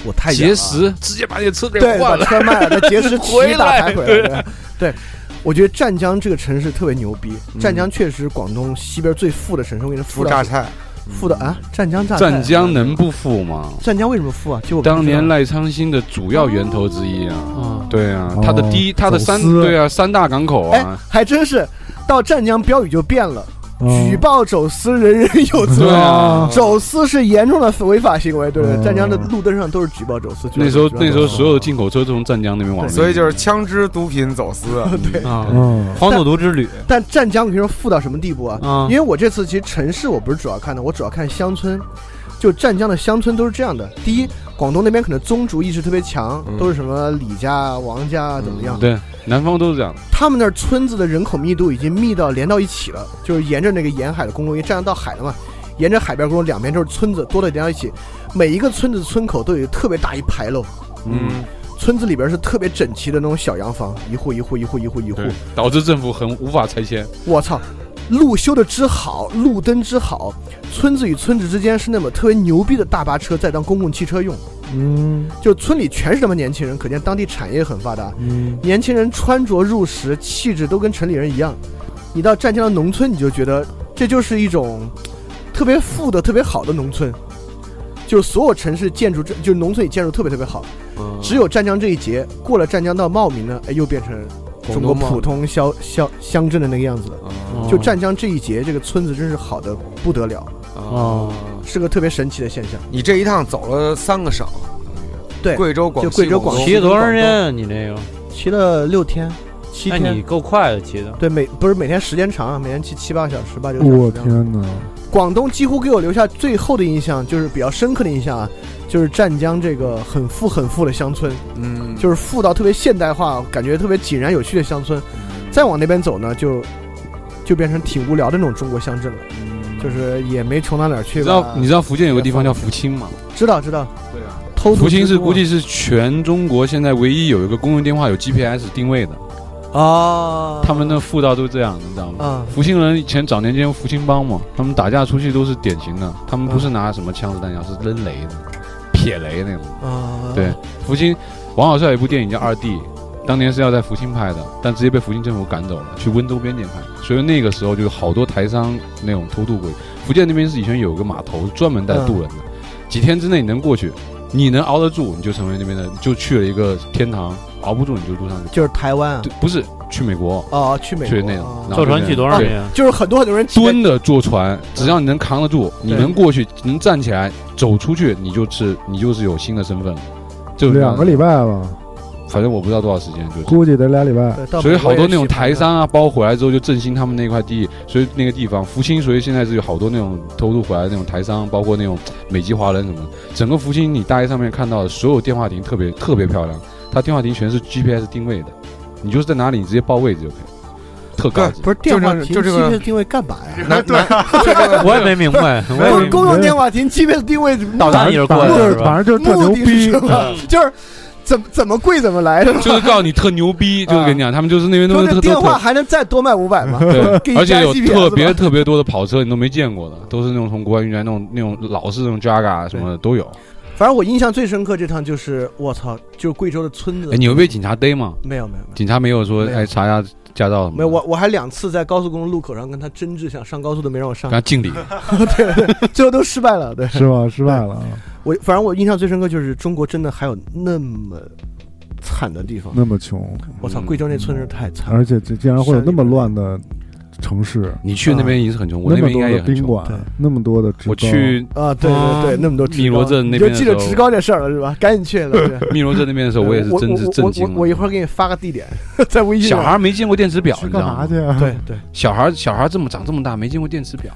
Speaker 4: 我太远
Speaker 6: 结
Speaker 4: 了
Speaker 6: 石，直接把你的车给
Speaker 4: 对，把
Speaker 6: 换了。
Speaker 4: 车卖了，再结石
Speaker 6: 回
Speaker 4: 骑打
Speaker 6: 来
Speaker 4: 牌回来。对对，我觉得湛江这个城市特别牛逼，
Speaker 6: 嗯
Speaker 4: 湛江确实广东西边最富的城市，我跟你说，
Speaker 3: 不
Speaker 4: 富到
Speaker 3: 榨 菜，
Speaker 4: 富的啊，湛江榨菜
Speaker 6: 嗯湛江能不富吗？
Speaker 4: 湛江为什么富啊？就我不知道
Speaker 6: 当年赖昌星的主要源头之一啊。
Speaker 5: 啊，
Speaker 6: 对啊
Speaker 7: 哦，
Speaker 6: 他的第一，他的三
Speaker 7: 走私
Speaker 6: 对啊，三大港口
Speaker 4: 哎
Speaker 6: 啊，，
Speaker 4: 还真是，到湛江标语就变了，
Speaker 7: 嗯
Speaker 4: 举报走私人人有责。
Speaker 6: 对啊，
Speaker 4: 走私是严重的违法行为，对不对？
Speaker 7: 嗯
Speaker 4: 湛江的路灯上都是举报走私。举报
Speaker 6: 那时候
Speaker 4: 走私
Speaker 6: 那时候所有的进口车都从湛江那边往那边，
Speaker 3: 所以就是枪支、毒品、走私啊，
Speaker 4: 对，
Speaker 5: 啊，
Speaker 7: 嗯
Speaker 5: 黄赌毒之旅
Speaker 4: 但湛江我跟你说富到什么地步啊？
Speaker 5: 啊
Speaker 6: 嗯
Speaker 4: 因，为我这次其实城市我不是主要看的，我主要看乡村。就湛江的乡村都是这样的：第一，广东那边可能宗族意识特别强，
Speaker 3: 嗯
Speaker 4: 都是什么李家啊、王家啊，怎么样？
Speaker 6: 对，南方都是这样的。
Speaker 4: 他们那儿村子的人口密度已经密到连到一起了，就是沿着那个沿海的公路，因为湛江到海了嘛，沿着海边公路两边就是村子，多的连到一起，每一个村子村口都有特别大一排楼，
Speaker 6: 嗯，
Speaker 4: 村子里边是特别整齐的那种小洋房，一户一户一户一户一户
Speaker 6: 对，，导致政府很无法拆迁。
Speaker 4: 我操，路修的之好，路灯之好，村子与村子之间是那么特别牛逼的大巴车在当公共汽车用，
Speaker 7: 嗯
Speaker 4: 就村里全是他妈年轻人，可见当地产业很发达，
Speaker 7: 嗯，
Speaker 4: 年轻人穿着入时，气质都跟城里人一样。你到湛江的农村，你就觉得这就是一种特别富的、特别好的农村，就是所有城市建筑，就是农村里建筑特别特别好，
Speaker 3: 嗯
Speaker 4: 只有湛江这一节，过了湛江到茂名呢，哎，又变成中国普通乡乡乡镇的那个样子了。
Speaker 3: 嗯
Speaker 5: 哦
Speaker 4: 就湛江这一节，这个村子真是好的不得了，
Speaker 3: 啊
Speaker 5: 哦！
Speaker 4: 是个特别神奇的现象。
Speaker 3: 你这一趟走了三个省，
Speaker 4: 对
Speaker 3: 贵州、广西、
Speaker 4: 就贵州广西
Speaker 5: 骑了多长时间啊？你这个，
Speaker 4: 骑了六天，七
Speaker 5: 那你
Speaker 4: 天，啊
Speaker 5: 够快的骑的。
Speaker 4: 对每不是每天时间长啊，每天骑七八个小时，八九个小时。
Speaker 7: 我天哪，
Speaker 4: 广东几乎给我留下最后的印象，就是比较深刻的印象啊，就是湛江这个很富很富的乡村，
Speaker 3: 嗯，
Speaker 4: 就是富到特别现代化，感觉特别井然有序的乡村。再往那边走呢，就就变成挺无聊的那种中国乡镇了，就是也没穷到哪儿去
Speaker 6: 你知
Speaker 4: 吧
Speaker 6: 道。你知道福建有个地方叫福清吗？
Speaker 4: 知道知道，
Speaker 6: 对啊，
Speaker 4: 偷渡
Speaker 6: 福清
Speaker 4: 之
Speaker 6: 是
Speaker 4: 都
Speaker 6: 估计是全中国现在唯一有一个公用电话有 GPS 定位的，
Speaker 4: 啊，
Speaker 6: 他们那妇道都这样，你知道吗？
Speaker 4: 啊
Speaker 6: 福清人以前早年间福清帮嘛，他们打架出去都是典型的，他们不是拿什么枪支弹药，是扔雷的，撇雷那种。
Speaker 4: 啊，
Speaker 6: 对，福清，王小帅有一部电影叫《二弟》，当年是要在福清拍的，但直接被福清政府赶走了，去温州边境拍。所以那个时候就有好多台商那种偷渡过去。福建那边是以前有个码头专门带渡人的，几天之内你能过去，你能熬得住，你就成为那边的，你就去了一个天堂；熬不住你就路上就
Speaker 4: 就是台湾啊，
Speaker 6: 对不是去美国，
Speaker 4: 哦，去美
Speaker 6: 去
Speaker 4: 国
Speaker 6: 那种
Speaker 4: 啊
Speaker 6: 然后
Speaker 5: 坐船去多少米啊？
Speaker 4: 就是很多很多人骑
Speaker 6: 蹲着坐船，只要你能扛得住，你
Speaker 4: 对
Speaker 6: 能过去，能站起来走出去，你就是你就是有新的身份了。就
Speaker 7: 两个礼
Speaker 6: 拜，
Speaker 7: 拜吧，
Speaker 6: 反正我不知道多少时间，就是。
Speaker 7: 估计得俩礼拜。
Speaker 4: 呃对到
Speaker 6: 所以
Speaker 4: 美国
Speaker 6: 好
Speaker 4: 也
Speaker 6: 多
Speaker 4: 是
Speaker 6: 那种
Speaker 4: 喜欢
Speaker 6: 台
Speaker 4: 的
Speaker 6: 商啊，包回来之后就振兴他们那块地，所以那个地方福清，所以现在是有好多那种偷渡回来的那种台商，包括那种美籍华人什么的。整个福清，你大街上面看到的所有电话亭特别特别漂亮，它电话亭全是 GPS 定位的，你就是在哪里你直接报位置就可以，特高级。
Speaker 4: 不是电话亭
Speaker 3: 就这个
Speaker 4: GPS 定位干嘛呀？
Speaker 3: 南南
Speaker 5: 我也没明白，
Speaker 4: 不
Speaker 5: 我也
Speaker 4: 是
Speaker 5: 没
Speaker 4: 公用电话亭 GPS 定 位
Speaker 5: 导
Speaker 7: 反
Speaker 5: 弹
Speaker 7: 正
Speaker 5: 一会儿过
Speaker 7: 反
Speaker 5: 来
Speaker 7: 正
Speaker 5: 了是吧？
Speaker 7: 就是反正就是特
Speaker 4: 目
Speaker 7: 牛
Speaker 4: 的是
Speaker 7: 逼 啊
Speaker 4: 什，么？就是怎么怎么贵怎么来的。
Speaker 6: 就是告诉你特牛逼，就是跟你讲，他们就是那边都
Speaker 4: 说
Speaker 6: 是
Speaker 4: 这
Speaker 6: 特
Speaker 4: 电
Speaker 6: 特
Speaker 4: 话
Speaker 6: 特。
Speaker 4: 还能再多卖五百吗？给
Speaker 6: 对，
Speaker 4: 你
Speaker 6: 而且
Speaker 4: 加
Speaker 6: 有
Speaker 4: GPS
Speaker 6: 特
Speaker 4: 吧
Speaker 6: 别特别多的跑车，你都没见过的，都是那种从国外运来那种那种老式那种 Jaga 什么的都有。
Speaker 4: 反正我印象最深刻这趟就是我操，就是贵州的村子
Speaker 6: 哎，。你有被警察逮吗？
Speaker 4: 没有没有没有
Speaker 6: 警察没有说
Speaker 4: 没有
Speaker 6: 哎查一下驾照什么的
Speaker 4: 没有，我我还两次在高速公路路口上跟他争执，想上高速都没让我上
Speaker 6: 跟，他 敬礼，
Speaker 4: 最后都失败 了。对
Speaker 7: 是吧？失败了啊，
Speaker 4: 我，反正我印象最深刻就是中国真的还有那么惨的地方。
Speaker 6: 嗯
Speaker 7: 那么穷，
Speaker 4: 我操，贵州那村是太惨了。
Speaker 7: 而且这竟然会有那么乱的城市，
Speaker 6: 你去那边也是很穷，我
Speaker 7: 那
Speaker 6: 那
Speaker 7: 么
Speaker 6: 边应
Speaker 7: 多
Speaker 6: 该也
Speaker 7: 的
Speaker 6: 很
Speaker 7: 宾
Speaker 6: 穷。
Speaker 7: 馆
Speaker 4: 对，
Speaker 7: 那么多的职
Speaker 6: 我
Speaker 7: 高
Speaker 6: 去
Speaker 4: 啊，对对对，那么多职
Speaker 6: 嗯汨罗
Speaker 4: 高
Speaker 6: 镇那
Speaker 4: 你就
Speaker 6: 边的
Speaker 4: 记得
Speaker 6: 时候
Speaker 4: 职高这事儿了是吧？赶紧去了。 对
Speaker 6: 汨罗镇那边的时候，我也是真是震惊
Speaker 4: 我我我我一
Speaker 6: 了。
Speaker 4: 会儿给你发个地点， 在微信上。
Speaker 6: 小孩没见过电磁表，
Speaker 7: 去
Speaker 6: 你知
Speaker 7: 干
Speaker 6: 道
Speaker 7: 嘛
Speaker 6: 吗
Speaker 7: 去？啊？
Speaker 4: 对对，
Speaker 6: 小孩小孩这么长这么大没见过电磁表，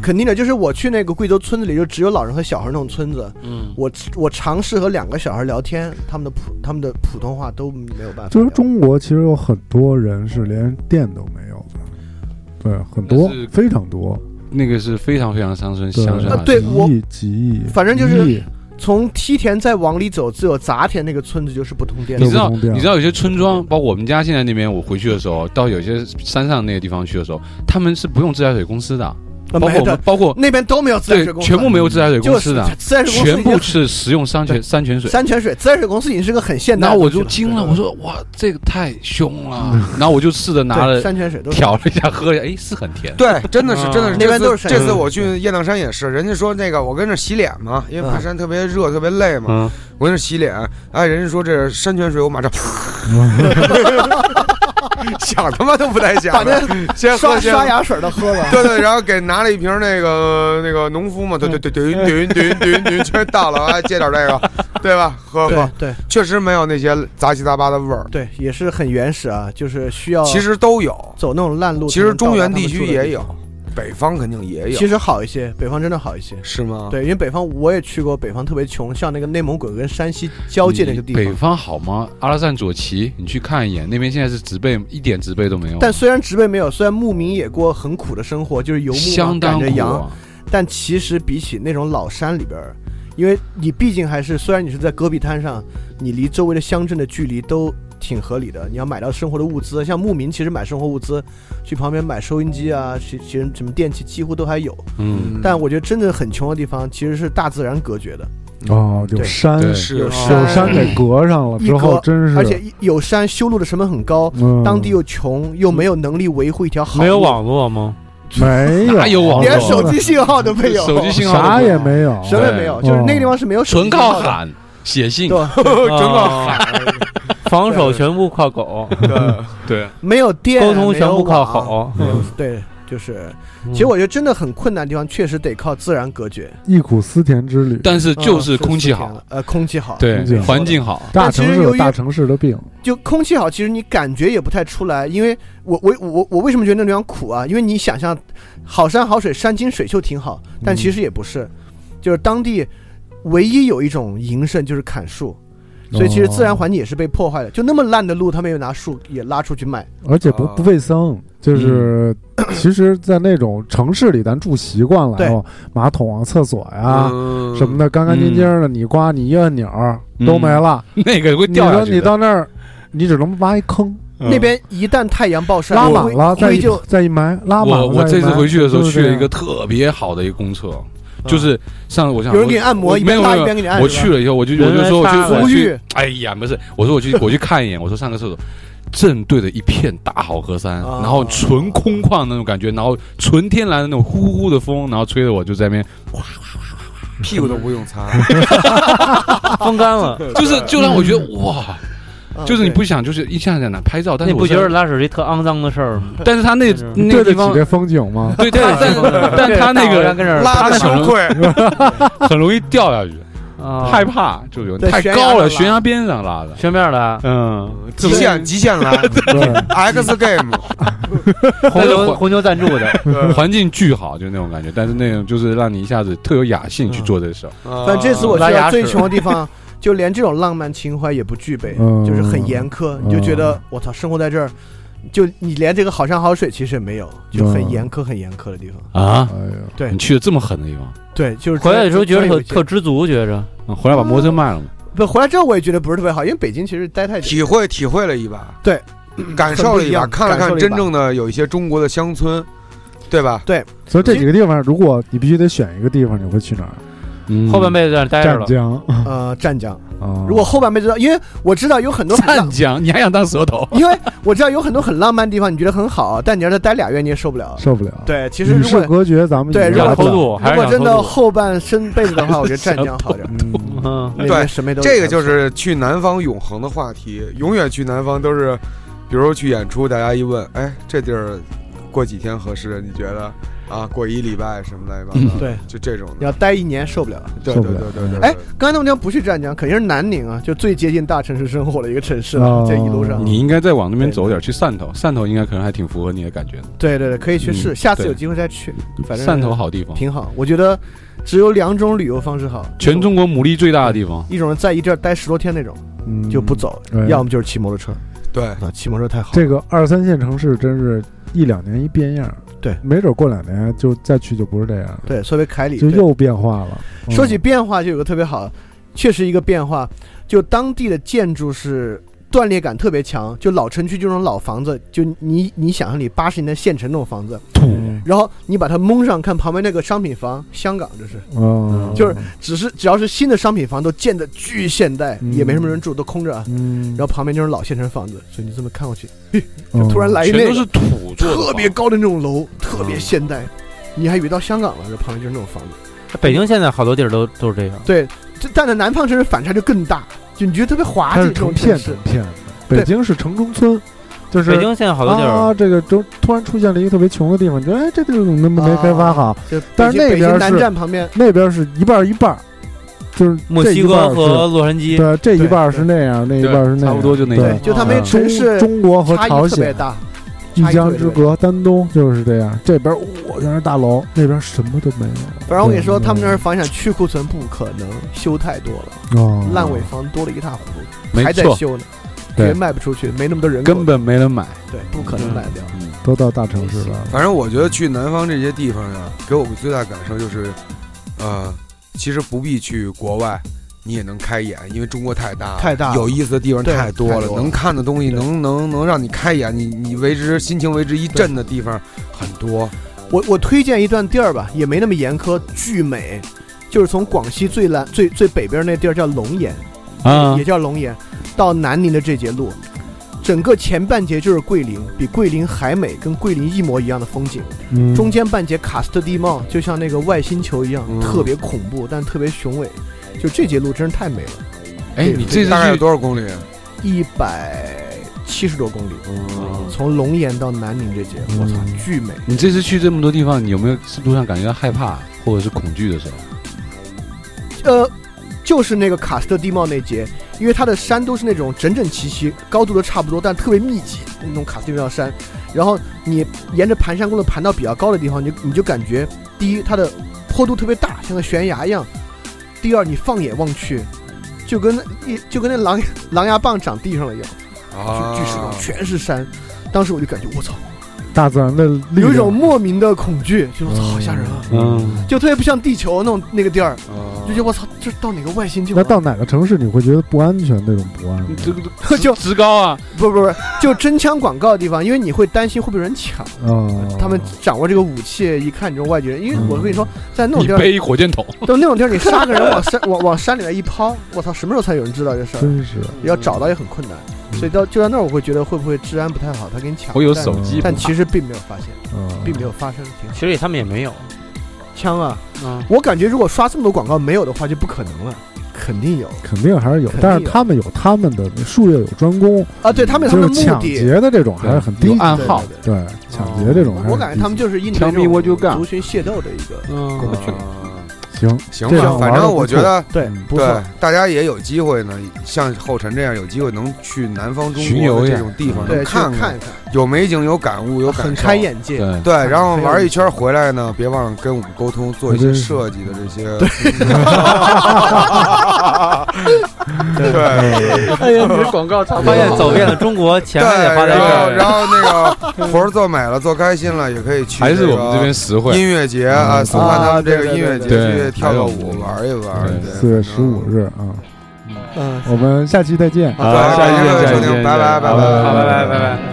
Speaker 4: 肯定的，就是我去那个贵州村子里，就只有老人和小孩那种村子。
Speaker 5: 嗯，
Speaker 4: 我我尝试和两个小孩聊天，他们的普他们的普通话都没有办法聊。
Speaker 7: 就是中国其实有很多人是连电都没有的，对，很多
Speaker 6: 那是
Speaker 7: 非常多，那
Speaker 6: 那个是非常非常乡村
Speaker 7: 对
Speaker 6: 乡村
Speaker 4: 啊
Speaker 6: 孩子。
Speaker 4: 对
Speaker 7: 几
Speaker 4: 我
Speaker 7: 亿几亿，
Speaker 4: 反正就是
Speaker 7: 一亿
Speaker 4: 从梯田再往里走，只有杂田那个村子就是不通电
Speaker 7: 都
Speaker 6: 你
Speaker 4: 的
Speaker 6: 知。道，
Speaker 7: 不通电
Speaker 6: 你知道有些村庄，包括我们家现在那边，我回去的时候，到有些山上那个地方去的时候，他们是不用自来水公司的，
Speaker 4: 啊
Speaker 6: 包括
Speaker 4: 没
Speaker 6: 我
Speaker 4: 的
Speaker 6: 们，包括
Speaker 4: 那边都没有自来
Speaker 6: 对
Speaker 4: 水，公司，
Speaker 6: 全部没有自来水
Speaker 4: 就
Speaker 6: 公司
Speaker 4: 是
Speaker 6: 的，
Speaker 4: 自来水公司
Speaker 6: 全
Speaker 4: 已经
Speaker 6: 部是食用山泉山泉水。
Speaker 4: 山泉水。自来水公司已经是个很现代
Speaker 6: 然
Speaker 4: 的东
Speaker 6: 后我
Speaker 4: 西了。
Speaker 6: 就惊了，
Speaker 4: 对嗯
Speaker 6: 我说哇，这个太凶了。然后我就试着拿
Speaker 4: 对
Speaker 6: 了
Speaker 4: 山泉水都是
Speaker 6: 挑了一下喝一下，哎，是很甜。
Speaker 3: 对，真的是，真的是。
Speaker 4: 那边
Speaker 3: 这次
Speaker 4: 都是山
Speaker 3: 这次
Speaker 4: 嗯
Speaker 3: 我去雁荡山也是，人家说那个我跟那洗脸嘛，因为爬
Speaker 4: 嗯
Speaker 3: 山特别热，特别累嘛，
Speaker 5: 嗯
Speaker 3: 我跟那洗脸。哎，人家说这山泉水，我马上 想他妈都不带想
Speaker 4: 把
Speaker 3: 的，先喝
Speaker 4: 刷
Speaker 3: 先
Speaker 4: 刷牙水儿都喝了，
Speaker 3: 对对，然后给拿了一瓶那个那个农夫嘛，对对对对
Speaker 4: 嗯
Speaker 3: 对对对对，全倒了，哎，接点这个，对吧？喝喝
Speaker 4: 对，哦对
Speaker 3: 确实没有那些杂七杂八的味儿，
Speaker 4: 对，也是很原始啊，就是需要
Speaker 3: 其实都有，
Speaker 4: 走那种烂路。
Speaker 3: 其实中原地区也有，，北方肯定也有
Speaker 4: 其，实好一些，北方真的好一些。
Speaker 3: 是吗？
Speaker 4: 对，因为北方我也去过，北方特别穷，像那个内蒙古跟山西交界那个地
Speaker 6: 北
Speaker 4: 方。
Speaker 6: 方好吗？阿拉善左旗，你去看一眼，那边现在是植被，一点植被都没有，
Speaker 4: 但虽然植被没有，虽然牧民也过很苦的生活，就是游牧嘛
Speaker 6: 相当
Speaker 4: 赶着
Speaker 6: 苦
Speaker 4: 羊，
Speaker 6: 啊。
Speaker 4: 但其实比起那种老山里边儿，因为你毕竟还是虽然你是在戈壁滩上，你离周围的乡镇的距离都挺合理的。你要买到生活的物资，像牧民其实买生活物资，去旁边买收音机啊，其其实什么电器几乎都还有。
Speaker 6: 嗯，
Speaker 3: 嗯，
Speaker 4: 但我觉得真正很穷的地方，其实是大自然隔绝的，
Speaker 7: 哦，有
Speaker 4: 对
Speaker 7: 山，
Speaker 6: 对
Speaker 3: 是
Speaker 4: 有
Speaker 3: 啊
Speaker 7: 有山给隔上了之
Speaker 4: 一
Speaker 7: 后，
Speaker 4: 隔
Speaker 7: 真是，
Speaker 4: 而且一有山修路的成本很高，
Speaker 7: 嗯
Speaker 4: 当地又穷，又没有能力维护一条好路，
Speaker 5: 没有网络吗？啊
Speaker 7: 没
Speaker 4: 哎
Speaker 7: 有，
Speaker 6: 哪有网络
Speaker 4: 连手机信号都没有，
Speaker 6: 手机信号都
Speaker 7: 啥
Speaker 6: 没有
Speaker 7: 也没有，
Speaker 6: 啊
Speaker 4: 什么也没有，
Speaker 7: 对
Speaker 4: 就是那个地方是没有手
Speaker 6: 纯
Speaker 4: 机
Speaker 6: 靠
Speaker 4: 信号的
Speaker 6: 喊写信，
Speaker 4: 对，
Speaker 5: 真的喊，啊防守全部靠狗，
Speaker 6: 对，
Speaker 4: 没有电，
Speaker 5: 沟通全部靠
Speaker 4: 好。
Speaker 5: 吼。
Speaker 4: 对，就是，其实我觉得真的很困难的地方，确实得靠自然隔绝。
Speaker 7: 忆苦思甜之旅。
Speaker 6: 但是就
Speaker 4: 嗯
Speaker 6: 是空气，好
Speaker 4: 是，呃，空气好，
Speaker 6: 对
Speaker 7: 空气，好
Speaker 6: 环境好，
Speaker 7: 大
Speaker 4: 但其
Speaker 7: 城
Speaker 4: 实
Speaker 7: 市
Speaker 4: 由
Speaker 7: 有
Speaker 4: 于
Speaker 7: 大城市的病，
Speaker 4: 就空气好，其实你感觉也不太出来，因为我我我我为什么觉得那地方苦啊？因为你想象，好山好水，山清水秀挺好，但其实也不是，就是当地唯一有一种营生就是砍树。
Speaker 6: 哦
Speaker 4: 所以其实自然环境也是被破坏的，就那么烂的路，他们也拿树也拉出去卖。
Speaker 7: 而且不
Speaker 3: 啊
Speaker 7: 不卫生，就是
Speaker 6: 嗯
Speaker 7: 其实，在那种城市里，咱住习惯了，
Speaker 4: 对
Speaker 7: 然后马桶啊、厕所呀
Speaker 3: 嗯
Speaker 7: 什么的，干干净净的，你刮你一按钮儿
Speaker 6: 嗯
Speaker 7: 都没了。
Speaker 6: 那个会
Speaker 7: 你
Speaker 6: 掉下
Speaker 7: 说
Speaker 6: 去
Speaker 7: 你
Speaker 6: 的。
Speaker 7: 到那儿，你只能挖一坑，
Speaker 6: 嗯
Speaker 4: 那边一旦太阳暴晒，
Speaker 7: 拉
Speaker 4: 灰
Speaker 7: 满了再
Speaker 4: 灰
Speaker 7: 一
Speaker 4: 就
Speaker 7: 再一埋，拉满
Speaker 6: 我
Speaker 7: 了。
Speaker 6: 我
Speaker 7: 再
Speaker 6: 这
Speaker 7: 一埋
Speaker 6: 次回去的时候
Speaker 7: 就是
Speaker 6: 去
Speaker 7: 这
Speaker 6: 了
Speaker 7: 样
Speaker 6: 一个特别好的一个公厕，就是上我想
Speaker 4: 有人给你按摩，
Speaker 6: 我
Speaker 4: 一
Speaker 6: 没
Speaker 4: 边
Speaker 6: 有
Speaker 4: 拉
Speaker 6: 没
Speaker 4: 一
Speaker 6: 有
Speaker 4: 边给你按。
Speaker 6: 我
Speaker 4: 是吧
Speaker 6: 去了以后，我就
Speaker 5: 人
Speaker 6: 我就
Speaker 5: 来
Speaker 6: 说我去
Speaker 5: 插
Speaker 6: 我
Speaker 4: 服
Speaker 6: 去
Speaker 4: 务，
Speaker 6: 哎呀，不是，我说 我去我去看一眼，我说上个厕所，正对着一片大好河山，
Speaker 4: 啊
Speaker 6: 然后纯空旷那种感觉，然后纯天然的那种呼呼呼的风，然后吹得我就在那边，
Speaker 3: 屁股都不用擦，
Speaker 5: 风干 了，
Speaker 6: 就是就让我觉得哇，
Speaker 4: 啊
Speaker 6: 就是你
Speaker 4: 嗯对
Speaker 6: 不想就是一下在那拍照，但
Speaker 5: 你
Speaker 6: 是
Speaker 5: 不
Speaker 6: 我
Speaker 5: 觉
Speaker 6: 是
Speaker 5: 得拉屎是一特肮脏的事儿吗？
Speaker 6: 但是他那
Speaker 5: 就是
Speaker 6: 那
Speaker 7: 对
Speaker 6: 个
Speaker 7: 得
Speaker 6: 地
Speaker 7: 起
Speaker 6: 方。
Speaker 7: 这风景 吗？
Speaker 6: 对，但但但他那个
Speaker 5: 人跟这 儿
Speaker 3: 拉的
Speaker 6: 他那
Speaker 3: 羞愧，
Speaker 6: 很容易掉下去，
Speaker 5: 啊
Speaker 6: 害怕就有
Speaker 4: 在
Speaker 6: 太
Speaker 4: 悬崖
Speaker 6: 高
Speaker 4: 上
Speaker 6: 了，
Speaker 4: 拉
Speaker 6: 悬崖边上拉的。
Speaker 5: 全面的，
Speaker 6: 嗯，
Speaker 3: 极限极限 来
Speaker 7: 对，哎
Speaker 3: ，X game，
Speaker 5: 红
Speaker 6: 但是
Speaker 5: 牛
Speaker 6: 环
Speaker 5: 红牛赞助 的，
Speaker 4: 嗯
Speaker 6: 环境巨好，就那种感觉，但是那种就是让你一下子特有雅兴去做这事儿。
Speaker 4: 反正这次我
Speaker 5: 呃
Speaker 3: 啊
Speaker 5: 拉
Speaker 4: 去
Speaker 5: 牙
Speaker 4: 到最
Speaker 5: 齿
Speaker 4: 穷的地方， 就连这种浪漫情怀也不具备，
Speaker 7: 嗯
Speaker 4: 就是很严苛。你就觉得我操，生活在这儿，就你连这个好山好水其实也没有，就很
Speaker 7: 嗯
Speaker 4: 严苛、很严苛的地方。
Speaker 6: 啊，
Speaker 7: 哎呀，
Speaker 4: 对
Speaker 6: 你去了这么狠的地方，
Speaker 4: 对，就是
Speaker 5: 嗯回来的时候觉得
Speaker 4: 特
Speaker 5: 特特知足，觉着
Speaker 6: 嗯回来把摩托车卖了嘛？
Speaker 4: 不回来之后我也觉得不是特别好，因为北京其实待太久。
Speaker 3: 体会体会了一把，
Speaker 4: 对，
Speaker 3: 感受了一把，
Speaker 4: 很不一样
Speaker 3: 看了
Speaker 4: 感
Speaker 3: 看
Speaker 4: 受了一把
Speaker 3: 真正的有一些中国的乡村，对吧？
Speaker 7: 所以这几个地方，如果你必须得选一个地方，你会去哪儿？
Speaker 6: 嗯
Speaker 5: 后半辈子在那儿待着
Speaker 7: 湛
Speaker 5: 了。
Speaker 7: 江啊。
Speaker 4: 呃，湛江，
Speaker 5: 嗯
Speaker 4: 如果后半辈子，因为我知道有很多很
Speaker 6: 湛
Speaker 4: 浪，
Speaker 6: 江，你还想当舌头？
Speaker 4: 因为我知道有很多很浪漫的地方，你觉得很好，啊但你要是待俩月你也受不了。
Speaker 5: 嗯
Speaker 7: 受不了，
Speaker 4: 对，其实
Speaker 7: 与
Speaker 4: 如
Speaker 7: 世
Speaker 4: 果
Speaker 7: 隔绝，咱们
Speaker 4: 对
Speaker 7: 已经
Speaker 4: 如果
Speaker 5: 想
Speaker 7: 来不
Speaker 5: 偷
Speaker 7: 了
Speaker 5: 渡，还
Speaker 4: 如
Speaker 5: 是
Speaker 4: 果
Speaker 5: 想
Speaker 4: 真
Speaker 5: 偷
Speaker 4: 的
Speaker 5: 渡。
Speaker 4: 后半生辈子的话，我觉得湛江 好点儿，
Speaker 7: 嗯，
Speaker 5: 嗯，
Speaker 4: 那边什么也都
Speaker 3: 这个
Speaker 4: 看不
Speaker 3: 就
Speaker 4: 见
Speaker 3: 是去南方永恒的话题，永远去南方都是，比如去演出，大家一问，哎，这地儿过几天合适？你觉得啊，过一礼拜什么乱七八糟，
Speaker 4: 嗯对，
Speaker 3: 就这种的
Speaker 4: 你，要待一年受不了。
Speaker 6: 嗯
Speaker 3: 对
Speaker 7: 受
Speaker 3: 对
Speaker 7: 不了
Speaker 3: 对对对。
Speaker 4: 哎，刚才那么讲不去湛江，肯定是南宁啊，就最接近大城市生活的一个城市
Speaker 7: 哦
Speaker 4: 了，在一路上。
Speaker 6: 你应该再往那边走点，去汕头，汕头应该可能还挺符合你的感觉的。
Speaker 4: 对对对，可以去试，
Speaker 6: 嗯
Speaker 4: 下次有
Speaker 6: 对
Speaker 4: 机会再去，反正
Speaker 6: 汕头好地方，
Speaker 4: 挺好。我觉得只有两种旅游方式好，
Speaker 6: 全中国牡蛎最大的地方。
Speaker 4: 一种是在一地儿待十多天那种
Speaker 7: 嗯
Speaker 4: 就不。走
Speaker 6: 哎
Speaker 7: 嗯，
Speaker 4: 要么就是骑摩托车。
Speaker 3: 对，
Speaker 4: 啊，骑摩托车太好了。
Speaker 7: 这个二三线城市真是一两年一变样儿，
Speaker 4: 对
Speaker 7: 没准过两年就再去就不是这样了，
Speaker 4: 对，说回凯里，
Speaker 7: 就
Speaker 4: 对
Speaker 7: 又变化了。嗯
Speaker 4: 说起变化，就有个特别好，确实一个变化，就当地的建筑是断裂感特别强，就老城区这种老房子，就你你想象你八十年代县城那种房子，
Speaker 7: 嗯
Speaker 4: 然后你把它蒙上，看旁边那个商品房，香港这是，
Speaker 7: 嗯，
Speaker 4: 就是只是只要是新的商品房都建的巨现代，
Speaker 7: 嗯
Speaker 4: 也没什么人住，都空着啊。
Speaker 7: 嗯，
Speaker 4: 然后旁边就是老县城房子，所以你这么看过去，
Speaker 7: 嗯
Speaker 4: 突然来一
Speaker 6: 全
Speaker 4: 那
Speaker 6: 都
Speaker 4: 个
Speaker 6: 是土做的房，
Speaker 4: 特别高的那种楼，特别现代，你还以为到香港了，这旁边就是那种房
Speaker 7: 嗯
Speaker 4: 子。
Speaker 5: 北京现在好多地儿都都是这样，
Speaker 4: 对，这但在南方城市反差就更大，就你觉得特别滑
Speaker 7: 它
Speaker 4: 稽
Speaker 7: 是
Speaker 4: 这种城
Speaker 7: 成片
Speaker 4: 市
Speaker 7: 成。片的，北京是城中村，就是
Speaker 5: 北京现在好多地
Speaker 7: 啊，
Speaker 5: 儿，
Speaker 7: 这个就突然出现了一个特别穷的地方，你觉得哎，这地儿怎么那么没
Speaker 4: 啊
Speaker 7: 开发好？
Speaker 4: 就
Speaker 7: 但是
Speaker 4: 北京
Speaker 7: 那边
Speaker 4: 北京南
Speaker 7: 是
Speaker 4: 站旁边，
Speaker 7: 那边是一半儿一半儿，就是
Speaker 5: 墨
Speaker 7: 这一
Speaker 5: 西
Speaker 7: 半
Speaker 5: 哥
Speaker 7: 儿是
Speaker 5: 和洛杉矶，
Speaker 7: 对这一
Speaker 4: 对
Speaker 7: 半儿是那样，那一半儿是那样，
Speaker 6: 差不多就那
Speaker 7: 对
Speaker 6: 样。
Speaker 4: 就他们
Speaker 5: 嗯
Speaker 4: 城市
Speaker 7: 中中国和
Speaker 4: 差
Speaker 7: 朝
Speaker 4: 异特别
Speaker 7: 鲜
Speaker 4: 大，
Speaker 7: 一
Speaker 4: 差异特
Speaker 7: 江
Speaker 4: 别
Speaker 7: 之隔，丹东就是这样。这边我全是大楼，那边什么都没有。
Speaker 4: 反正我跟你说，
Speaker 7: 对
Speaker 4: 他们那儿房地产去库存不可能修太多了，
Speaker 7: 哦，
Speaker 4: 烂尾房多了一塌糊涂，
Speaker 6: 没
Speaker 4: 还在
Speaker 6: 错
Speaker 4: 修呢，
Speaker 6: 对
Speaker 4: 绝卖不出去，没那么多人口
Speaker 6: 根本没人买。嗯
Speaker 4: 对，不可能卖掉。
Speaker 7: 都到大城市了。
Speaker 3: 反正我觉得去南方这些地方呀，给我最大感受就是，呃，其实不必去国外，你也能开眼，因为中国太大了，
Speaker 4: 太大了
Speaker 3: 有意思的地方
Speaker 4: 对
Speaker 3: 太多
Speaker 4: 太
Speaker 3: 了，
Speaker 4: 多了
Speaker 3: 能看的东西
Speaker 4: 对
Speaker 3: 能能能让你开眼，你你为之心情为之一振的地方很多。
Speaker 6: 嗯
Speaker 4: 我我推荐一段地儿吧，也没那么严苛，巨美，就是从广西最南最最北边那地儿叫龙岩，
Speaker 6: 啊
Speaker 4: 也，叫龙岩，到南宁的这节路，整个前半截就是桂林，比桂林还美，跟桂林一模一样的风景。
Speaker 7: 嗯，
Speaker 4: 中间半截喀斯特地貌就像那个外星球一样，
Speaker 3: 嗯
Speaker 4: 特别恐怖，但特别雄伟。就这节路真是太美了，
Speaker 6: 哎，你这次
Speaker 3: 大概有
Speaker 6: 去
Speaker 3: 多少公里？
Speaker 4: 一百七十多公里，从龙岩到南宁这节，我操，
Speaker 7: 嗯
Speaker 4: 巨美！
Speaker 6: 你这次去这么多地方，你有没有路上感觉到害怕或者是恐惧的时候？
Speaker 4: 呃，就是那个喀斯特地貌那节，因为它的山都是那种整整齐齐，高度都差不多，但特别密集那种喀斯特地貌山。然后你沿着盘山公路盘到比较高的地方，你就你就感觉，第一，它的坡度特别大，像个悬崖一样；第二，你放眼望去，就跟一就跟那狼狼牙棒长地上了一样，
Speaker 3: 啊，
Speaker 4: 巨巨石头全是山。当时我就感觉我操，
Speaker 7: 大自然的力
Speaker 4: 有一种
Speaker 7: 量，
Speaker 4: 莫名的恐惧，就是我操，好吓人啊！
Speaker 5: 嗯，
Speaker 4: 就特别不像地球那种那个地儿，
Speaker 3: 啊
Speaker 4: 就觉得我操，这是到哪个外星球、
Speaker 7: 那
Speaker 4: 啊？
Speaker 7: 到哪个城市你会觉得不安全？这种不安
Speaker 6: 这个
Speaker 4: 就
Speaker 6: 职高啊，
Speaker 4: 不不不，就真枪广告的地方，因为你会担心会被人抢，
Speaker 6: 哦
Speaker 7: 啊，
Speaker 4: 他们掌握这个武器，一看你这种外国人，因为我跟你说，在那种
Speaker 6: 你
Speaker 4: 地儿，
Speaker 6: 背一火箭筒，
Speaker 4: 都那种地儿，你杀个人往山 往往山里面一抛，我操，什么时候才有人知道这事
Speaker 6: 嗯
Speaker 4: 儿？
Speaker 7: 真是
Speaker 4: 要找到也很困难，所以到就在那儿，我会觉得会不会治安不太好，他给你抢。
Speaker 6: 我嗯有
Speaker 4: 但
Speaker 6: 手
Speaker 7: 哦
Speaker 6: 机，
Speaker 4: 但其实并没有发现，
Speaker 7: 啊，
Speaker 4: 并没有发生，挺好
Speaker 5: 其。实也他们也没有，
Speaker 4: 枪啊，
Speaker 5: 嗯，
Speaker 4: 我感觉如果刷这么多广告没有的话，就不可能了，肯定有
Speaker 7: 肯定还是有
Speaker 4: 肯定，
Speaker 7: 但是
Speaker 4: 有
Speaker 7: 他们有他们的术业有专攻，
Speaker 4: 啊。对他们有他
Speaker 7: 就
Speaker 4: 们
Speaker 7: 是
Speaker 4: 的目
Speaker 7: 抢
Speaker 4: 的，
Speaker 7: 劫的这种还是很低级
Speaker 6: 有
Speaker 7: 的，
Speaker 6: 暗号
Speaker 4: 对。对对
Speaker 7: 对抢劫这种还是很低级的，
Speaker 4: 哦我感觉他们就是应对
Speaker 6: Tell
Speaker 4: 这
Speaker 6: me what you
Speaker 4: 种
Speaker 6: got
Speaker 4: 族群械斗的一个
Speaker 5: 嗯，
Speaker 7: 行，
Speaker 3: 行
Speaker 7: 这
Speaker 3: 吧，
Speaker 7: 样
Speaker 3: 反
Speaker 7: 玩得
Speaker 3: 正
Speaker 7: 不
Speaker 3: 我觉
Speaker 7: 错
Speaker 3: 得
Speaker 4: 对，不错。
Speaker 3: 对大家也有机会呢，像后尘这样有机会能去南方中
Speaker 6: 巡
Speaker 3: 国
Speaker 6: 游
Speaker 3: 的
Speaker 6: 一
Speaker 3: 这
Speaker 6: 下
Speaker 3: 种地方，
Speaker 4: 嗯对，
Speaker 3: 能
Speaker 4: 去
Speaker 3: 看
Speaker 4: 看一看，
Speaker 3: 有美景，有感悟，有感
Speaker 4: 很
Speaker 3: 受
Speaker 4: 开。眼界。
Speaker 6: 对，
Speaker 3: 对，
Speaker 4: 看
Speaker 3: 然后
Speaker 4: 很有
Speaker 3: 玩
Speaker 4: 意
Speaker 3: 一
Speaker 4: 思
Speaker 3: 圈回来呢，别忘了跟我们沟通，做一些
Speaker 7: 真是
Speaker 3: 设计的这些。对
Speaker 6: 哎呀，你的广告插
Speaker 5: 发现走遍了中国，钱还得花
Speaker 3: 然
Speaker 5: 在这
Speaker 3: 后
Speaker 5: 儿，
Speaker 3: 然后那个活儿做美了，做开心了，也可以去
Speaker 6: 还是
Speaker 3: 个
Speaker 6: 我们这边实惠。
Speaker 3: 音乐节啊，苏看他们这个音乐节
Speaker 6: 对对
Speaker 3: 去
Speaker 6: 对
Speaker 3: 跳个
Speaker 6: 对
Speaker 3: 舞，玩一玩。
Speaker 6: 对
Speaker 3: 对
Speaker 7: 四月十五，日啊，
Speaker 4: 嗯，
Speaker 7: 我们下期再见。
Speaker 3: 反正
Speaker 6: 下一
Speaker 3: 对
Speaker 6: 见，
Speaker 3: 感谢各位
Speaker 6: 下一
Speaker 3: 收
Speaker 6: 见，
Speaker 3: 听拜拜拜拜
Speaker 5: 好，拜拜拜拜。